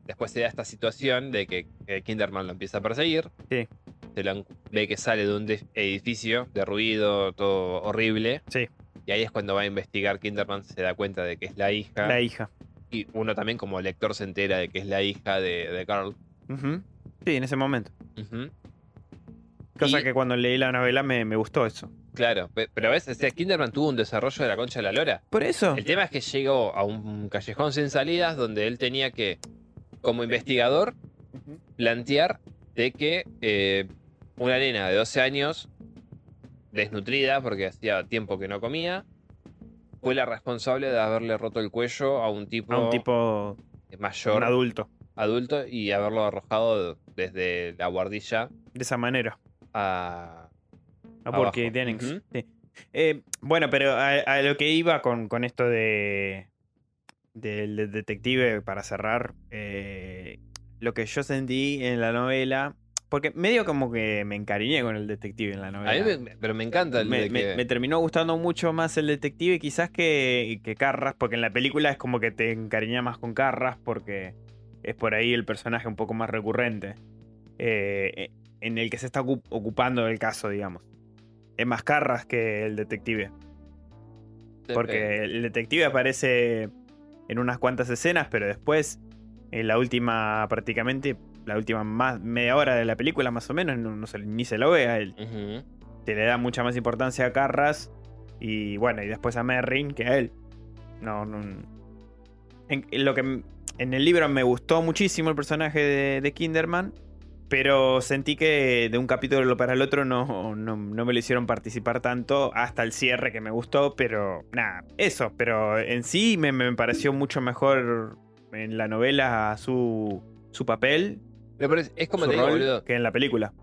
Speaker 2: Después se da esta situación de que eh, Kinderman lo empieza a perseguir.
Speaker 1: Sí.
Speaker 2: Se lo encu- ve que sale de un de- edificio derruido, todo horrible.
Speaker 1: Sí.
Speaker 2: Y ahí es cuando va a investigar Kinderman, se da cuenta de que es la hija.
Speaker 1: La hija.
Speaker 2: Y uno también como lector se entera de que es la hija de, de Carl.
Speaker 1: Ujú. Sí, en ese momento.
Speaker 2: Ujú.
Speaker 1: Cosa
Speaker 2: Y-
Speaker 1: que cuando leí la novela me, me gustó eso.
Speaker 2: Claro, pe- pero ves, o sea, Kinderman tuvo un desarrollo de la concha de la lora.
Speaker 1: Por eso.
Speaker 2: El tema es que llegó a un callejón sin salidas donde él tenía que, como investigador,
Speaker 1: Ujú.
Speaker 2: plantear de que eh, una nena de 12 años, desnutrida porque hacía tiempo que no comía, fue la responsable de haberle roto el cuello a un tipo,
Speaker 1: A un tipo, un
Speaker 2: mayor,
Speaker 1: adulto.
Speaker 2: adulto, y haberlo arrojado desde la guardilla
Speaker 1: De esa manera.
Speaker 2: a...
Speaker 1: Ah,
Speaker 2: Abajo.
Speaker 1: porque Dennings,
Speaker 2: Ujú.
Speaker 1: sí. Eh, bueno, pero a, a lo que iba con, con esto de del de- detective, para cerrar, eh, lo que yo sentí en la novela Porque medio como que me encariñé con el detective en la novela.
Speaker 2: A mí me- pero me encanta el
Speaker 1: me,
Speaker 2: de
Speaker 1: me-
Speaker 2: que-
Speaker 1: me terminó gustando mucho más el detective y quizás que, que Carras, porque en la película es como que te encariña más con Carras porque es por ahí el personaje un poco más recurrente eh, eh, en el que se está ocu- ocupando del caso, digamos. Es más Carras que el detective, porque el detective aparece en unas cuantas escenas, pero después en la última prácticamente la última más media hora de la película más o menos no, no se- ni se lo ve a él
Speaker 2: Ujú.
Speaker 1: te le da mucha más importancia a Carras y bueno, y después a Merrin que a él. No, no. En, en lo que m- en el libro me gustó muchísimo el personaje de, de Kinderman, pero sentí que de un capítulo para el otro no, no, no me lo hicieron participar tanto hasta el cierre que me gustó, pero nada, eso, pero en sí me, me pareció mucho mejor en la novela su, su papel
Speaker 2: Pero parece- es como
Speaker 1: su
Speaker 2: te digo,
Speaker 1: rol,
Speaker 2: boludo.
Speaker 1: que en la película.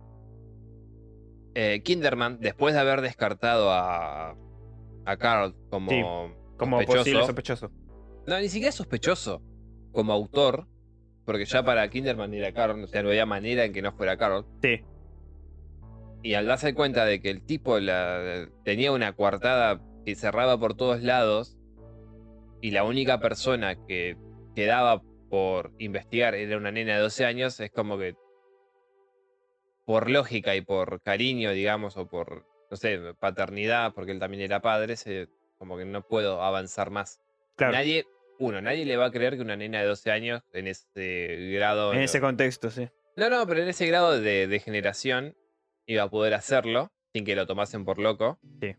Speaker 2: eh, Kinderman, después de haber descartado a, a Carl como,
Speaker 1: Sí, Como
Speaker 2: sospechoso,
Speaker 1: posible sospechoso.
Speaker 2: no, ni siquiera sospechoso, como autor, porque ya para Kinderman era Carl, o sea, no había manera en que no fuera Carl.
Speaker 1: Sí.
Speaker 2: Y al darse cuenta de que el tipo la- tenía una coartada que cerraba por todos lados, y la única persona que quedaba por investigar era una nena de 12 años, es como que por lógica y por cariño, digamos, o por, no sé, paternidad, porque él también era padre, se- como que no puedo avanzar más.
Speaker 1: Claro.
Speaker 2: Nadie, uno, nadie le va a creer que una nena de 12 años en ese grado...
Speaker 1: en
Speaker 2: no-
Speaker 1: ese contexto, sí.
Speaker 2: no, no, pero en ese grado de degeneración iba a poder hacerlo sin que lo tomasen por loco.
Speaker 1: Sí.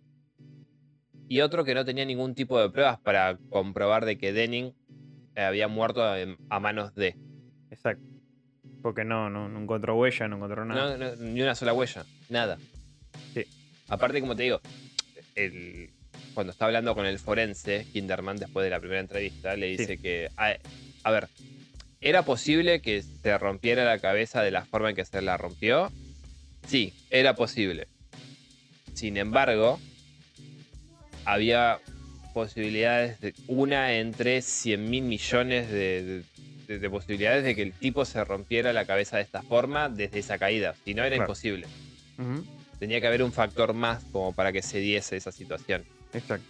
Speaker 2: Y otro que no tenía ningún tipo de pruebas para comprobar de que Denning eh, había muerto a, a manos de.
Speaker 1: Exacto. Porque no, no, no encontró huella, no encontró nada.
Speaker 2: No, no, ni una sola huella, nada.
Speaker 1: Sí.
Speaker 2: Aparte, como te digo, el- cuando está hablando con el forense, Kinderman, después de la primera entrevista, le
Speaker 1: Sí.
Speaker 2: dice que, a, a ver, ¿era posible que se rompiera la cabeza de la forma en que se la rompió? Sí, era posible. Sin embargo, había posibilidades, de, una entre 100 mil millones de- de, de, de posibilidades de que el tipo se rompiera la cabeza de esta forma desde esa caída. Si no, era
Speaker 1: Claro.
Speaker 2: imposible.
Speaker 1: Ujú,
Speaker 2: Tenía que haber un factor más como para que se diese esa situación.
Speaker 1: Exacto.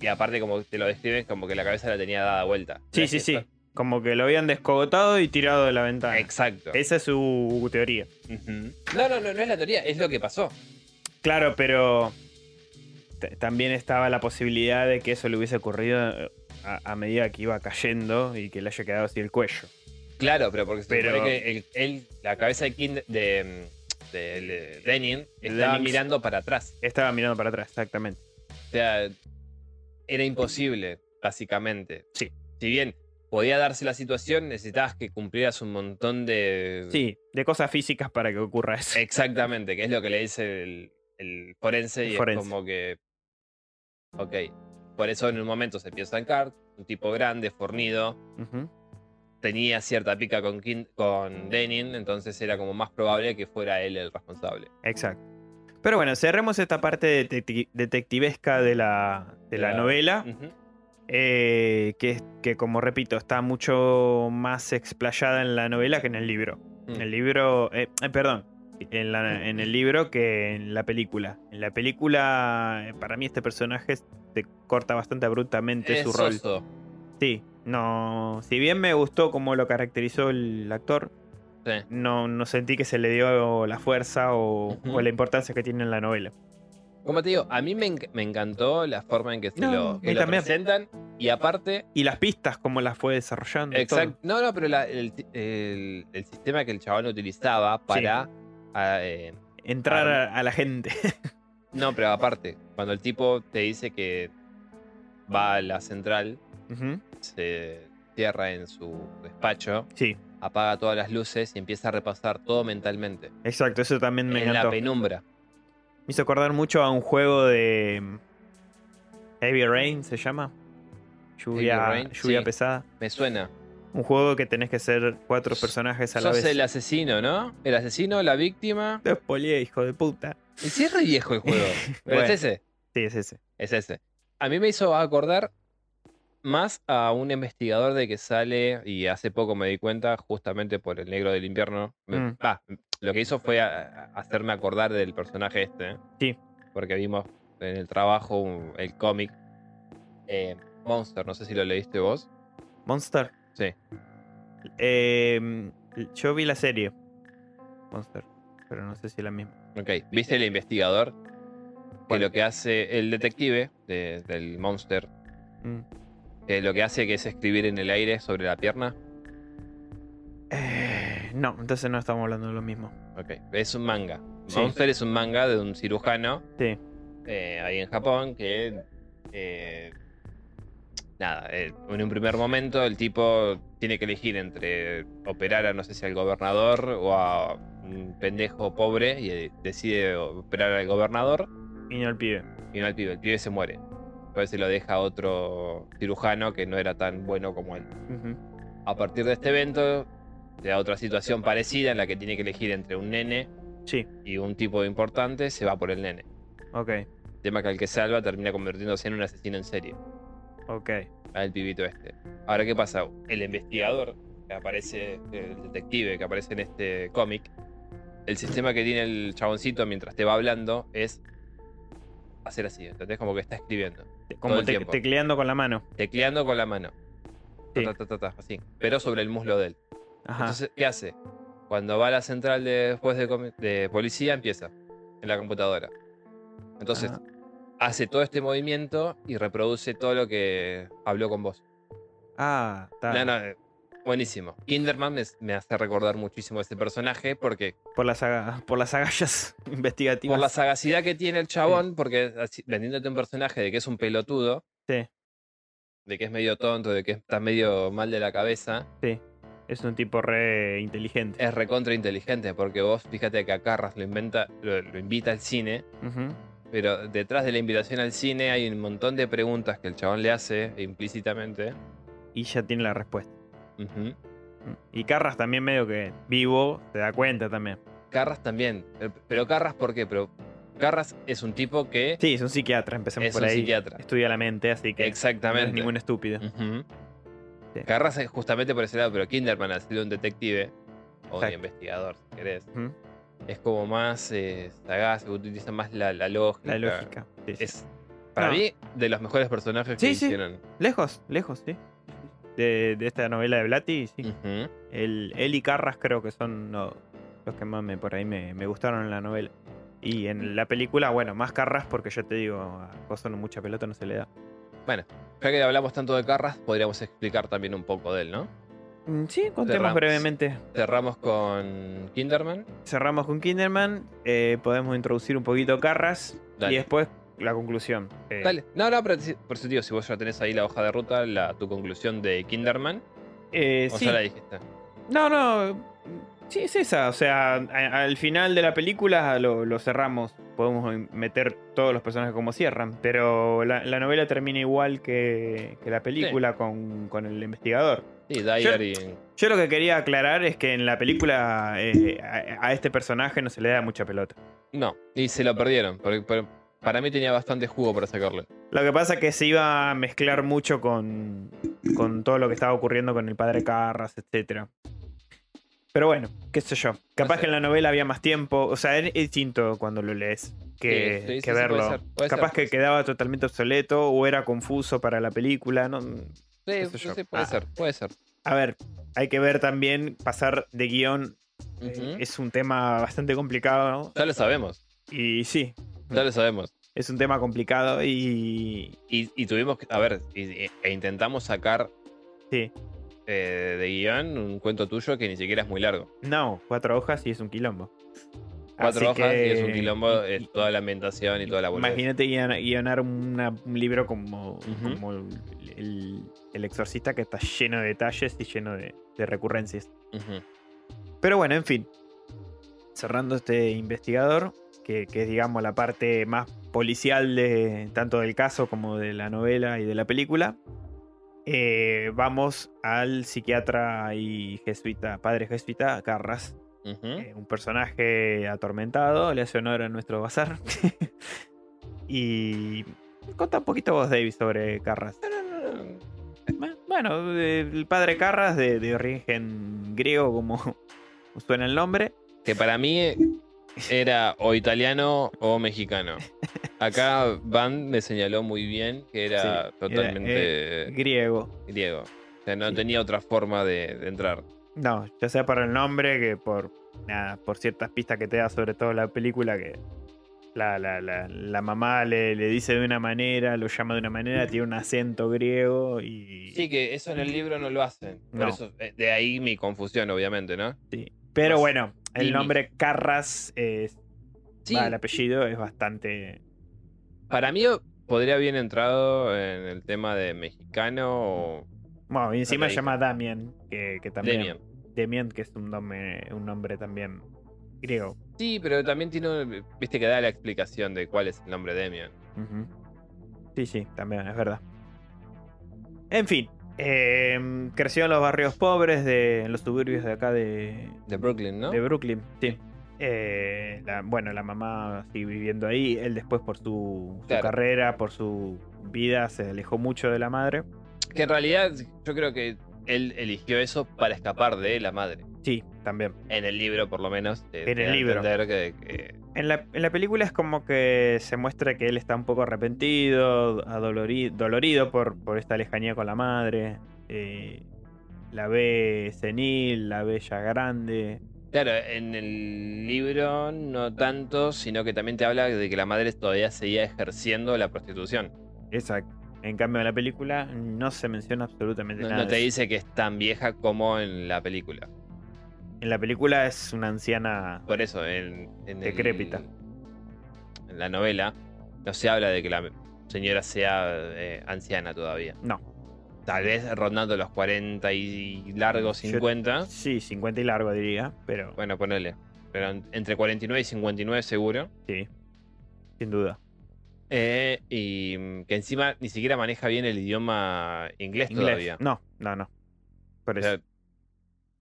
Speaker 2: Y aparte, como te lo describes, como que la cabeza la tenía dada vuelta.
Speaker 1: Sí,
Speaker 2: Era
Speaker 1: sí, sí.
Speaker 2: eso.
Speaker 1: Como que lo habían descogotado y tirado de la ventana.
Speaker 2: Exacto.
Speaker 1: Esa es su teoría.
Speaker 2: Ujú. No, no, no, no es la teoría, es lo que pasó.
Speaker 1: Claro, pero t- también estaba la posibilidad de que eso le hubiese ocurrido eh, a, a medida que iba cayendo y que le haya quedado así el cuello.
Speaker 2: Claro, pero porque se
Speaker 1: Pero-
Speaker 2: supone que el- él- la cabeza de, Kind- de, de- de Lenin estaba
Speaker 1: Lennox.
Speaker 2: mirando para atrás.
Speaker 1: Estaba mirando para atrás, exactamente.
Speaker 2: O sea, era imposible, básicamente.
Speaker 1: Sí.
Speaker 2: Si bien podía darse la situación, necesitabas que cumplieras un montón de.
Speaker 1: Sí, de cosas físicas para que ocurra eso.
Speaker 2: Exactamente, que es lo que le dice el, el forense
Speaker 1: El
Speaker 2: y
Speaker 1: forense.
Speaker 2: es como que. Ok. Por eso en un momento se piensa en Cart, un tipo grande, fornido,
Speaker 1: Ujú,
Speaker 2: tenía cierta pica con, Kin- con Lenin, entonces era como más probable que fuera él el responsable.
Speaker 1: Exacto. Pero bueno, cerremos esta parte detecti- detectivesca de la, de la
Speaker 2: Claro.
Speaker 1: novela.
Speaker 2: Ujú.
Speaker 1: eh, que, que como repito, está mucho más explayada en la novela que en el libro.
Speaker 2: Mm.
Speaker 1: En el libro, eh, eh, perdón, en, la- en el libro que en la película. En la película, eh, para mí este personaje se corta bastante abruptamente
Speaker 2: Mm. Es
Speaker 1: su rol.
Speaker 2: soso.
Speaker 1: Sí, no, si bien me gustó cómo lo caracterizó el actor,
Speaker 2: Sí.
Speaker 1: no, no sentí que se le dio la fuerza o,
Speaker 2: Ujú.
Speaker 1: o la importancia que tiene en la novela.
Speaker 2: Como te digo, a mí me, enc- me encantó la forma en que se
Speaker 1: No, a
Speaker 2: lo, que
Speaker 1: mí
Speaker 2: lo
Speaker 1: también.
Speaker 2: presentan. Y aparte,
Speaker 1: Y las pistas, cómo las fue desarrollando.
Speaker 2: exacto. No, no, pero la- el, ti- el- el sistema que el chabón utilizaba para. a, eh,
Speaker 1: todo. Entrar a, a la gente.
Speaker 2: no, pero aparte, cuando el tipo te dice que va a la central,
Speaker 1: Ujú,
Speaker 2: se cierra en su despacho,
Speaker 1: Sí,
Speaker 2: apaga todas las luces y empieza a repasar todo mentalmente.
Speaker 1: exacto, eso también me
Speaker 2: en
Speaker 1: encantó.
Speaker 2: la penumbra.
Speaker 1: Me hizo acordar mucho a un juego de. mm, Heavy Rain se llama. Lluvia,
Speaker 2: Heavy Rain,
Speaker 1: lluvia
Speaker 2: sí.
Speaker 1: pesada.
Speaker 2: Me suena.
Speaker 1: Un juego que tenés que ser cuatro personajes a la
Speaker 2: Sos
Speaker 1: vez.
Speaker 2: el asesino, ¿no? El asesino, la víctima.
Speaker 1: Te spoileé, hijo de puta.
Speaker 2: Y sí es re viejo el juego. Pero
Speaker 1: Bueno.
Speaker 2: es ese.
Speaker 1: Sí, es ese.
Speaker 2: Es ese. A mí me hizo acordar más a un investigador de que sale, y hace poco me di cuenta, justamente por el negro del invierno. me-
Speaker 1: Mm.
Speaker 2: Va, lo que hizo fue a- a- hacerme acordar del personaje este.
Speaker 1: Sí.
Speaker 2: Porque vimos en el trabajo un- el cómic eh, Monster, no sé si lo leíste vos.
Speaker 1: Monster.
Speaker 2: Sí.
Speaker 1: Eh, yo vi la serie. Monster. Pero no sé si es la misma.
Speaker 2: Ok, ¿viste el investigador? Que
Speaker 1: ¿Cuál?
Speaker 2: lo que hace el detective de- del Monster,
Speaker 1: Mm.
Speaker 2: eh, lo que hace que es escribir en el aire sobre la pierna.
Speaker 1: Eh, no, entonces no estamos hablando de lo mismo.
Speaker 2: Ok, es un manga.
Speaker 1: Sí.
Speaker 2: Monster es un manga de un cirujano
Speaker 1: Sí.
Speaker 2: eh, ahí en Japón que. eh, nada, eh, en un primer momento el tipo tiene que elegir entre operar a no sé si al gobernador o a un pendejo pobre y eh, decide operar al gobernador
Speaker 1: Y no el pibe.
Speaker 2: y no al pibe. El pibe se muere. Entonces se lo deja a otro cirujano que no era tan bueno como él.
Speaker 1: Ujú.
Speaker 2: A partir de este evento, se da otra situación parecida en la que tiene que elegir entre un nene
Speaker 1: Sí,
Speaker 2: y un tipo importante, se va por el nene.
Speaker 1: ok,
Speaker 2: Tema que al que salva termina convirtiéndose en un asesino en serie.
Speaker 1: ok.
Speaker 2: Al pibito este. Ahora, ¿qué pasa? El investigador que aparece, el detective que aparece en este cómic, el sistema que tiene el chaboncito mientras te va hablando es hacer así, ¿entendés? Como que está escribiendo.
Speaker 1: Como
Speaker 2: el
Speaker 1: te-
Speaker 2: tiempo.
Speaker 1: tecleando con la mano.
Speaker 2: Tecleando con la mano. Ta,
Speaker 1: Sí.
Speaker 2: ta, ta, ta, ta, así. Pero sobre el muslo de él.
Speaker 1: Ajá.
Speaker 2: Entonces, ¿qué hace? Cuando va a la central de, después de, comi- de policía, empieza en la computadora. Entonces,
Speaker 1: Ah.
Speaker 2: hace todo este movimiento y reproduce todo lo que habló con vos.
Speaker 1: Ah, está.
Speaker 2: No, no, eh, buenísimo. Kinderman me, me hace recordar muchísimo a este personaje porque
Speaker 1: Por las, aga- por las agallas investigativas.
Speaker 2: por la sagacidad que tiene el chabón, porque así- vendiéndote un personaje de que es un pelotudo,
Speaker 1: Sí.
Speaker 2: de que es medio tonto, de que está medio mal de la cabeza,
Speaker 1: Sí. Es un tipo re inteligente.
Speaker 2: es recontra inteligente porque vos fíjate que a Carras lo, inventa, lo- lo invita al cine.
Speaker 1: Ujú.
Speaker 2: Pero detrás de la invitación al cine hay un montón de preguntas que el chabón le hace implícitamente.
Speaker 1: Y ya tiene la respuesta.
Speaker 2: Ujú.
Speaker 1: Y Carras también medio que vivo, se da cuenta también.
Speaker 2: Carras también. Eh, Pero Carras, ¿por qué? Pero Carras es un tipo que
Speaker 1: Sí, es un psiquiatra, empecemos
Speaker 2: es
Speaker 1: por
Speaker 2: un
Speaker 1: ahí.
Speaker 2: psiquiatra.
Speaker 1: Estudia la mente, así que no es
Speaker 2: Exactamente.
Speaker 1: ningún estúpido.
Speaker 2: Ujú.
Speaker 1: Sí.
Speaker 2: Carras es justamente por ese lado, pero Kinderman, al ser un detective o un
Speaker 1: Exacto.
Speaker 2: investigador, si querés,
Speaker 1: Ujú.
Speaker 2: es como más eh, sagaz, utiliza más la, la
Speaker 1: La
Speaker 2: lógica.
Speaker 1: lógica. Sí, sí.
Speaker 2: Es, para
Speaker 1: No.
Speaker 2: mí, de los mejores personajes
Speaker 1: Sí,
Speaker 2: que
Speaker 1: sí.
Speaker 2: hicieron.
Speaker 1: Lejos, lejos, sí. De, de esta novela de Blatty, sí.
Speaker 2: Ujú.
Speaker 1: El, él y Carras creo que son lo- los que más me, por ahí me, me gustaron en la novela. Y en la película, bueno, más Carras porque yo te digo, a Coso no mucha pelota no se le da.
Speaker 2: Ya que hablamos tanto de Carras, podríamos explicar también un poco de él, ¿no?
Speaker 1: Mm, Sí, contemos
Speaker 2: Cerramos.
Speaker 1: brevemente.
Speaker 2: Cerramos con Kinderman.
Speaker 1: Cerramos con Kinderman, eh, podemos introducir un poquito Carras
Speaker 2: Dale.
Speaker 1: y después la conclusión. Eh,
Speaker 2: Dale. No, no, pero si- por eso digo, si vos ya tenés ahí la hoja de ruta, la, tu conclusión de Kinderman,
Speaker 1: eh,
Speaker 2: o
Speaker 1: sí.
Speaker 2: ya la dijiste.
Speaker 1: No, no. Sí, es esa. O sea, a- al final de la película lo, lo cerramos. Podemos meter todos los personajes como cierran. Pero la, la novela termina igual que, que la película con, con el investigador.
Speaker 2: Sí, Dyer y.
Speaker 1: Yo lo que quería aclarar es que en la película eh, a, a este personaje no se le da mucha pelota.
Speaker 2: No, y se lo perdieron. Porque, pero para mí tenía bastante jugo para sacarle.
Speaker 1: Lo que pasa es que se iba a mezclar mucho con, con todo lo que estaba ocurriendo con el padre Carras, etc. Pero bueno, qué sé yo. Capaz
Speaker 2: sé.
Speaker 1: que en la novela había más tiempo. O sea, es es distinto cuando lo lees que,
Speaker 2: Sí, sí, sí,
Speaker 1: que
Speaker 2: sí, puede
Speaker 1: verlo.
Speaker 2: ser, puede
Speaker 1: Capaz
Speaker 2: ser,
Speaker 1: que
Speaker 2: puede ser.
Speaker 1: quedaba totalmente obsoleto o era confuso para la película. ¿no? qué sé
Speaker 2: Sí,
Speaker 1: yo.
Speaker 2: sí, puede
Speaker 1: Ah.
Speaker 2: ser, puede ser.
Speaker 1: A ver, hay que ver también pasar de guión. eh,
Speaker 2: Ujú.
Speaker 1: Es un tema bastante complicado. ¿no?
Speaker 2: Ya lo sabemos,
Speaker 1: Y sí,
Speaker 2: ya
Speaker 1: Mm.
Speaker 2: lo sabemos.
Speaker 1: es un tema complicado y...
Speaker 2: Y, y tuvimos que. A ver, y- y- e intentamos sacar
Speaker 1: Sí.
Speaker 2: eh, de guión un cuento tuyo que ni siquiera es muy largo.
Speaker 1: No, cuatro hojas y es un quilombo.
Speaker 2: Cuatro
Speaker 1: Así
Speaker 2: hojas y
Speaker 1: que-
Speaker 2: es un quilombo,
Speaker 1: y-
Speaker 2: es toda la ambientación y toda la boludez.
Speaker 1: Imagínate guion- guionar una- un libro como,
Speaker 2: Ujú.
Speaker 1: como el, el- el exorcista que está lleno de detalles y lleno de, de recurrencias.
Speaker 2: Ujú.
Speaker 1: Pero bueno, en fin. Cerrando este investigador, que, que es digamos la parte más policial de tanto del caso como de la novela y de la película. eh, vamos al psiquiatra y jesuita, padre jesuita, Carras.
Speaker 2: Ujú.
Speaker 1: Eh, un personaje atormentado, le hace honor a nuestro bazar. y contá un poquito vos, David, sobre Carras. Bueno, Bueno, eh, el padre Carras, de, de origen griego, como suena el nombre,
Speaker 2: Que para mí era o italiano o mexicano. Acá Van me señaló muy bien que era
Speaker 1: Sí,
Speaker 2: totalmente
Speaker 1: eh, griego.
Speaker 2: griego. O sea, no
Speaker 1: Sí.
Speaker 2: tenía otra forma de, de entrar.
Speaker 1: No, ya sea por el nombre que por nada, por ciertas pistas que te da, sobre todo la película, que la, la, la, la mamá le, le dice de una manera, lo llama de una manera, tiene un acento griego y.
Speaker 2: Sí, que eso en el libro no lo hacen. Por
Speaker 1: No.
Speaker 2: eso, eh, de ahí mi confusión, obviamente, ¿no?
Speaker 1: sí. Pero
Speaker 2: Pues,
Speaker 1: bueno, el
Speaker 2: Dini.
Speaker 1: nombre Carras, eh, es-
Speaker 2: Sí,
Speaker 1: va, el apellido es bastante.
Speaker 2: para mí o- podría haber entrado en el tema de mexicano o
Speaker 1: Bueno, y encima
Speaker 2: Ok.
Speaker 1: se llama Damien, que, que también.
Speaker 2: Demian.
Speaker 1: Damien, que es un nombre, un nombre también griego.
Speaker 2: Sí, pero también tiene, un- viste que da la explicación de cuál es el nombre de Demian.
Speaker 1: Ujú. Sí, sí, también, es verdad. En fin, em, creció en los barrios pobres, de, en los suburbios de acá de,
Speaker 2: De Brooklyn, ¿no?
Speaker 1: de Brooklyn. Sí. Eh, la- bueno, la mamá sigue viviendo ahí. Él después por su, su
Speaker 2: Claro.
Speaker 1: carrera, por su vida, se alejó mucho de la madre.
Speaker 2: Que en realidad yo creo que él eligió eso para escapar de la madre.
Speaker 1: Sí, también.
Speaker 2: En el libro, por lo menos. te-
Speaker 1: En
Speaker 2: te
Speaker 1: el
Speaker 2: da a
Speaker 1: libro.
Speaker 2: entender que- que-
Speaker 1: En la, en la película es como que se muestra que él está un poco arrepentido, adolori- dolorido por, por esta lejanía con la madre. eh, la ve senil, la ve ya grande.
Speaker 2: Claro, en el libro no tanto, sino que también te habla de que la madre todavía seguía ejerciendo la prostitución.
Speaker 1: Exacto. En cambio, en la película no se menciona absolutamente
Speaker 2: No,
Speaker 1: nada.
Speaker 2: no te
Speaker 1: de eso.
Speaker 2: dice que es tan vieja como en la película.
Speaker 1: En la película es una anciana.
Speaker 2: Por eso, en, en el-
Speaker 1: Decrépita.
Speaker 2: en la novela no se habla de que la señora sea eh, anciana todavía.
Speaker 1: No.
Speaker 2: Tal vez rondando los 40 y largos
Speaker 1: Yo-
Speaker 2: 50.
Speaker 1: Sí, 50 y largo diría, pero
Speaker 2: Bueno, ponele. Pero en- entre 49 y 59 seguro.
Speaker 1: sí, sin duda.
Speaker 2: Eh, y mm, que encima ni siquiera maneja bien el idioma inglés, todavía.
Speaker 1: No, no, no. Por
Speaker 2: O
Speaker 1: eso.
Speaker 2: sea,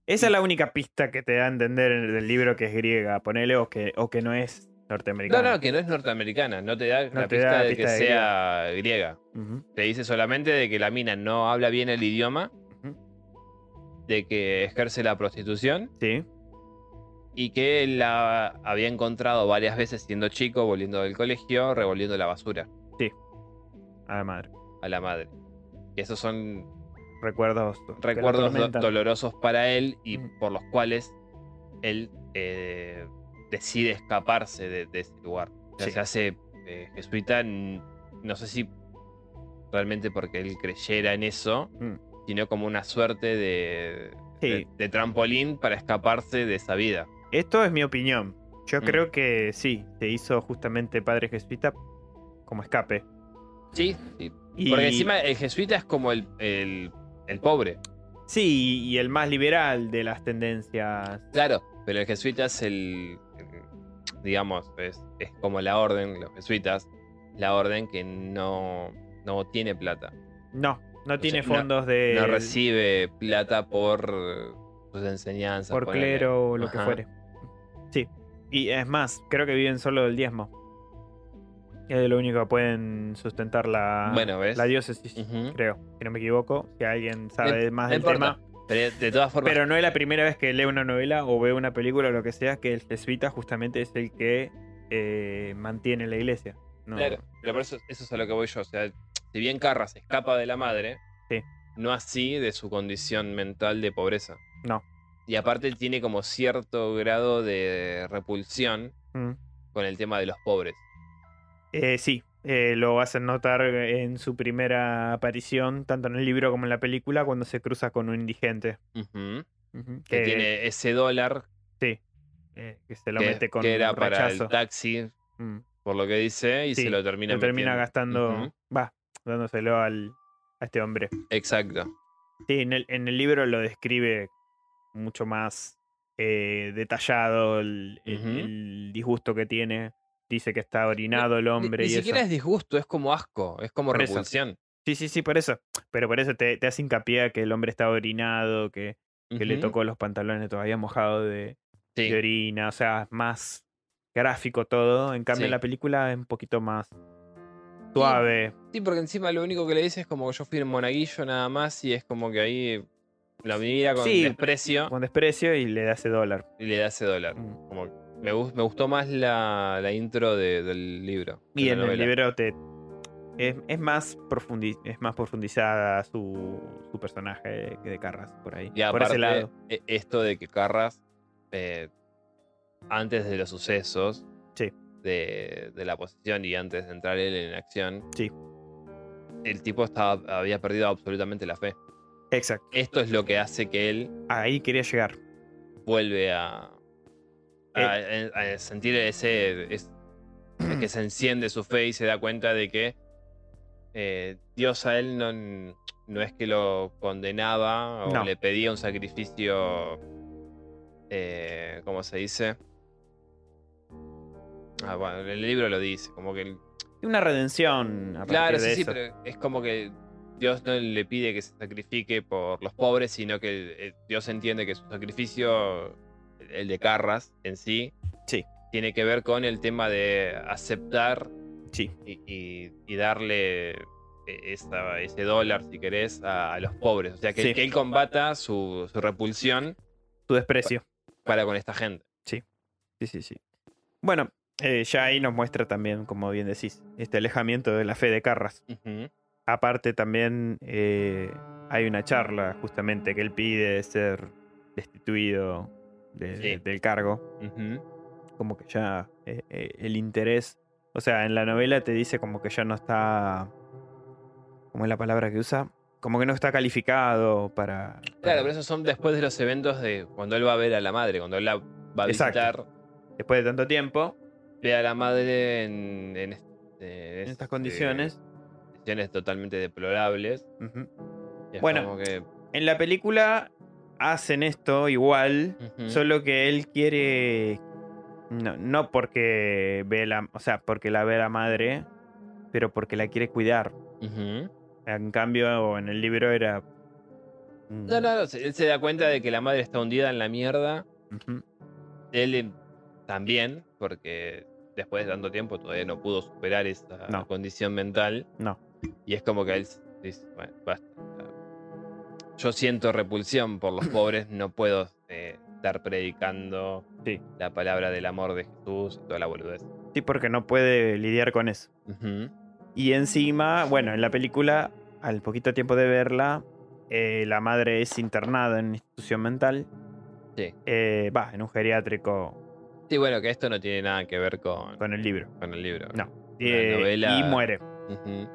Speaker 1: Esa es la única pista que te da a entender en el libro que es griega, ponele, o que, o que no es
Speaker 2: no,
Speaker 1: norteamericana.
Speaker 2: no, que no es norteamericana. No te da
Speaker 1: No
Speaker 2: la
Speaker 1: te
Speaker 2: pista
Speaker 1: da la
Speaker 2: de
Speaker 1: pista
Speaker 2: que
Speaker 1: de
Speaker 2: sea griega.
Speaker 1: Ujú,
Speaker 2: Te dice solamente de que la mina no habla bien el idioma,
Speaker 1: Ujú.
Speaker 2: de que ejerce la prostitución
Speaker 1: Sí,
Speaker 2: y que él la había encontrado varias veces siendo chico, volviendo del colegio, revolviendo la basura
Speaker 1: a la madre.
Speaker 2: a la madre. Y esos son
Speaker 1: Recuerdos. que la
Speaker 2: recuerdos do-
Speaker 1: atormentan.
Speaker 2: dolorosos para él y
Speaker 1: Mm.
Speaker 2: por los cuales él eh, decide escaparse de, de ese lugar. O sea,
Speaker 1: Sí.
Speaker 2: Se hace eh, jesuita, n- no sé si realmente porque él creyera en eso,
Speaker 1: Mm.
Speaker 2: sino como una suerte de,
Speaker 1: Sí.
Speaker 2: de- de trampolín para escaparse de esa vida.
Speaker 1: Esto es mi opinión. Yo
Speaker 2: Mm.
Speaker 1: creo que sí, se hizo justamente padre jesuita como escape.
Speaker 2: Sí, sí.
Speaker 1: Y,
Speaker 2: Porque encima el jesuita es como el, el- el pobre,
Speaker 1: Sí, y el más liberal de las tendencias.
Speaker 2: claro, pero el jesuita es el, el- digamos, es, es como la orden, los jesuitas, la orden que no, no tiene plata,
Speaker 1: No, no tiene
Speaker 2: sea, no-
Speaker 1: fondos de.
Speaker 2: no recibe plata por eh, sus enseñanzas.
Speaker 1: por
Speaker 2: ponele.
Speaker 1: clero o lo que
Speaker 2: Ajá.
Speaker 1: fuere. Sí. Y es más, creo que viven solo del diezmo. Es lo único que pueden sustentar la,
Speaker 2: Bueno, ¿ves?
Speaker 1: ah, la diócesis,
Speaker 2: Ujú.
Speaker 1: creo. Si no me equivoco, si alguien sabe más
Speaker 2: no
Speaker 1: del
Speaker 2: importa,
Speaker 1: tema.
Speaker 2: Pero de todas formas,
Speaker 1: Pero no es la primera vez que lee una novela o ve una película o lo que sea, que el jesuita justamente es el que eh, mantiene la iglesia. No,
Speaker 2: Claro, pero por eso, eso es a lo que voy yo. O sea, si bien Carras escapa de la madre,
Speaker 1: Sí.
Speaker 2: no así de su condición mental de pobreza.
Speaker 1: No.
Speaker 2: Y aparte tiene como cierto grado de repulsión
Speaker 1: Mm.
Speaker 2: con el tema de los pobres.
Speaker 1: Eh, sí, eh, lo hacen notar en su primera aparición, tanto en el libro como en la película, cuando se cruza con un indigente.
Speaker 2: Ujú. Que
Speaker 1: que-
Speaker 2: tiene ese dólar
Speaker 1: eh, que se lo
Speaker 2: que,
Speaker 1: mete con
Speaker 2: que era para
Speaker 1: rechazo.
Speaker 2: el taxi,
Speaker 1: Mm.
Speaker 2: por lo que dice, y
Speaker 1: Sí,
Speaker 2: se lo termina
Speaker 1: Lo termina
Speaker 2: metiendo.
Speaker 1: gastando,
Speaker 2: Ujú,
Speaker 1: va, dándoselo al, a este hombre.
Speaker 2: Exacto.
Speaker 1: Sí, en el, en el libro lo describe mucho más eh, detallado el, el-
Speaker 2: Ujú.
Speaker 1: el disgusto que tiene. Dice que está orinado el
Speaker 2: Ni,
Speaker 1: hombre
Speaker 2: ni
Speaker 1: y eso.
Speaker 2: siquiera es disgusto, es como asco, es como
Speaker 1: Por eso.
Speaker 2: repulsión.
Speaker 1: Sí, sí, sí, por eso. Pero por eso te, te hace hincapié a que el hombre está orinado, que, que le
Speaker 2: Ujú.
Speaker 1: tocó los pantalones todavía mojados de,
Speaker 2: Sí.
Speaker 1: de orina, o sea, más gráfico todo. En cambio,
Speaker 2: Sí.
Speaker 1: en la película es un poquito más suave.
Speaker 2: Sí, porque encima lo único que le dice es como que yo fui un monaguillo nada más y es como que ahí lo mira con
Speaker 1: Sí.
Speaker 2: desprecio
Speaker 1: Con desprecio y le da ese dólar.
Speaker 2: y le da ese dólar.
Speaker 1: Mm.
Speaker 2: Como que me, gus- me gustó más la, la intro de- del libro. de
Speaker 1: Y
Speaker 2: la
Speaker 1: en el
Speaker 2: novela.
Speaker 1: libro te. Es, es más profundi- es más profundizada su, su personaje de, de Carras por ahí.
Speaker 2: Y
Speaker 1: por
Speaker 2: aparte,
Speaker 1: ese lado.
Speaker 2: e- esto de que Carras, eh, antes de los sucesos
Speaker 1: Sí.
Speaker 2: de, de la posición y antes de entrar él en acción,
Speaker 1: Sí.
Speaker 2: el tipo estaba, había perdido absolutamente la fe.
Speaker 1: Exacto.
Speaker 2: Esto es lo que hace que él
Speaker 1: Ahí quería llegar.
Speaker 2: vuelve a, a- a- a sentir ese, es- que se enciende su fe y se da cuenta de que eh, Dios a él no, no es que lo condenaba o
Speaker 1: No.
Speaker 2: le pedía un sacrificio, eh, ¿cómo se dice? Ah, bueno, en el libro lo dice, como que... el-
Speaker 1: Una redención. A
Speaker 2: Claro,
Speaker 1: partir
Speaker 2: sí,
Speaker 1: de
Speaker 2: sí,
Speaker 1: eso.
Speaker 2: pero es como que Dios no le pide que se sacrifique por los pobres, sino que eh, Dios entiende que su sacrificio, el de Carras en sí,
Speaker 1: Sí.
Speaker 2: tiene que ver con el tema de aceptar
Speaker 1: Sí.
Speaker 2: y, y- y darle eh, esa- ese dólar, si querés, a, a los pobres. O sea, que,
Speaker 1: Sí.
Speaker 2: que él combata su, su repulsión
Speaker 1: Su desprecio.
Speaker 2: para con esta gente.
Speaker 1: Sí, sí, sí. Bueno, eh, ya ahí nos muestra también, como bien decís, este alejamiento de la fe de Carras.
Speaker 2: Ujú.
Speaker 1: Aparte también eh, hay una charla justamente que él pide ser destituido de-
Speaker 2: Sí.
Speaker 1: del cargo.
Speaker 2: Ujú.
Speaker 1: Como que ya eh, eh, el interés... O sea, en la novela te dice como que ya no está... ¿Cómo es la palabra que usa? Como que no está calificado para...
Speaker 2: Claro,
Speaker 1: para-
Speaker 2: pero esos son después de los eventos de cuando él va a ver a la madre, cuando él la va a
Speaker 1: Exacto.
Speaker 2: visitar.
Speaker 1: Después de tanto tiempo,
Speaker 2: ve a la madre en, en este- en
Speaker 1: en
Speaker 2: este-
Speaker 1: estas condiciones...
Speaker 2: Condiciones totalmente deplorables.
Speaker 1: ujú.
Speaker 2: Y es
Speaker 1: Bueno.
Speaker 2: como que,
Speaker 1: En la película hacen esto igual,
Speaker 2: ujú,
Speaker 1: Solo que él quiere. No, no porque ve la. O sea, porque la ve la madre, pero porque la quiere cuidar.
Speaker 2: ujú.
Speaker 1: En cambio, en el libro era. mm,
Speaker 2: No, no, no, se- Él se da cuenta de que la madre está hundida en la mierda.
Speaker 1: ujú,
Speaker 2: Él eh, también, porque después de tanto tiempo todavía no pudo superar esa
Speaker 1: No.
Speaker 2: condición mental.
Speaker 1: No.
Speaker 2: Y es como que él dice, bueno, basta. Yo siento repulsión por los pobres, no puedo eh, estar predicando
Speaker 1: Sí.
Speaker 2: la palabra del amor de Jesús y toda la boludez.
Speaker 1: Sí, porque no puede lidiar con eso.
Speaker 2: Ujú.
Speaker 1: Y encima, bueno, en la película, al poquito tiempo de verla, eh, la madre es internada en una institución mental.
Speaker 2: Sí.
Speaker 1: Eh, Va, en un geriátrico
Speaker 2: Sí, bueno, que esto no tiene nada que ver con,
Speaker 1: con el libro.
Speaker 2: con el libro.
Speaker 1: No. Eh,
Speaker 2: novela-
Speaker 1: Y muere.
Speaker 2: Ujú.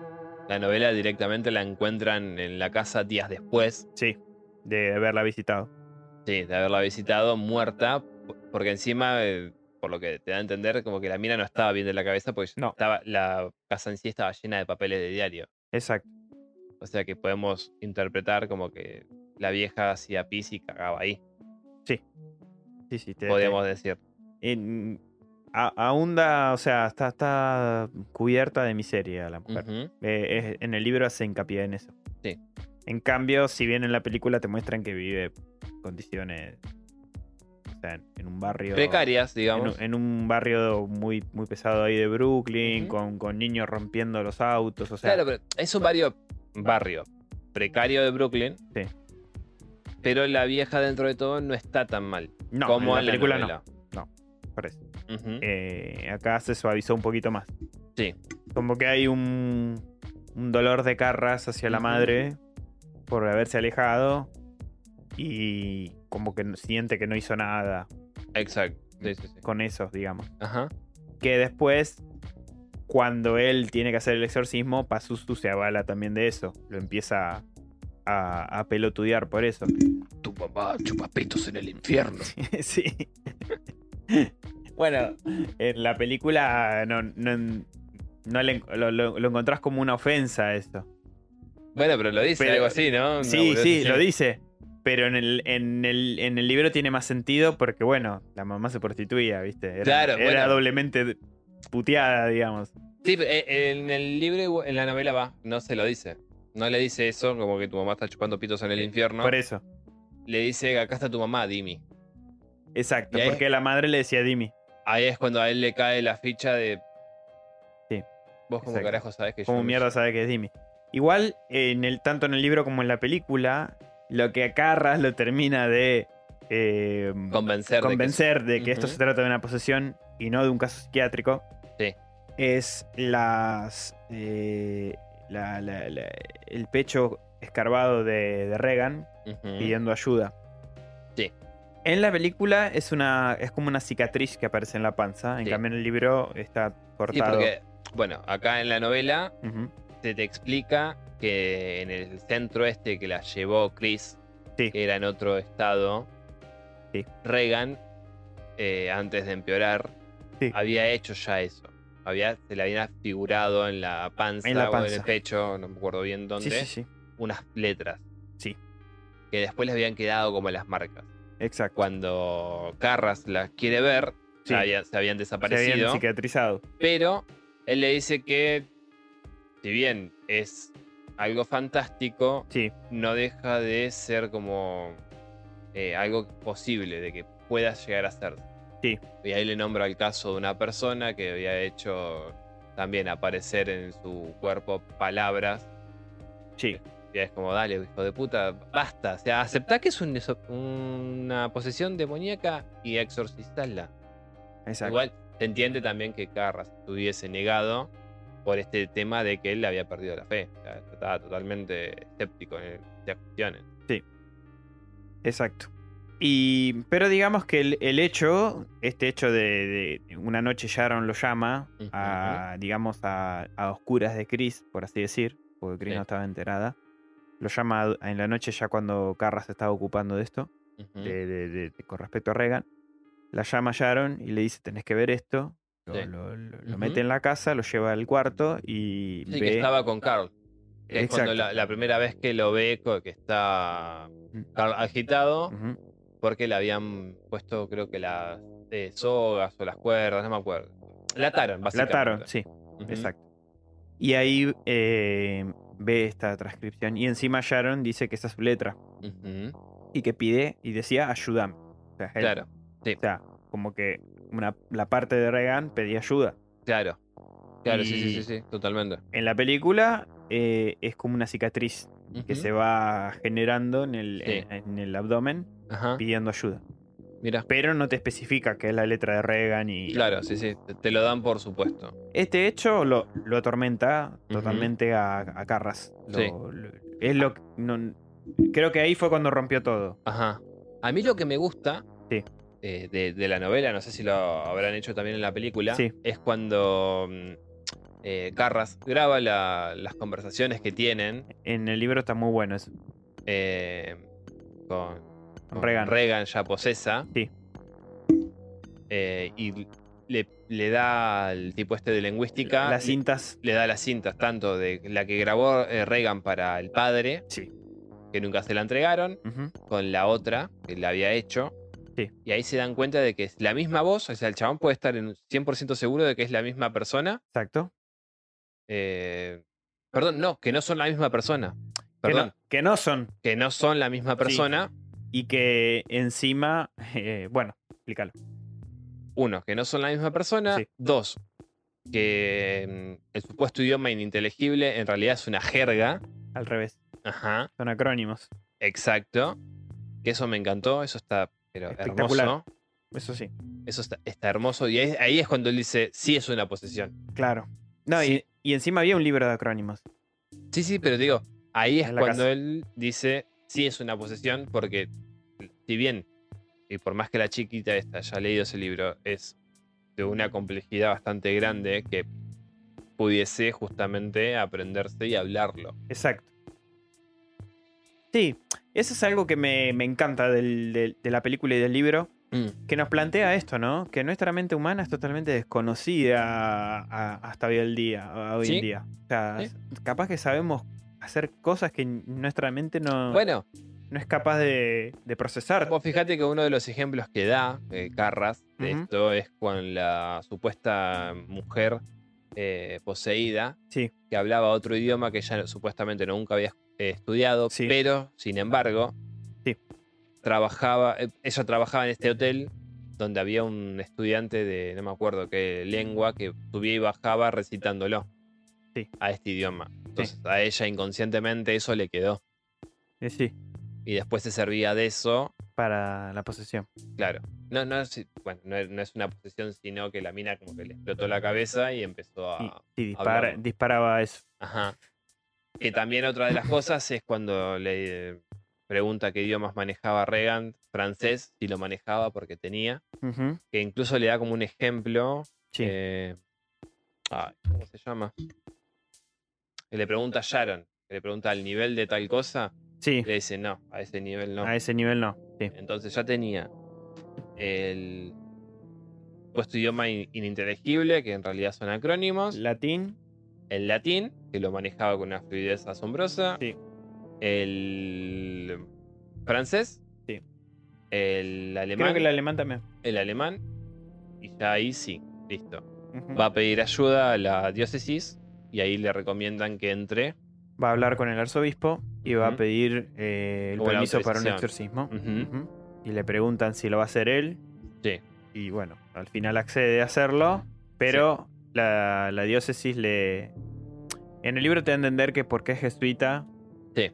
Speaker 2: La novela directamente la encuentran en la casa días después
Speaker 1: Sí, de haberla visitado.
Speaker 2: sí, de haberla visitado, muerta, p- porque encima, eh, por lo que te da a entender, como que la mina no estaba bien de la cabeza, porque
Speaker 1: No.
Speaker 2: estaba, la casa en sí estaba llena de papeles de diario.
Speaker 1: Exacto.
Speaker 2: O sea que podemos interpretar como que la vieja hacía pis y cagaba ahí,
Speaker 1: Sí, sí, te- te-
Speaker 2: podríamos decir.
Speaker 1: en- a- ahonda, o sea, está, está cubierta de miseria la mujer.
Speaker 2: Ujú.
Speaker 1: Eh, es- en el libro hace hincapié en eso.
Speaker 2: Sí.
Speaker 1: En cambio, si bien en la película te muestran que vive condiciones, o sea, en, en un barrio...
Speaker 2: Precarias,
Speaker 1: En,
Speaker 2: digamos.
Speaker 1: un- en un barrio muy, muy pesado ahí de Brooklyn,
Speaker 2: Ujú.
Speaker 1: con, con niños rompiendo los autos, o sea...
Speaker 2: Claro, pero es un barrio, barrio precario de Brooklyn.
Speaker 1: Sí.
Speaker 2: Pero la vieja dentro de todo no está tan mal.
Speaker 1: no,
Speaker 2: como en la película
Speaker 1: no, por eso.
Speaker 2: Ujú.
Speaker 1: Eh, acá se suavizó un poquito más.
Speaker 2: Sí.
Speaker 1: Como que hay un, un dolor de carras hacia la
Speaker 2: Ujú.
Speaker 1: madre por haberse alejado y como que no- siente que no hizo nada
Speaker 2: Exacto. Sí, sí, sí.
Speaker 1: con esos, digamos.
Speaker 2: Ajá.
Speaker 1: Que después, cuando él tiene que hacer el exorcismo, Pazuzu se avala también de eso. Lo empieza a, a pelotudear por eso.
Speaker 2: Tu papá chupapitos en el infierno.
Speaker 1: sí. bueno, en la película no, no, no le- lo, lo- lo encontrás como una ofensa eso.
Speaker 2: Bueno, pero lo dice
Speaker 1: Pero-
Speaker 2: algo así, ¿no? Una
Speaker 1: Sí,
Speaker 2: boludez
Speaker 1: sí,
Speaker 2: así.
Speaker 1: lo dice. Pero en el, en, el, en el libro tiene más sentido porque, bueno, la mamá se prostituía, ¿viste? Era,
Speaker 2: Claro,
Speaker 1: era
Speaker 2: bueno.
Speaker 1: doblemente puteada, digamos.
Speaker 2: Sí, pero, eh, en el libro, igual- en la novela va, no se lo dice. No le dice eso, como que tu mamá está chupando pitos en el infierno.
Speaker 1: Por e-, eso.
Speaker 2: Le dice, acá está tu mamá, Dimi.
Speaker 1: Exacto.
Speaker 2: Y ahí-
Speaker 1: Porque la madre le decía a Dimi.
Speaker 2: Ahí es cuando a él le cae la ficha de...
Speaker 1: Sí,
Speaker 2: Vos como
Speaker 1: exacto.
Speaker 2: carajo sabés que yo...
Speaker 1: Como
Speaker 2: no
Speaker 1: mierda sabe que es Dimi. Igual, en el, tanto en el libro como en la película, lo que a Carras lo termina de eh,
Speaker 2: Convencer. de que
Speaker 1: convencer de que, esto
Speaker 2: Ujú.
Speaker 1: se trata de una posesión y no de un caso psiquiátrico.
Speaker 2: Sí.
Speaker 1: Es las. eh, la- la- la- el pecho escarbado de, de Regan
Speaker 2: es- Ujú.
Speaker 1: pidiendo ayuda.
Speaker 2: Sí.
Speaker 1: En la película es una. es como una cicatriz que aparece en la panza. En
Speaker 2: Sí.
Speaker 1: cambio en el libro está
Speaker 2: Sí,
Speaker 1: cortado.
Speaker 2: porque, bueno, acá en la novela
Speaker 1: Ujú.
Speaker 2: se te explica que en el centro este que la llevó Chris,
Speaker 1: Sí.
Speaker 2: que era en otro estado,
Speaker 1: Sí.
Speaker 2: Reagan, eh, antes de empeorar,
Speaker 1: Sí.
Speaker 2: había hecho ya eso. Había, se le habían figurado en la panza,
Speaker 1: En la
Speaker 2: o en el
Speaker 1: panza.
Speaker 2: pecho, no me acuerdo bien dónde,
Speaker 1: Sí, sí, sí.
Speaker 2: unas letras.
Speaker 1: Sí.
Speaker 2: Que después le habían quedado como las marcas.
Speaker 1: Exacto.
Speaker 2: Cuando Carras las quiere ver,
Speaker 1: Sí.
Speaker 2: había- se habían
Speaker 1: Se
Speaker 2: desaparecido.
Speaker 1: habían cicatrizado.
Speaker 2: Pero él le dice que, si bien es algo fantástico,
Speaker 1: Sí.
Speaker 2: no deja de ser como eh, algo posible, de que pueda llegar a ser.
Speaker 1: Sí.
Speaker 2: Y ahí le nombra el caso de una persona que había hecho también aparecer en su cuerpo palabras.
Speaker 1: Sí.
Speaker 2: Y es como, dale, hijo de puta, basta. O sea, aceptá que es un eso- una posesión demoníaca y exorcizarla.
Speaker 1: Exacto.
Speaker 2: Igual se entiende también que Carras estuviese negado por este tema de que él había perdido la fe. O sea, estaba totalmente escéptico en las cuestiones.
Speaker 1: Exacto. Y, pero digamos que el, el hecho, este hecho de, de una noche Sharon lo llama a, digamos, a, a oscuras de Chris, por así decir, porque Chris
Speaker 2: Sí.
Speaker 1: no estaba enterada. Lo llama en la noche ya cuando Carras se estaba ocupando de esto,
Speaker 2: Ujú.
Speaker 1: de- de- de- de- con respecto a Regan. La llama Sharon y le dice, tenés que ver esto. Lo,
Speaker 2: Sí.
Speaker 1: lo- lo- lo
Speaker 2: Ujú.
Speaker 1: mete en la casa, lo lleva al cuarto y ve...
Speaker 2: Sí, que estaba con Carl. que es cuando
Speaker 1: Exacto. Mm.
Speaker 2: la, la primera vez que lo ve, co- que está Carl agitado,
Speaker 1: Ujú.
Speaker 2: porque le habían puesto, creo que las eh, sogas o las cuerdas, no me acuerdo. La ataron,
Speaker 1: La
Speaker 2: básicamente.
Speaker 1: ataron, sí.
Speaker 2: Ujú.
Speaker 1: Exacto. Y ahí eh, ve esta transcripción. Y encima Sharon dice que esa es su letra.
Speaker 2: Ujú.
Speaker 1: Y que pide y decía, ayúdame. O sea, él-
Speaker 2: Claro,
Speaker 1: o sea, como que una- la parte de Regan pedía ayuda.
Speaker 2: claro. Claro, sí, sí,
Speaker 1: Y-
Speaker 2: sí, sí, totalmente.
Speaker 1: En la película eh, es como una cicatriz que
Speaker 2: Ujú.
Speaker 1: se va generando en el,
Speaker 2: Sí.
Speaker 1: en, en el abdomen
Speaker 2: Ajá,
Speaker 1: pidiendo ayuda.
Speaker 2: mira.
Speaker 1: Pero no te especifica que es la letra de Regan y...
Speaker 2: Claro, sí, sí, te- te lo dan por supuesto.
Speaker 1: Este hecho lo, lo atormenta
Speaker 2: Ujú.
Speaker 1: totalmente a, a Carras. Lo-
Speaker 2: Sí.
Speaker 1: lo- es lo que- no- creo que ahí fue cuando rompió todo.
Speaker 2: Ajá. A mí lo que me gusta
Speaker 1: Sí.
Speaker 2: eh, de, de la novela, no sé si lo habrán hecho también en la película,
Speaker 1: Sí.
Speaker 2: es cuando mm, eh, Carras graba la- las conversaciones que tienen
Speaker 1: En el libro está muy bueno eso.
Speaker 2: eh, con, con
Speaker 1: Regan.
Speaker 2: ya posesa.
Speaker 1: Sí.
Speaker 2: Eh, y le, le da al tipo este de lingüística.
Speaker 1: Las
Speaker 2: le-
Speaker 1: cintas.
Speaker 2: le da las cintas, tanto de la que grabó eh, Reagan para el padre,
Speaker 1: Sí.
Speaker 2: que nunca se la entregaron,
Speaker 1: Ujú.
Speaker 2: con la otra que la había hecho.
Speaker 1: Sí.
Speaker 2: Y ahí se dan cuenta de que es la misma voz, o sea, el chabón puede estar en un 100% seguro de que es la misma persona.
Speaker 1: Exacto.
Speaker 2: eh, perdón, no, que no son la misma persona.
Speaker 1: Que
Speaker 2: Perdón,
Speaker 1: no, que no son.
Speaker 2: que no son la misma persona.
Speaker 1: Y que encima. eh, bueno, explícalo.
Speaker 2: Uno, que no son la misma persona.
Speaker 1: Sí.
Speaker 2: Dos, que mm, el supuesto idioma ininteligible en realidad es una jerga.
Speaker 1: Al revés.
Speaker 2: Ajá.
Speaker 1: Son acrónimos.
Speaker 2: Exacto. Que eso me encantó, eso está pero
Speaker 1: Espectacular.
Speaker 2: hermoso.
Speaker 1: Eso sí.
Speaker 2: Eso está, está hermoso. Y ahí, ahí es cuando él dice, sí es una posesión.
Speaker 1: Claro. No, y-
Speaker 2: Sí.
Speaker 1: y, encima había un libro de acrónimos.
Speaker 2: Sí, sí, pero digo, ahí es
Speaker 1: En la
Speaker 2: cuando
Speaker 1: casa.
Speaker 2: él dice, sí es una posesión, porque si bien, y por más que la chiquita esta haya leído ese libro, es de una complejidad bastante grande que pudiese justamente aprenderse y hablarlo.
Speaker 1: Exacto. Sí. Eso es algo que me, me encanta del- del- de la película y del libro. que nos plantea esto, ¿no? Que nuestra mente humana es totalmente desconocida a- hasta hoy el día, a hoy
Speaker 2: Sí.
Speaker 1: en día. O sea,
Speaker 2: Sí.
Speaker 1: capaz que sabemos hacer cosas que nuestra mente no,
Speaker 2: Bueno,
Speaker 1: no es capaz de, de procesar.
Speaker 2: Vos fijate que uno de los ejemplos que da eh, Carras de
Speaker 1: Ujú.
Speaker 2: esto es con la supuesta mujer eh, poseída
Speaker 1: Sí.
Speaker 2: que hablaba otro idioma que ya supuestamente nunca había eh, estudiado,
Speaker 1: Sí.
Speaker 2: pero sin embargo
Speaker 1: Sí.
Speaker 2: trabajaba, eh, ella trabajaba en este hotel donde había un estudiante de no me acuerdo qué lengua que subía y bajaba recitándolo
Speaker 1: Sí.
Speaker 2: a este idioma. Entonces a ella inconscientemente eso le quedó.
Speaker 1: Eh, Sí.
Speaker 2: y después se servía de eso.
Speaker 1: para la posesión.
Speaker 2: Claro. No, no, es, bueno, no, es- no es una posesión, sino que la mina como que le explotó la cabeza y empezó
Speaker 1: Y,
Speaker 2: Ah, a.
Speaker 1: y dispara-
Speaker 2: hablaba.
Speaker 1: disparaba eso.
Speaker 2: Ajá. Que también otra de las cosas es cuando le eh, pregunta qué idiomas manejaba Reagan, francés, si lo manejaba porque tenía.
Speaker 1: Ujú,
Speaker 2: Que incluso le da como un ejemplo
Speaker 1: Sí.
Speaker 2: eh, ay, ¿Cómo se llama? Que le pregunta a Sharon, que le pregunta al nivel de tal cosa,
Speaker 1: sí,
Speaker 2: y le dice no, a ese nivel eh, no.
Speaker 1: a ese nivel no. Sí.
Speaker 2: Entonces ya tenía el puesto idioma in- ininteligible, que en realidad son acrónimos,
Speaker 1: Latín,
Speaker 2: el latín, que lo manejaba con una fluidez asombrosa,
Speaker 1: Sí.
Speaker 2: el francés,
Speaker 1: Sí.
Speaker 2: el
Speaker 1: creo
Speaker 2: alemán,
Speaker 1: que el alemán también.
Speaker 2: el alemán, y ya ahí sí, listo
Speaker 1: Ujú.
Speaker 2: va a pedir ayuda a la diócesis y ahí le recomiendan que entre.
Speaker 1: Va a hablar con el arzobispo y va a
Speaker 2: Ujú.
Speaker 1: pedir eh, el
Speaker 2: Como la
Speaker 1: permiso para un
Speaker 2: autorización.
Speaker 1: exorcismo.
Speaker 2: Ujú.
Speaker 1: Ujú. Y le preguntan si lo va a hacer él.
Speaker 2: Sí.
Speaker 1: Y bueno, al final accede a hacerlo, pero la, la diócesis le... En el libro te da a entender que porque es jesuita,
Speaker 2: Sí.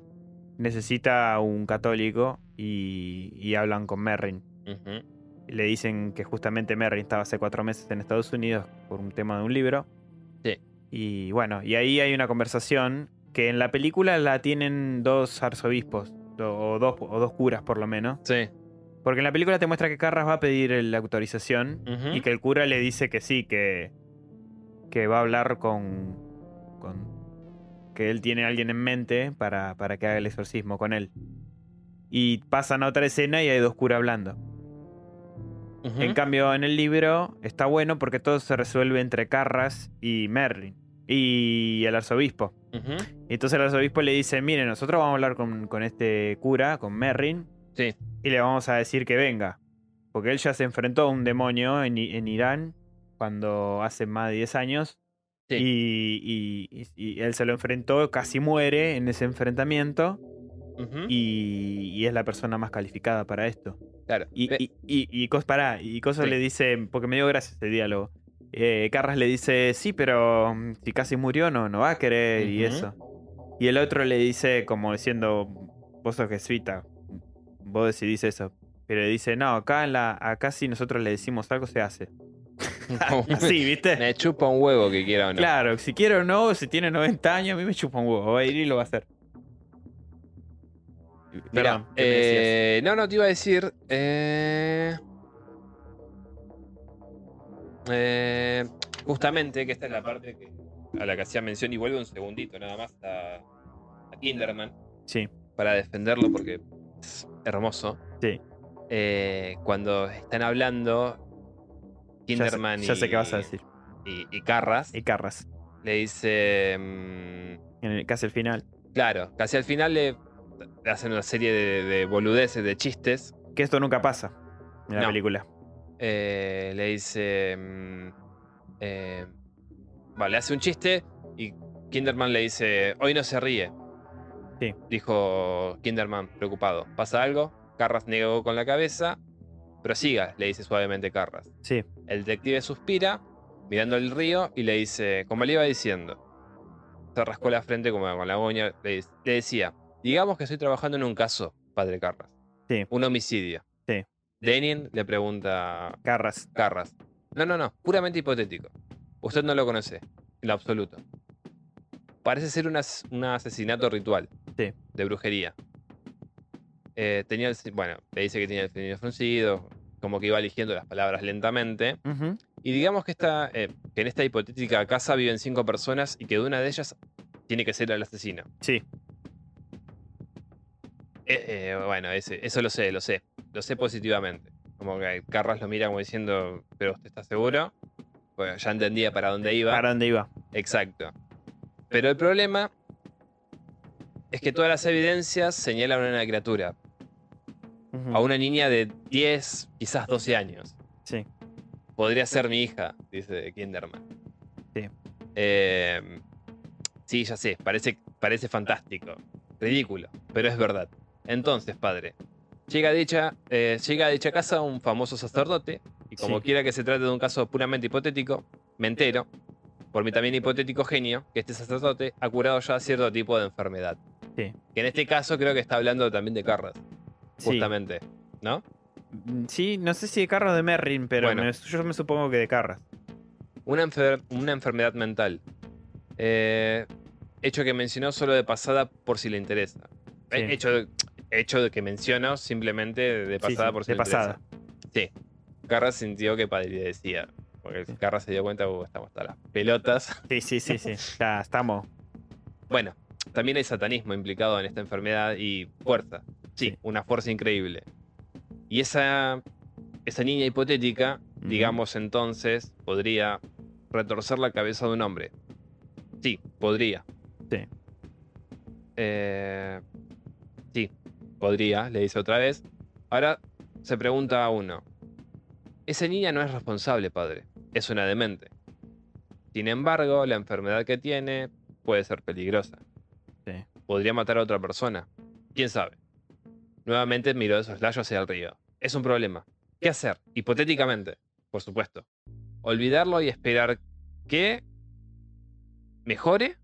Speaker 1: necesita un católico y, y hablan con Merrin.
Speaker 2: Ujú.
Speaker 1: Le dicen que justamente Merrin estaba hace cuatro meses en Estados Unidos por un tema de un libro.
Speaker 2: Sí.
Speaker 1: Y bueno, y ahí hay una conversación que en la película la tienen dos arzobispos, o o dos, o dos curas por lo menos.
Speaker 2: Sí.
Speaker 1: Porque en la película te muestra que Carras va a pedir el- la autorización
Speaker 2: Ujú.
Speaker 1: y que el cura le dice que sí, que, que va a hablar con, con... que él tiene a alguien en mente para, para que haga el exorcismo con él. Y pasan a otra escena y hay dos curas hablando.
Speaker 2: Ujú.
Speaker 1: En cambio, en el libro está bueno porque todo se resuelve entre Carras y Merlin y el arzobispo.
Speaker 2: Ujú.
Speaker 1: Y entonces el arzobispo le dice, mire, nosotros vamos a hablar con, con este cura, con Merrin,
Speaker 2: Sí.
Speaker 1: y le vamos a decir que venga. Porque él ya se enfrentó a un demonio en, I- en Irán cuando hace más de 10 años.
Speaker 2: Sí.
Speaker 1: Y, y- y- y él se lo enfrentó, casi muere en ese enfrentamiento.
Speaker 2: Ujú.
Speaker 1: Y, y es la persona más calificada para esto.
Speaker 2: Claro.
Speaker 1: Y,
Speaker 2: Ve-
Speaker 1: y, y, y Cos, pará, y Coso
Speaker 2: Eh, Sí.
Speaker 1: le dice, porque me dio gracia ese diálogo. eh, Carras le dice, sí, pero mm, si casi murió, no, no va a querer y
Speaker 2: Ujú.
Speaker 1: eso. Y el otro le dice, como diciendo, vos sos jesuita, vos decidís eso. Pero le dice, no, acá, en la, acá si nosotros le decimos algo se hace. Así, ¿viste?
Speaker 2: Me chupa un huevo que quiera o no.
Speaker 1: Claro, si quiere o no, si tiene 90 años, a mí me chupa un huevo, va a ir y lo va a hacer.
Speaker 2: Mirá,
Speaker 1: Perdón, ¿qué me decías?
Speaker 2: eh, no, no, te iba a decir. eh, eh, justamente que esta es la parte que- a la que hacía mención y vuelve un segundito nada más a, a Kinderman.
Speaker 1: Sí,
Speaker 2: para defenderlo porque es hermoso.
Speaker 1: Sí.
Speaker 2: Eh, cuando están
Speaker 1: ya
Speaker 2: hablando,
Speaker 1: sé,
Speaker 2: Kinderman
Speaker 1: ya sé
Speaker 2: y,
Speaker 1: qué vas a decir.
Speaker 2: y- y Carras
Speaker 1: Y Carras,
Speaker 2: le dice. mm,
Speaker 1: en el, casi el final.
Speaker 2: claro, casi al final le, le hacen una serie de, de boludeces, de chistes.
Speaker 1: Que esto nunca pasa en la
Speaker 2: No.
Speaker 1: película.
Speaker 2: Eh, le dice. mm, eh, bueno, le hace un chiste y Kinderman le dice: Hoy no se ríe.
Speaker 1: Sí.
Speaker 2: Dijo Kinderman preocupado. ¿Pasa algo? Carras negó con la cabeza. Prosiga, le dice suavemente Carras.
Speaker 1: Sí.
Speaker 2: El detective suspira, mirando el río, y le dice, como le iba diciendo, se rascó la frente como con la goña, le, dice- le decía, digamos que estoy trabajando en un caso, padre Carras.
Speaker 1: Sí.
Speaker 2: Un homicidio.
Speaker 1: Sí.
Speaker 2: Lenin le pregunta a
Speaker 1: Carras.
Speaker 2: Carras, no, no, no, puramente hipotético. Usted no lo conoce, en lo absoluto. Parece ser un, as- un asesinato ritual.
Speaker 1: Sí.
Speaker 2: De brujería. Eh, tenía el, ce- bueno, le dice que tenía el ceño fruncido, como que iba eligiendo las palabras lentamente.
Speaker 1: Ujú.
Speaker 2: Y digamos que, esta, eh, que en esta hipotética casa viven cinco personas y que de una de ellas tiene que ser el asesino.
Speaker 1: Sí.
Speaker 2: Eh, eh, bueno, ese- eso lo sé, lo sé. Lo sé positivamente. Como que Carras lo mira como diciendo, ¿pero usted está seguro? Bueno, ya entendía para dónde iba.
Speaker 1: ¿Para dónde iba?
Speaker 2: Exacto. Pero el problema es que todas las evidencias señalan a una criatura,
Speaker 1: Ujú.
Speaker 2: a una niña de 10, quizás 12 años.
Speaker 1: Sí.
Speaker 2: Podría ser mi hija, dice Kinderman.
Speaker 1: Sí.
Speaker 2: Eh, sí, ya sé, parece, parece fantástico, ridículo, pero es verdad. Entonces, padre, llega a dicha, eh, llega a dicha casa un famoso sacerdote, y como
Speaker 1: Sí.
Speaker 2: quiera que se trate de un caso puramente hipotético, me entero, por mi también hipotético genio, que este sacerdote ha curado ya cierto tipo de enfermedad.
Speaker 1: Sí.
Speaker 2: Que en este caso creo que está hablando también de Carras, justamente. ¿No?
Speaker 1: Sí. Mm, Sí, no sé si de Carras o de Merrin, pero
Speaker 2: Bueno.
Speaker 1: me- yo me supongo que de Carras.
Speaker 2: Una, enfer- una enfermedad mental. Eh, hecho que mencionó solo de pasada por si le interesa. Eh,
Speaker 1: Sí.
Speaker 2: Hecho, hecho de que mencionó simplemente de
Speaker 1: Sí,
Speaker 2: pasada
Speaker 1: sí,
Speaker 2: por si
Speaker 1: de
Speaker 2: le
Speaker 1: pasada.
Speaker 2: interesa. Sí. Carras sintió que padecía. Porque Carras se dio cuenta, "Uh, estamos hasta las pelotas.
Speaker 1: Sí, sí, sí, sí. Ya estamos.
Speaker 2: Bueno, también hay satanismo implicado en esta enfermedad y fuerza. Sí,
Speaker 1: Sí.
Speaker 2: una fuerza increíble. Y esa, esa niña hipotética,
Speaker 1: Ujú.
Speaker 2: digamos entonces, podría retorcer la cabeza de un hombre. Sí, podría.
Speaker 1: Sí.
Speaker 2: Eh, sí, podría, le dice otra vez. Ahora se pregunta a uno. Esa niña no es responsable, padre. Es una demente. Sin embargo, la enfermedad que tiene puede ser peligrosa.
Speaker 1: Sí.
Speaker 2: Podría matar a otra persona. ¿Quién sabe? Nuevamente miró de soslayo hacia el río. Es un problema. ¿Qué hacer? Hipotéticamente, por supuesto. ¿Olvidarlo y esperar que mejore?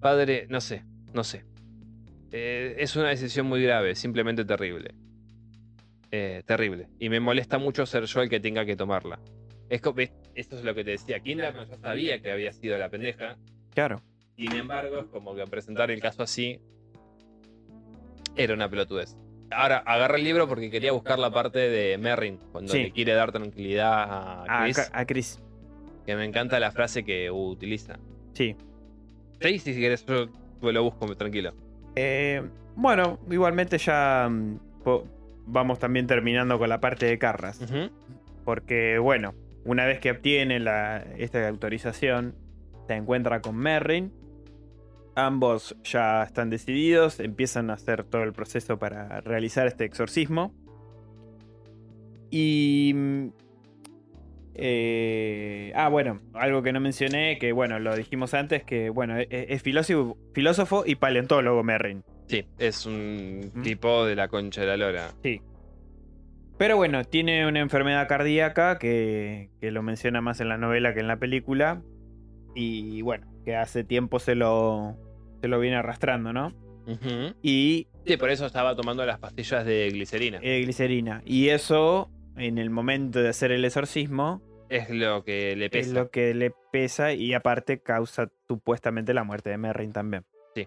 Speaker 2: Padre, no sé, no sé. Eh, es una decisión muy grave, simplemente terrible. Eh, terrible. Y me molesta mucho ser yo el que tenga que tomarla. Es co- es- esto es lo que te decía. Kinderman ya sabía que había sido la pendeja.
Speaker 1: Claro.
Speaker 2: Sin embargo, es como que presentar el caso así era una pelotudez. Ahora, agarra el libro porque quería buscar la parte de Merrin, cuando
Speaker 1: Sí.
Speaker 2: le quiere dar tranquilidad a
Speaker 1: A
Speaker 2: Chris,
Speaker 1: Ca- a Chris.
Speaker 2: que me encanta la frase que utiliza.
Speaker 1: Sí.
Speaker 2: Sí, si quieres, yo yo lo busco tranquilo.
Speaker 1: Eh, bueno, igualmente ya mm, po- vamos también terminando con la parte de Carras.
Speaker 2: Ujú.
Speaker 1: Porque, bueno, una vez que obtiene la, esta autorización, se encuentra con Merrin. Ambos ya están decididos, empiezan a hacer todo el proceso para realizar este exorcismo. Y. mm, eh, ah, bueno, algo que no mencioné, que bueno, lo dijimos antes, que bueno, es, es filósofo, filósofo y paleontólogo Merrin.
Speaker 2: Sí, es un
Speaker 1: Ujú.
Speaker 2: tipo de la concha de la lora.
Speaker 1: Pero bueno, tiene una enfermedad cardíaca que, que lo menciona más en la novela que en la película. Y bueno, que hace tiempo se lo, se lo viene arrastrando, ¿no?
Speaker 2: Ujú.
Speaker 1: Y
Speaker 2: Sí, por eso estaba tomando las pastillas de glicerina.
Speaker 1: eh, glicerina. Y eso, en el momento de hacer el exorcismo,
Speaker 2: Es lo que le
Speaker 1: es
Speaker 2: pesa.
Speaker 1: lo que le pesa y aparte causa supuestamente la muerte de Merrin también.
Speaker 2: Sí.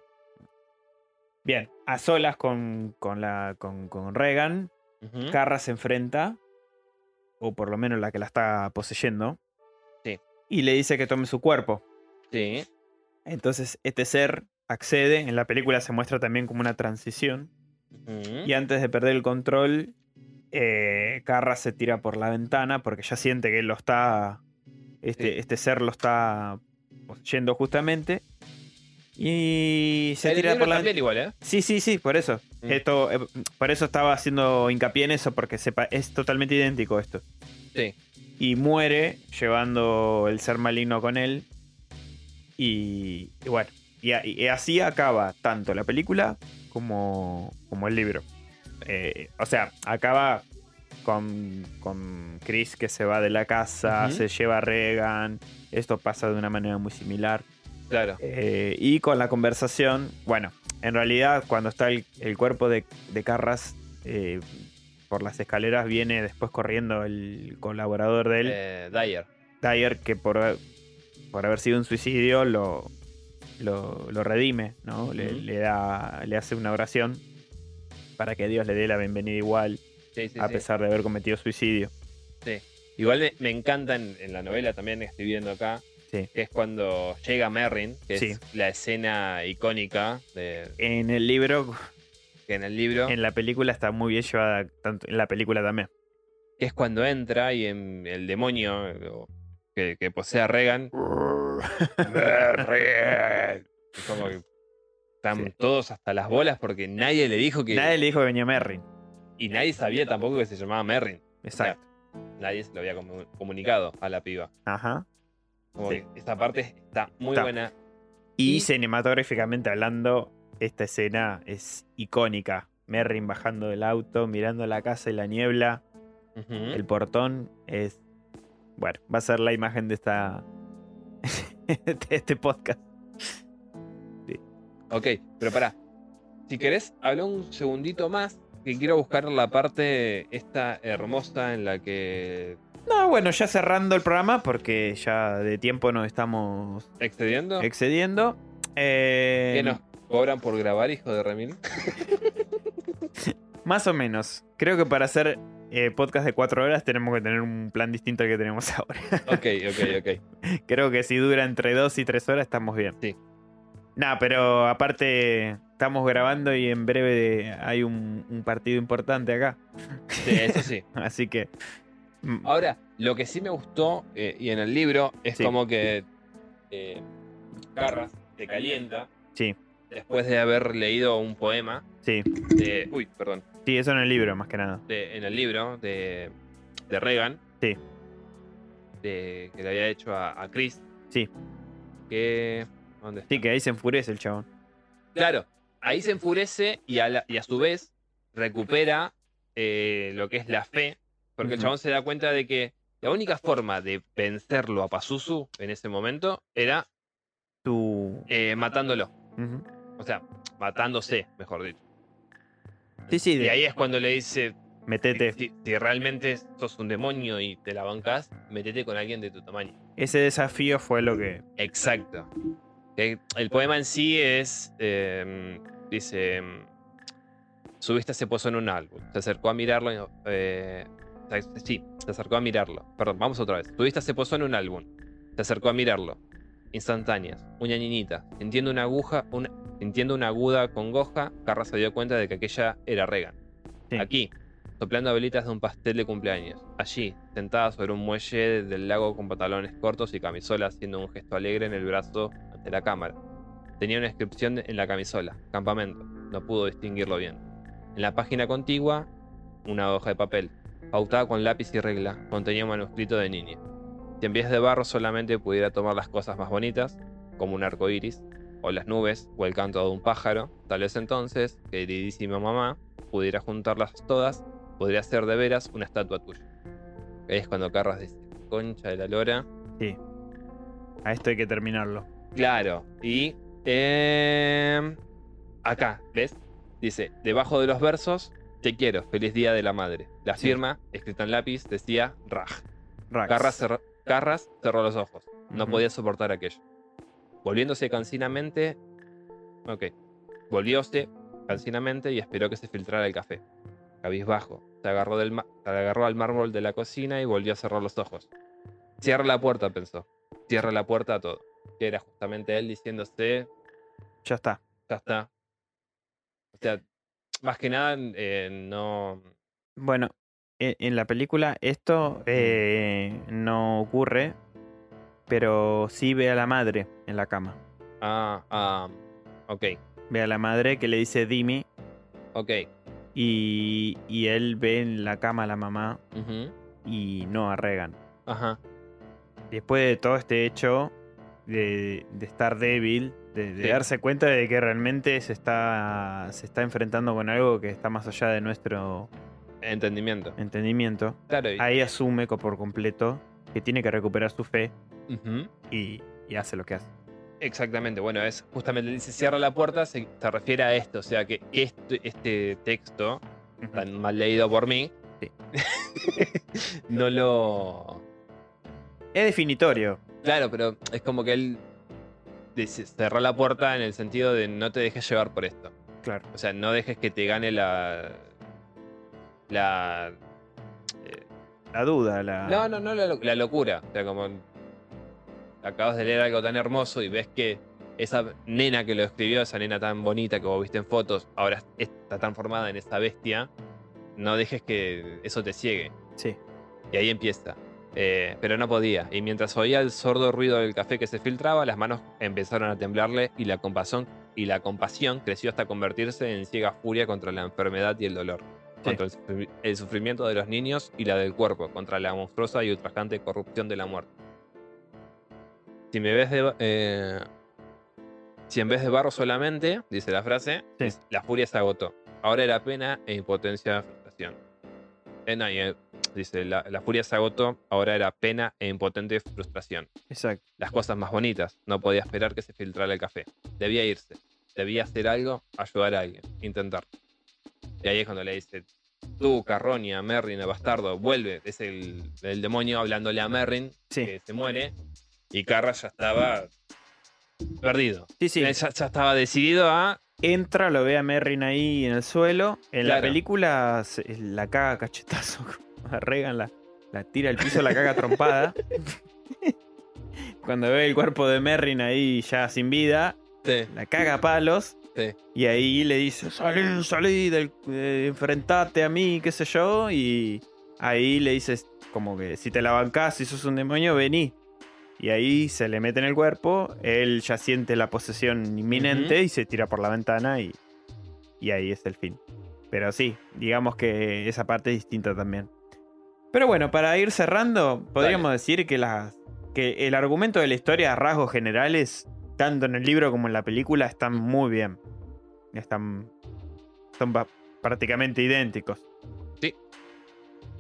Speaker 1: Bien, a solas con, con, la, con, con Regan,
Speaker 2: Ujú.
Speaker 1: Carra se enfrenta, o por lo menos la que la está poseyendo,
Speaker 2: Sí.
Speaker 1: y le dice que tome su cuerpo.
Speaker 2: Sí.
Speaker 1: Entonces este ser accede, en la película se muestra también como una transición,
Speaker 2: Ujú.
Speaker 1: y antes de perder el control, eh, Carra se tira por la ventana porque ya siente que él lo está, este,
Speaker 2: Sí.
Speaker 1: este ser lo está poseyendo justamente, y se
Speaker 2: El
Speaker 1: tira
Speaker 2: libro
Speaker 1: por la ventana.
Speaker 2: también igual, ¿eh?
Speaker 1: Sí, sí, sí, por eso.
Speaker 2: Mm.
Speaker 1: Esto, eh, por eso estaba haciendo hincapié en eso, porque se pa- es totalmente idéntico esto.
Speaker 2: Sí.
Speaker 1: Y muere llevando el ser maligno con él. Y, y bueno, y, a- y así acaba tanto la película como, como el libro. Eh, o sea, acaba con, con Chris que se va de la casa,
Speaker 2: Ujú.
Speaker 1: se lleva a Regan. Esto pasa de una manera muy similar.
Speaker 2: Claro.
Speaker 1: Eh, y con la conversación, bueno, en realidad cuando está el, el cuerpo de, de Carras eh, por las escaleras viene después corriendo el colaborador de él,
Speaker 2: Eh, Dyer.
Speaker 1: Dyer, que por, por haber sido un suicidio lo, lo, lo redime, ¿no? le,
Speaker 2: Ujú.
Speaker 1: le da, le hace una oración para que Dios le dé la bienvenida igual,
Speaker 2: Sí, sí,
Speaker 1: a
Speaker 2: sí.
Speaker 1: pesar de haber cometido suicidio.
Speaker 2: Sí. Igual me, me encanta en, en la novela también, estoy viendo acá,
Speaker 1: Sí.
Speaker 2: que es cuando llega Merrin, que
Speaker 1: Sí.
Speaker 2: es la escena icónica de,
Speaker 1: En el libro,
Speaker 2: que en el libro,
Speaker 1: en la película está muy bien llevada, tanto en la película también.
Speaker 2: que es cuando entra y en- el demonio eh, o- que, que posee a Regan. Merrin. Es como que están
Speaker 1: Sí.
Speaker 2: todos hasta las bolas porque nadie le dijo que...
Speaker 1: Nadie le dijo que venía Merrin.
Speaker 2: Y nadie sabía tampoco que se llamaba Merrin.
Speaker 1: Exacto.
Speaker 2: Nadie se lo había comu- comunicado a la piba.
Speaker 1: Ajá.
Speaker 2: Como
Speaker 1: Sí.
Speaker 2: que esta parte está muy
Speaker 1: Está.
Speaker 2: buena.
Speaker 1: Y,
Speaker 2: Y-
Speaker 1: cinematográficamente hablando, esta escena es icónica. Merrin bajando del auto, mirando la casa y la niebla,
Speaker 2: Ujú.
Speaker 1: el portón, es... Bueno, va a ser la imagen de esta... de este podcast. Sí.
Speaker 2: Ok, pero pará. Si querés, habla un segundito más. Que quiero buscar la parte esta hermosa en la que.
Speaker 1: No, bueno, ya cerrando el programa porque ya de tiempo nos estamos
Speaker 2: ¿Excediendo?
Speaker 1: excediendo. Eh,
Speaker 2: ¿Qué nos cobran por grabar, hijo de Remil?
Speaker 1: Más o menos. Creo que para hacer eh, podcast de cuatro horas tenemos que tener un plan distinto al que tenemos ahora.
Speaker 2: ok, ok, ok.
Speaker 1: Creo que si dura entre dos y tres horas estamos bien.
Speaker 2: Sí.
Speaker 1: Nah, pero aparte estamos grabando y en breve de- hay un, un partido importante acá.
Speaker 2: Sí, eso sí.
Speaker 1: Así que... mm,
Speaker 2: Ahora, lo que sí me gustó, eh, y en el libro, es
Speaker 1: Sí.
Speaker 2: como que eh, Carras se calienta
Speaker 1: Sí,
Speaker 2: después de haber leído un poema
Speaker 1: sí.
Speaker 2: de. Uy, perdón.
Speaker 1: Sí, eso en el libro más que nada.
Speaker 2: de- en el libro de, de Reagan.
Speaker 1: Sí.
Speaker 2: de- que le había hecho a, a Chris.
Speaker 1: Sí.
Speaker 2: Que. ¿Dónde?
Speaker 1: Sí, que ahí se enfurece el chabón.
Speaker 2: Claro, ahí se enfurece y a, la- y a su vez recupera eh, lo que es la fe, porque el
Speaker 1: Ujú.
Speaker 2: chabón se da cuenta de que la única forma de vencerlo a Pazuzu en ese momento era
Speaker 1: Tú...
Speaker 2: eh, matándolo,
Speaker 1: Ujú.
Speaker 2: o sea, matándose, mejor dicho.
Speaker 1: Sí, sí,
Speaker 2: Y
Speaker 1: de-
Speaker 2: ahí es cuando le dice,
Speaker 1: metete.
Speaker 2: si, si realmente sos un demonio y te la bancas, metete con alguien de tu tamaño.
Speaker 1: Ese desafío fue lo que...
Speaker 2: Exacto. Eh, El poema en sí es, eh, dice, em, su vista se posó en un árbol, se acercó a mirarlo, y, eh, se- sí, se acercó a mirarlo, perdón, vamos otra vez, su vista se posó en un álbum, se acercó a mirarlo, instantáneas, una niñita, entiendo una aguja, una, entiendo una aguda congoja, Carra se dio cuenta de que aquella era Regan.
Speaker 1: Sí.
Speaker 2: Aquí, soplando velitas de un pastel de cumpleaños. Allí, sentada sobre un muelle del lago con pantalones cortos y camisola, haciendo un gesto alegre en el brazo ante la cámara. Tenía una inscripción en la camisola, campamento. No pudo distinguirlo bien. En la página contigua, una hoja de papel, pautada con lápiz y regla, contenía un manuscrito de niña. Si en vez de barro solamente pudiera tomar las cosas más bonitas, como un arco iris, o las nubes, o el canto de un pájaro, tal vez entonces, queridísima mamá, pudiera juntarlas todas, podría ser de veras una estatua tuya. Ahí es cuando Carras dice, concha de la lora.
Speaker 1: Sí. A esto hay que terminarlo.
Speaker 2: Claro, y em, acá, ¿ves? Dice, debajo de los versos, te quiero, feliz día de la madre. La
Speaker 1: Sí.
Speaker 2: firma, escrita en lápiz, decía Raj.
Speaker 1: Rax.
Speaker 2: Carras, cerr- Carras cerró los ojos. No
Speaker 1: Ujú.
Speaker 2: podía soportar aquello. Volviéndose cansinamente. Ok. Volvióse cansinamente y esperó que se filtrara el café. Cabizbajo. Se agarró, del ma- se agarró al mármol de la cocina y volvió a cerrar los ojos. Cierra la puerta, pensó. Cierra la puerta a todo. Que era justamente él diciéndose,
Speaker 1: Ya está.
Speaker 2: ya está. O sea, más que nada, eh, no.
Speaker 1: Bueno, e- en la película esto eh, no ocurre, pero sí ve a la madre en la cama.
Speaker 2: Ah, ah. Ok,
Speaker 1: Ve a la madre que le dice Dimi
Speaker 2: ok.
Speaker 1: y, y él ve en la cama a la mamá
Speaker 2: ujú,
Speaker 1: y no a Regan.
Speaker 2: Ajá.
Speaker 1: Después de todo este hecho de, de estar débil, de, de
Speaker 2: Sí.
Speaker 1: darse cuenta de que realmente se está, se está enfrentando con algo que está más allá de nuestro
Speaker 2: Entendimiento.
Speaker 1: entendimiento,
Speaker 2: Claro, y-
Speaker 1: ahí asume co- por completo que tiene que recuperar su fe
Speaker 2: Ujú,
Speaker 1: y, y hace lo que hace.
Speaker 2: Exactamente, bueno, es justamente dice cierra la puerta, se, se refiere a esto, o sea que este, este texto, tan mal leído por mí,
Speaker 1: Sí.
Speaker 2: no lo...
Speaker 1: Es definitorio.
Speaker 2: Claro, pero es como que él dice, cerró la puerta en el sentido de no te dejes llevar por esto,
Speaker 1: Claro.
Speaker 2: o sea, no dejes que te gane la... la... eh,
Speaker 1: La duda, la.
Speaker 2: No, no, no, la, lo- la locura, o sea, como acabas de leer algo tan hermoso y ves que esa nena que lo escribió, esa nena tan bonita que vos viste en fotos, ahora está transformada en esta bestia, no dejes que eso te ciegue.
Speaker 1: Sí.
Speaker 2: Y ahí empieza. Eh, pero no podía, y mientras oía el sordo ruido del café que se filtraba, las manos empezaron a temblarle y la compasión, y la compasión creció hasta convertirse en ciega furia contra la enfermedad y el dolor, contra el sufri- el sufrimiento de los niños y la del cuerpo, contra la monstruosa y ultrajante corrupción de la muerte. Si me ves de, eh, si en vez de barro solamente, dice la frase,
Speaker 1: Sí.
Speaker 2: es, la furia se agotó. Ahora era pena e impotencia de frustración. Eh, no, y, eh, dice, la, la furia se agotó, ahora era pena e impotente frustración.
Speaker 1: Exacto.
Speaker 2: Las cosas más bonitas, no podía esperar que se filtrara el café. Debía irse. debía hacer algo, ayudar a alguien, intentar. Y ahí es cuando le dice, tú, Carronia, Merrin, el bastardo, vuelve. Es el, el demonio hablándole a Merrin,
Speaker 1: Sí.
Speaker 2: que se muere. Y Carra ya estaba perdido.
Speaker 1: Sí, sí.
Speaker 2: Él Ya, ya estaba decidido a...
Speaker 1: Entra, lo ve a Merrin ahí en el suelo. En la
Speaker 2: Claro.
Speaker 1: película se- eh, la caga a cachetazo. A Regan la, la tira al piso, la caga a trompada. Cuando ve el cuerpo de Merrin ahí ya sin vida, la caga a palos.
Speaker 2: Sí.
Speaker 1: Y ahí le dice, salí, salí, del, eh, enfrentate a mí, qué sé yo. Y ahí le dices, como que si te la bancás, si sos un demonio, vení. Y ahí se le mete en el cuerpo, él ya siente la posesión inminente y se tira por la ventana y, y ahí es el fin. Pero sí, digamos que esa parte es distinta también. Pero bueno, para ir cerrando, podríamos decir que, las, que el argumento de la historia a rasgos generales, tanto en el libro como en la película, están muy bien. Están, son pa- prácticamente idénticos.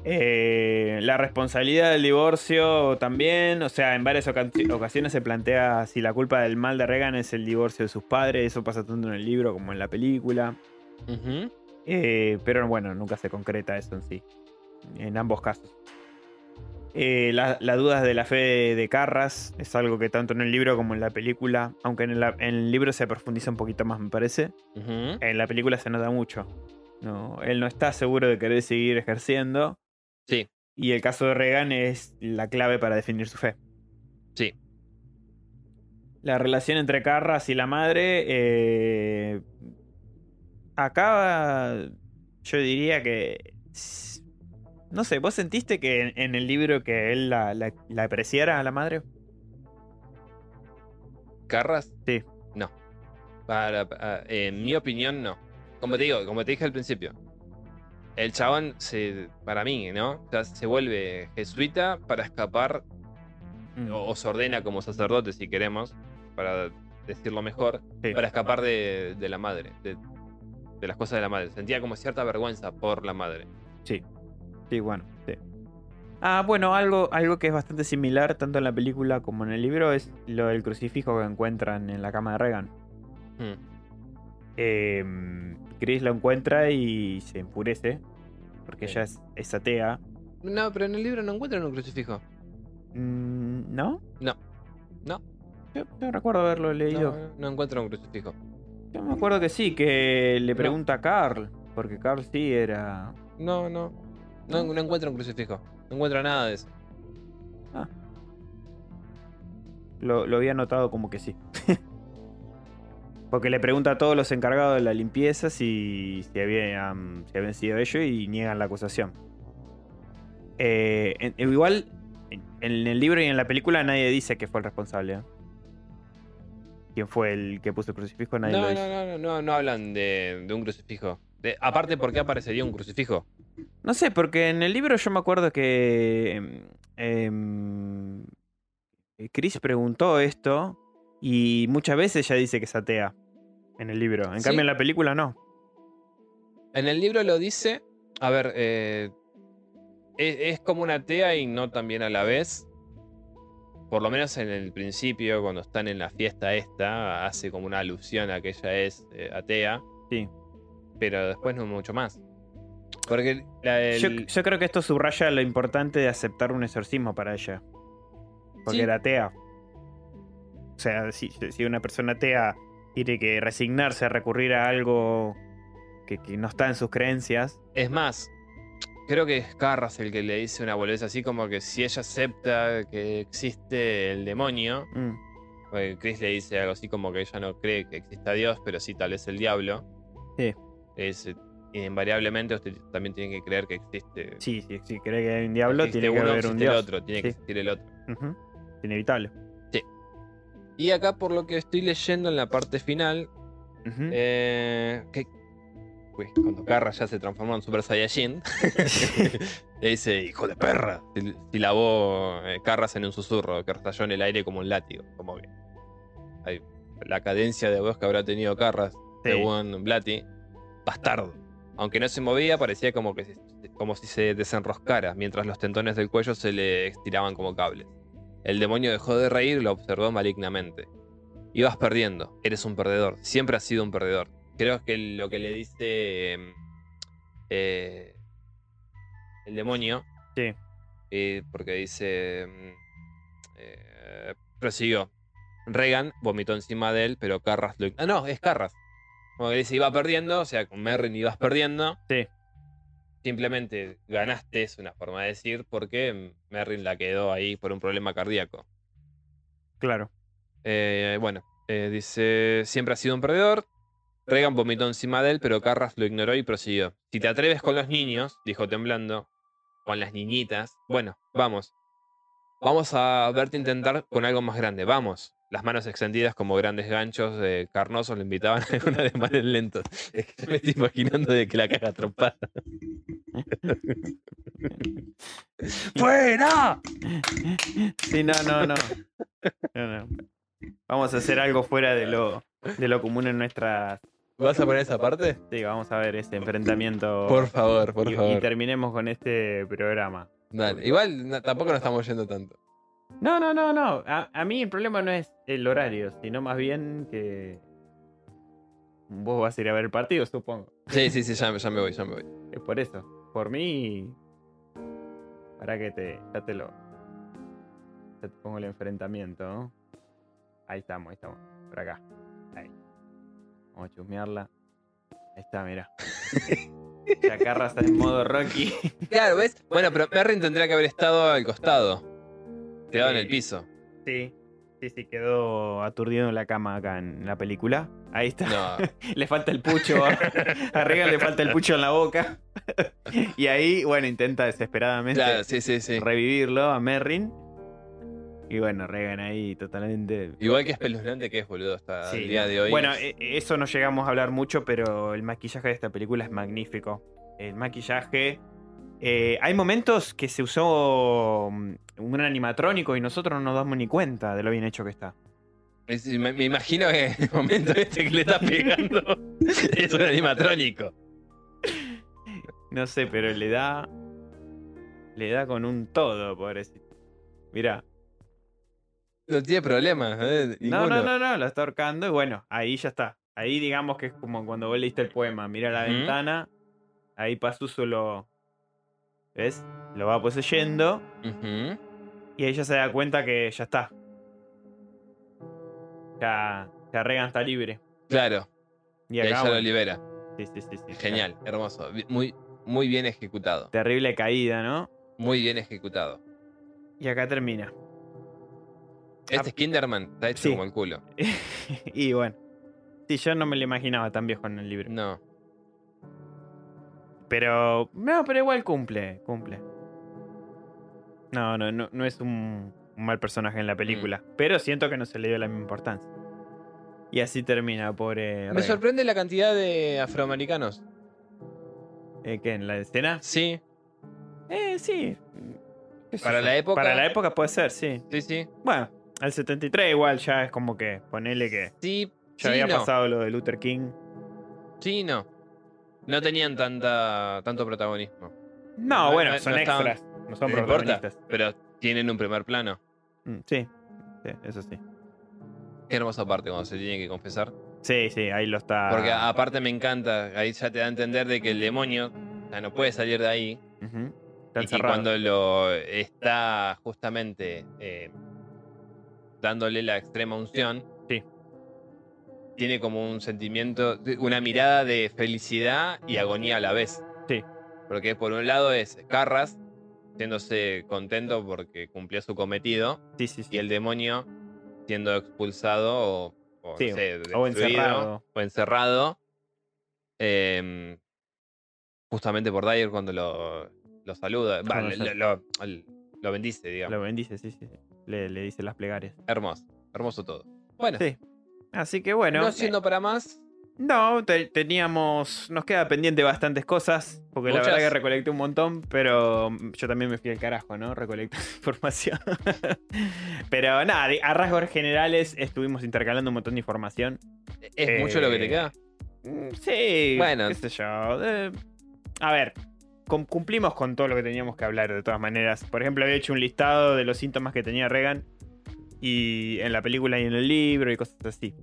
Speaker 1: Eh, la responsabilidad del divorcio también, o sea, en varias oca- ocasiones se plantea si la culpa del mal de Regan es el divorcio de sus padres, eso pasa tanto en el libro como en la película,
Speaker 2: Ujú.
Speaker 1: Eh, pero bueno, nunca se concreta eso en sí, en ambos casos. Eh, la- Las dudas de la fe de, de Carras es algo que tanto en el libro como en la película, aunque en, la- en el libro se profundiza un poquito más, me parece,
Speaker 2: Ujú.
Speaker 1: en la película se nota mucho. No, él no está seguro de querer seguir ejerciendo.
Speaker 2: Sí.
Speaker 1: Y el caso de Regan es la clave para definir su fe.
Speaker 2: Sí.
Speaker 1: La relación entre Carras y la madre. eh, acaba. Yo diría que. s- No sé, ¿vos sentiste que en, en el libro que él la, la- la apreciara a la madre?
Speaker 2: ¿Carras?
Speaker 1: Sí.
Speaker 2: No. Para, para- en mi opinión, no. Como te digo, como te dije al principio, el chabón, se, para mí, ¿no? O sea, se vuelve jesuita para escapar, o, o se ordena como sacerdote, si queremos, para decirlo mejor,
Speaker 1: Sí.
Speaker 2: para escapar de, de la madre, de, de las cosas de la madre. Sentía como cierta vergüenza por la madre.
Speaker 1: Sí, bueno, sí. Ah, bueno, algo, algo que es bastante similar tanto en la película como en el libro es lo del crucifijo que encuentran en la cama de Regan.
Speaker 2: Mm,
Speaker 1: Eh, Chris lo encuentra y se enfurece porque
Speaker 2: Sí.
Speaker 1: ella es, es atea.
Speaker 2: No, pero en el libro no encuentran un crucifijo.
Speaker 1: Mm, ¿No?
Speaker 2: No. No.
Speaker 1: Yo no recuerdo haberlo leído.
Speaker 2: No, no encuentran un crucifijo.
Speaker 1: Yo me acuerdo que sí, que le
Speaker 2: No.
Speaker 1: pregunta a Carl, porque Carl sí era...
Speaker 2: No, no. No, no encuentran un crucifijo. No encuentran nada de eso.
Speaker 1: Lo, lo había notado como que sí. Porque le pregunta a todos los encargados de la limpieza si, si, habían, si habían sido ellos y niegan la acusación. Eh, en- en- igual, en, en el libro y en la película nadie dice que fue el responsable. ¿eh? ¿Quién fue el que puso el crucifijo? Nadie lo
Speaker 2: No, no,
Speaker 1: dice. No,
Speaker 2: no, no, no, no hablan de, de un crucifijo. De-
Speaker 1: Ah,
Speaker 2: aparte, ¿por qué aparecería un crucifijo?
Speaker 1: sé, porque en el libro yo me acuerdo que... em, em, Chris preguntó esto y muchas veces ya dice que es atea en el libro. En
Speaker 2: Sí.
Speaker 1: cambio en la película no.
Speaker 2: En el libro lo dice. A ver, eh, es, es como una tea y no también a la vez. Por lo menos en el principio, cuando están en la fiesta esta, hace como una alusión a que ella es eh, atea.
Speaker 1: Sí.
Speaker 2: Pero después no mucho más. Porque la- el-
Speaker 1: Yo, yo creo que esto subraya lo importante de aceptar un exorcismo para ella. Porque
Speaker 2: Sí.
Speaker 1: era atea. O sea, si, si una persona atea tiene que resignarse a recurrir a algo que, que no está en sus creencias.
Speaker 2: Es más, creo que es Carras el que le dice una boludez así como que si ella acepta que existe el demonio,
Speaker 1: mm,
Speaker 2: porque Chris le dice algo así como que ella no cree que exista Dios, pero sí tal vez el diablo.
Speaker 1: Sí.
Speaker 2: Es, eh, invariablemente usted también tiene que creer que existe.
Speaker 1: sí, sí, si cree que hay un diablo,
Speaker 2: existe
Speaker 1: tiene que
Speaker 2: uno,
Speaker 1: haber un
Speaker 2: existe
Speaker 1: dios.
Speaker 2: el otro, tiene que
Speaker 1: Sí.
Speaker 2: existir el otro.
Speaker 1: Ujú, es Inevitable.
Speaker 2: Y acá por lo que estoy leyendo en la parte final,
Speaker 1: Ujú.
Speaker 2: Eh, que- Uy, cuando Garra ya se transformó en Super Saiyajin, le dice, hijo de perra. sil- Silabó eh, Carras en un susurro que estalló en el aire como un látigo. Como que, ay, la cadencia de voz que habrá tenido Carras,
Speaker 1: Sí.
Speaker 2: según Blatty, bastardo. Aunque no se movía, parecía como, que se- como si se desenroscara, mientras los tentones del cuello se le estiraban como cables. El demonio dejó de reír y lo observó malignamente. y vas perdiendo. Eres un perdedor. Siempre has sido un perdedor. Creo que lo que le dice eh, eh, el demonio.
Speaker 1: Sí.
Speaker 2: eh, porque dice. mm, eh, prosiguió. Reagan vomitó encima de él, pero Carras lo. Ah, no, es Carras. Como que dice, iba perdiendo, o sea, con Merrin ibas perdiendo.
Speaker 1: Sí.
Speaker 2: Simplemente ganaste, es una forma de decir, porque Merrin la quedó ahí por un problema cardíaco.
Speaker 1: Claro.
Speaker 2: Eh, bueno, eh, dice, siempre ha sido un perdedor. Reagan vomitó encima de él, pero Carras lo ignoró y prosiguió. Si te atreves con los niños, dijo temblando, con las niñitas, bueno, vamos. Vamos a verte intentar con algo más grande, vamos. Las manos extendidas como grandes ganchos de carnosos le invitaban a una de males lentos. Es que me estoy imaginando de que la caga trompada. ¡Fuera!
Speaker 1: Sí, no, no, no. No, no. Vamos a hacer algo fuera de lo, de lo común en nuestra.
Speaker 2: ¿Vas a poner esa parte?
Speaker 1: Sí, vamos a ver este enfrentamiento.
Speaker 2: Por favor, por
Speaker 1: y- y,
Speaker 2: favor.
Speaker 1: terminemos con este programa.
Speaker 2: Dale. Igual no- tampoco nos estamos yendo tanto.
Speaker 1: No, no, no, no. A, a mí el problema no es el horario, sino más bien que. Vos vas a ir a ver el partido, supongo.
Speaker 2: Sí, sí, sí, ya, ya me voy, ya me voy.
Speaker 1: Es por eso. Por mí. Para que te. Ya te lo. Ya te pongo el enfrentamiento. ¿no? Ahí estamos, ahí estamos. Por acá. Ahí. Vamos a chusmearla. Ahí está, mira. Chacarra está en modo Rocky.
Speaker 2: Claro, ¿ves? Bueno, pero Merrin tendría que haber estado al costado. Tirado en el piso.
Speaker 1: Sí. Sí, sí, quedó aturdido en la cama acá en la película. Ahí está.
Speaker 2: No.
Speaker 1: Le falta el pucho. A a Regan le falta el pucho en la boca. y ahí, bueno, intenta desesperadamente.
Speaker 2: Claro, sí, sí, sí.
Speaker 1: revivirlo a Merrin. Y bueno, Regan ahí totalmente.
Speaker 2: Igual que espeluznante que es, boludo, hasta
Speaker 1: Sí.
Speaker 2: el día de hoy.
Speaker 1: Bueno,
Speaker 2: es-
Speaker 1: e- eso no llegamos a hablar mucho, pero el maquillaje de esta película es magnífico. El maquillaje. eh, hay momentos que se usó mm, un animatrónico y nosotros no nos damos ni cuenta de lo bien hecho que está.
Speaker 2: es- me, me imagino que en el momento este que le estás pegando es un animatrónico.
Speaker 1: No sé, pero le da. Le da con un todo, pobrecito. Mirá.
Speaker 2: No tiene problema. ¿eh?
Speaker 1: No,
Speaker 2: Ninguno.
Speaker 1: no, no, no, lo está ahorcando y bueno, ahí ya está. Ahí digamos que es como cuando vos leíste el poema, mira la
Speaker 2: Ujú.
Speaker 1: ventana, ahí Pazuzu lo... ¿Ves? Lo va poseyendo
Speaker 2: Ujú.
Speaker 1: y ella se da cuenta que ya está. Ya, ya Regan está libre.
Speaker 2: Claro,
Speaker 1: Y
Speaker 2: y ahí
Speaker 1: acá,
Speaker 2: ya lo
Speaker 1: bueno,
Speaker 2: libera.
Speaker 1: sí, sí, sí, sí,
Speaker 2: Genial, hermoso. Bi- Muy, muy bien ejecutado.
Speaker 1: Terrible caída, ¿no?
Speaker 2: Muy bien ejecutado.
Speaker 1: Y acá termina.
Speaker 2: Este Kinderman está hecho
Speaker 1: Ah. Sí.
Speaker 2: como el culo.
Speaker 1: y bueno. Sí, yo no me lo imaginaba tan viejo en el libro.
Speaker 2: No.
Speaker 1: Pero. No, pero igual cumple. Cumple. No, no, no, no es un, un mal personaje
Speaker 2: Mm.
Speaker 1: en la película. Pero siento que no se le dio la misma importancia. Y así termina, pobre.
Speaker 2: Me
Speaker 1: Regan.
Speaker 2: sorprende la cantidad de afroamericanos.
Speaker 1: Eh, ¿Qué? ¿En la escena?
Speaker 2: Sí,
Speaker 1: Eh, sí. ¿Qué sé
Speaker 2: Para
Speaker 1: yo?
Speaker 2: la época-
Speaker 1: Para la época puede ser, sí.
Speaker 2: sí, sí.
Speaker 1: Bueno, al 73 igual ya es como que. Ponele que.
Speaker 2: Sí,
Speaker 1: Ya
Speaker 2: sí,
Speaker 1: había
Speaker 2: no.
Speaker 1: pasado lo de Luther King.
Speaker 2: Sí, no. No tenían tanta, tanto protagonismo.
Speaker 1: No,
Speaker 2: No,
Speaker 1: bueno,
Speaker 2: no-
Speaker 1: son
Speaker 2: no estaban-
Speaker 1: extras. No son
Speaker 2: No importa,
Speaker 1: protagonistas.
Speaker 2: pero tienen un primer plano.
Speaker 1: Mm, Sí, sí, eso sí.
Speaker 2: Qué hermosa parte cuando se tiene que confesar.
Speaker 1: Sí, sí, ahí lo está.
Speaker 2: Porque a- aparte me encanta, ahí ya te da a entender de que el demonio ya no puede salir de ahí.
Speaker 1: Ujú. Está
Speaker 2: Y, y
Speaker 1: encerrado.
Speaker 2: cuando lo está justamente eh, dándole la extrema unción,
Speaker 1: Sí.
Speaker 2: tiene como un sentimiento, una mirada de felicidad y agonía a la vez.
Speaker 1: Sí.
Speaker 2: Porque por un lado es Carras, siéndose contento porque cumplió su cometido,
Speaker 1: Sí, sí, sí.
Speaker 2: y el demonio siendo expulsado o, o, no
Speaker 1: Sí,
Speaker 2: sé,
Speaker 1: o
Speaker 2: destruido,
Speaker 1: encerrado.
Speaker 2: o encerrado, em, justamente por Dyer cuando lo, lo saluda, va,
Speaker 1: Cuando
Speaker 2: lo,
Speaker 1: sal-
Speaker 2: lo- lo- lo bendice, digamos.
Speaker 1: Lo bendice, sí, sí. sí. Le, le dice las plegarias.
Speaker 2: Hermoso, hermoso todo. Bueno,
Speaker 1: Sí. Así que bueno.
Speaker 2: no siendo para más,
Speaker 1: eh, no, te- teníamos. Nos queda pendiente bastantes cosas. Porque la verdad
Speaker 2: Muchas.
Speaker 1: que recolecté un montón. Pero mm, yo también me fui al carajo, ¿no? Recolectar información. pero nada, de- a rasgos generales estuvimos intercalando un montón de información.
Speaker 2: es mucho lo que te
Speaker 1: Eh,
Speaker 2: queda.
Speaker 1: Mm, Sí.
Speaker 2: Bueno.
Speaker 1: Qué sé yo. eh, a ver. cum- Cumplimos con todo lo que teníamos que hablar, de todas maneras. Por ejemplo, había hecho un listado de los síntomas que tenía Regan. y en la película y en el libro y cosas así.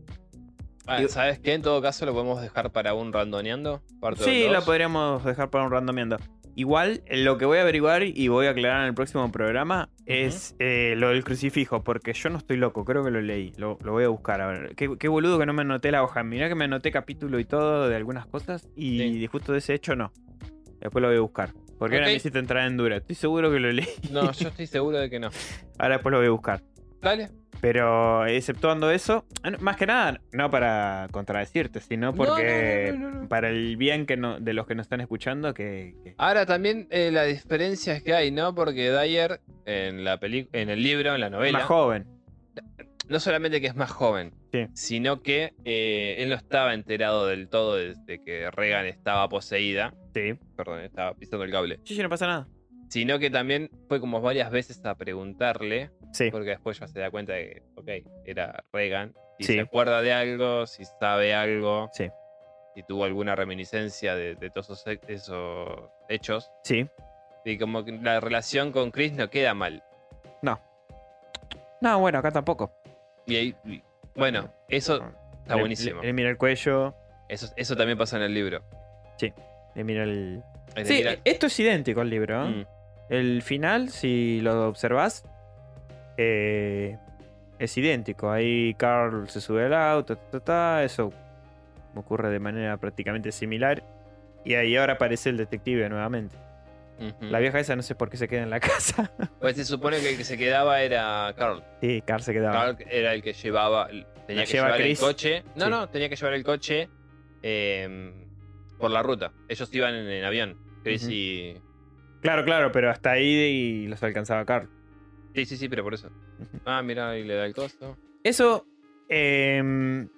Speaker 2: Ah,
Speaker 1: Digo-
Speaker 2: ¿Sabes qué? En todo caso lo podemos dejar para un randoneando. parte
Speaker 1: Sí,
Speaker 2: dos.
Speaker 1: la podríamos dejar para un randomeando. Igual, eh, lo que voy a averiguar y voy a aclarar en el próximo programa es eh, lo del crucifijo, porque yo no estoy loco, creo que lo leí. Lo, lo voy a buscar. A ver, qué, qué boludo que no me anoté la hoja. Mirá que me anoté capítulo y todo de algunas cosas y
Speaker 2: Sí.
Speaker 1: de justo de ese hecho no. Después lo voy a buscar. Porque ahora
Speaker 2: Ok.
Speaker 1: me hiciste entrar en dura. Estoy seguro que lo leí.
Speaker 2: No, yo estoy seguro de que no.
Speaker 1: Ahora después lo voy a buscar.
Speaker 2: Dale.
Speaker 1: Pero exceptuando eso, ah, no, más que nada, no para contradecirte, sino
Speaker 2: No,
Speaker 1: porque
Speaker 2: no, no, no, no, no.
Speaker 1: para el bien que no, de los que nos están escuchando, que, que-
Speaker 2: Ahora también eh, la diferencia es que hay, ¿no? Porque Dyer en la peli en el libro, en la novela,
Speaker 1: más joven.
Speaker 2: no solamente que es más joven,
Speaker 1: Sí.
Speaker 2: sino que eh, él no estaba enterado del todo de, de que Regan estaba poseída.
Speaker 1: Sí.
Speaker 2: Perdón, estaba pisando el cable.
Speaker 1: Sí, sí, no pasa nada.
Speaker 2: Sino que también fue como varias veces a preguntarle,
Speaker 1: Sí.
Speaker 2: porque después ya se da cuenta de que, ok, era Regan. Si
Speaker 1: Sí.
Speaker 2: se acuerda de algo, si sabe algo,
Speaker 1: Sí.
Speaker 2: si tuvo alguna reminiscencia de, de todos esos, he- esos hechos.
Speaker 1: Sí.
Speaker 2: Y como que la relación con Chris no queda mal.
Speaker 1: No, bueno, acá tampoco.
Speaker 2: Y ahí, y- bueno, eso está
Speaker 1: Le-
Speaker 2: buenísimo.
Speaker 1: Le, le mira el cuello,
Speaker 2: Eso, eso también pasa en el libro.
Speaker 1: le mira el.
Speaker 2: En el
Speaker 1: Sí,
Speaker 2: libro-
Speaker 1: esto es idéntico al libro. ¿eh?
Speaker 2: Mm.
Speaker 1: El final, si lo observas, eh, es idéntico. Ahí Carl se sube al auto, ta, ta, ta, eso ocurre de manera prácticamente similar. Y ahí ahora aparece el detective nuevamente.
Speaker 2: Ujú.
Speaker 1: La vieja esa no sé por qué se queda en la casa.
Speaker 2: Pues se supone que el que se quedaba era Carl.
Speaker 1: sí, Carl se quedaba.
Speaker 2: Carl era el que llevaba.
Speaker 1: Ah.
Speaker 2: Tenía
Speaker 1: La
Speaker 2: que
Speaker 1: lleva
Speaker 2: llevar el
Speaker 1: Chris.
Speaker 2: coche. No,
Speaker 1: Sí.
Speaker 2: no, tenía que llevar el coche eh, por la ruta. Ellos iban en, en avión. Chris
Speaker 1: Ujú.
Speaker 2: y.
Speaker 1: Claro, claro, pero hasta ahí y los alcanzaba Carl.
Speaker 2: Sí, sí, sí, pero por eso. Ah, mira, y le da el costo.
Speaker 1: Eso. em,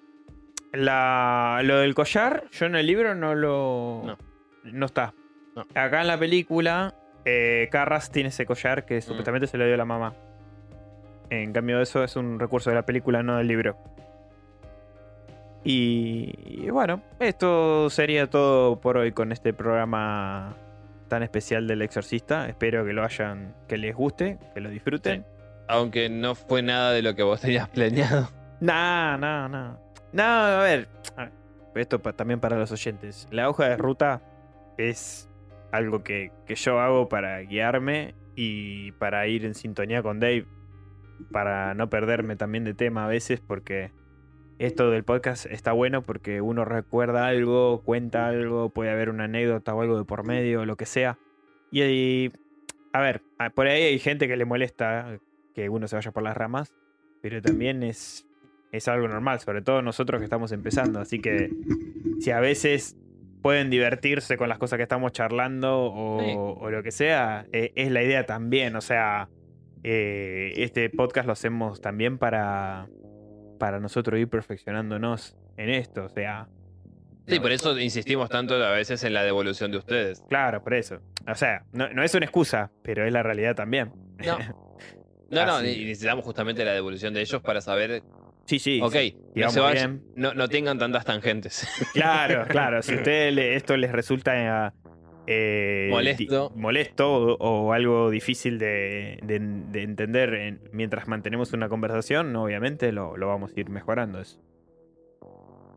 Speaker 1: la- lo del collar, yo en el libro no lo.
Speaker 2: No.
Speaker 1: no está.
Speaker 2: No.
Speaker 1: Acá en la película, eh, Carras tiene ese collar
Speaker 2: Mm.
Speaker 1: que supuestamente se lo dio la mamá. En cambio, eso es un recurso de la película, no del libro. Y, y bueno, esto sería todo por hoy con este programa tan especial del Exorcista. Espero que lo hayan, que les guste, que lo disfruten.
Speaker 2: Aunque no fue nada de lo que vos tenías planeado.
Speaker 1: No, no, no. No, a ver. a ver, Esto pa- también para los oyentes. La hoja de ruta es algo que, que yo hago para guiarme y para ir en sintonía con Dave. Para no perderme también de tema a veces, porque esto del podcast está bueno porque uno recuerda algo, cuenta algo, puede haber una anécdota o algo de por medio, lo que sea. Y, y, a ver, a- por ahí hay gente que le molesta que uno se vaya por las ramas, pero también es, es algo normal, sobre todo nosotros que estamos empezando. Así que si a veces pueden divertirse con las cosas que estamos charlando o,
Speaker 2: Sí.
Speaker 1: o lo que sea, eh, es la idea también. O sea, eh, este podcast lo hacemos también para, para nosotros ir perfeccionándonos en esto. O sea,
Speaker 2: Sí, por eso insistimos tanto a veces en la devolución de ustedes.
Speaker 1: claro, por eso. O sea, no, no es una excusa, pero es la realidad también.
Speaker 2: No. No, no,
Speaker 1: Así.
Speaker 2: y necesitamos justamente la devolución de ellos para saber,
Speaker 1: Sí, sí.
Speaker 2: ok,
Speaker 1: Y
Speaker 2: no, se
Speaker 1: vamos
Speaker 2: vayan-
Speaker 1: bien.
Speaker 2: no, no tengan tantas tangentes.
Speaker 1: Claro, claro. Si a ustedes le- esto les resulta eh,
Speaker 2: Molesto.
Speaker 1: di- molesto o, o algo difícil de, de- de entender en- mientras mantenemos una conversación, obviamente lo, lo vamos a ir mejorando eso.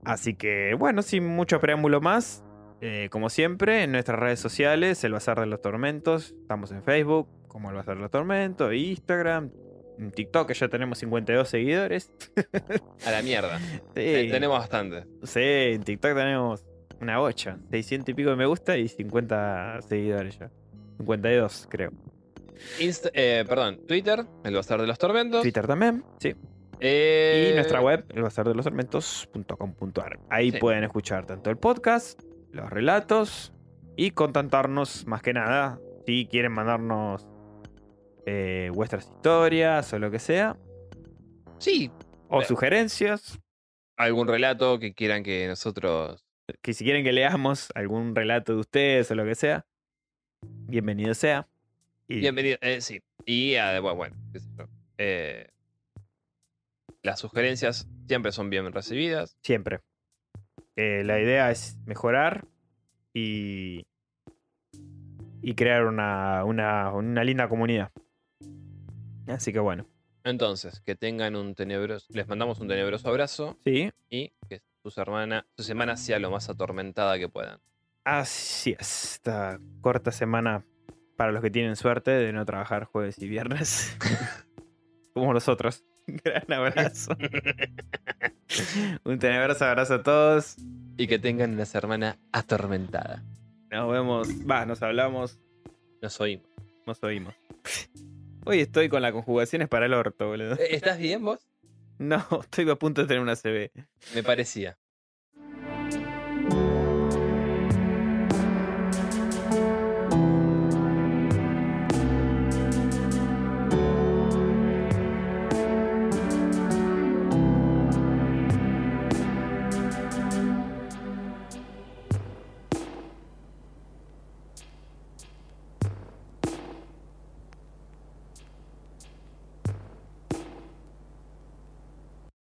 Speaker 1: Así que, bueno, sin mucho preámbulo más, eh, como siempre, en nuestras redes sociales, El Bazar de los Tormentos, estamos en Facebook, como El Bazar de los Tormentos, Instagram, en TikTok, que ya tenemos 52 seguidores.
Speaker 2: A la mierda. Eh,
Speaker 1: Sí.
Speaker 2: tenemos bastante.
Speaker 1: Sí, en TikTok tenemos una bocha. 600 y pico de me gusta y 50 seguidores ya. 52, creo.
Speaker 2: Insta- eh, perdón, Twitter, el bazar de los tormentos.
Speaker 1: Twitter también, sí.
Speaker 2: Eh,
Speaker 1: Y nuestra web, elbazardelosormentos.com.ar. Ahí
Speaker 2: Sí.
Speaker 1: pueden escuchar tanto el podcast, los relatos y contactarnos más que nada. Si quieren mandarnos eh, vuestras historias o lo que sea,
Speaker 2: Sí,
Speaker 1: o
Speaker 2: Eh.
Speaker 1: sugerencias,
Speaker 2: algún relato que quieran que nosotros.
Speaker 1: que si quieren que leamos algún relato de ustedes o lo que sea, bienvenido sea. Y-
Speaker 2: Bienvenido. eh, sí. Y ah, bueno, bueno, qué sé yo. Eh, las sugerencias siempre son bien recibidas.
Speaker 1: Siempre. Eh, la idea es mejorar y, y crear una, una, una linda comunidad. Así que bueno.
Speaker 2: Entonces, que tengan un tenebroso. Les mandamos un tenebroso abrazo
Speaker 1: Sí.
Speaker 2: y que sus hermana, su semana sea lo más atormentada que puedan.
Speaker 1: Así es. Esta corta semana para los que tienen suerte de no trabajar jueves y viernes. Como nosotros. Gran abrazo. Un tenebroso abrazo a todos.
Speaker 2: Y que tengan una semana atormentada.
Speaker 1: Nos vemos. Va, nos hablamos.
Speaker 2: Nos oímos.
Speaker 1: Nos oímos. Hoy estoy con las conjugaciones para el orto, boludo.
Speaker 2: ¿Estás Eh, bien vos?
Speaker 1: No, estoy a punto de tener una CB.
Speaker 2: Me parecía.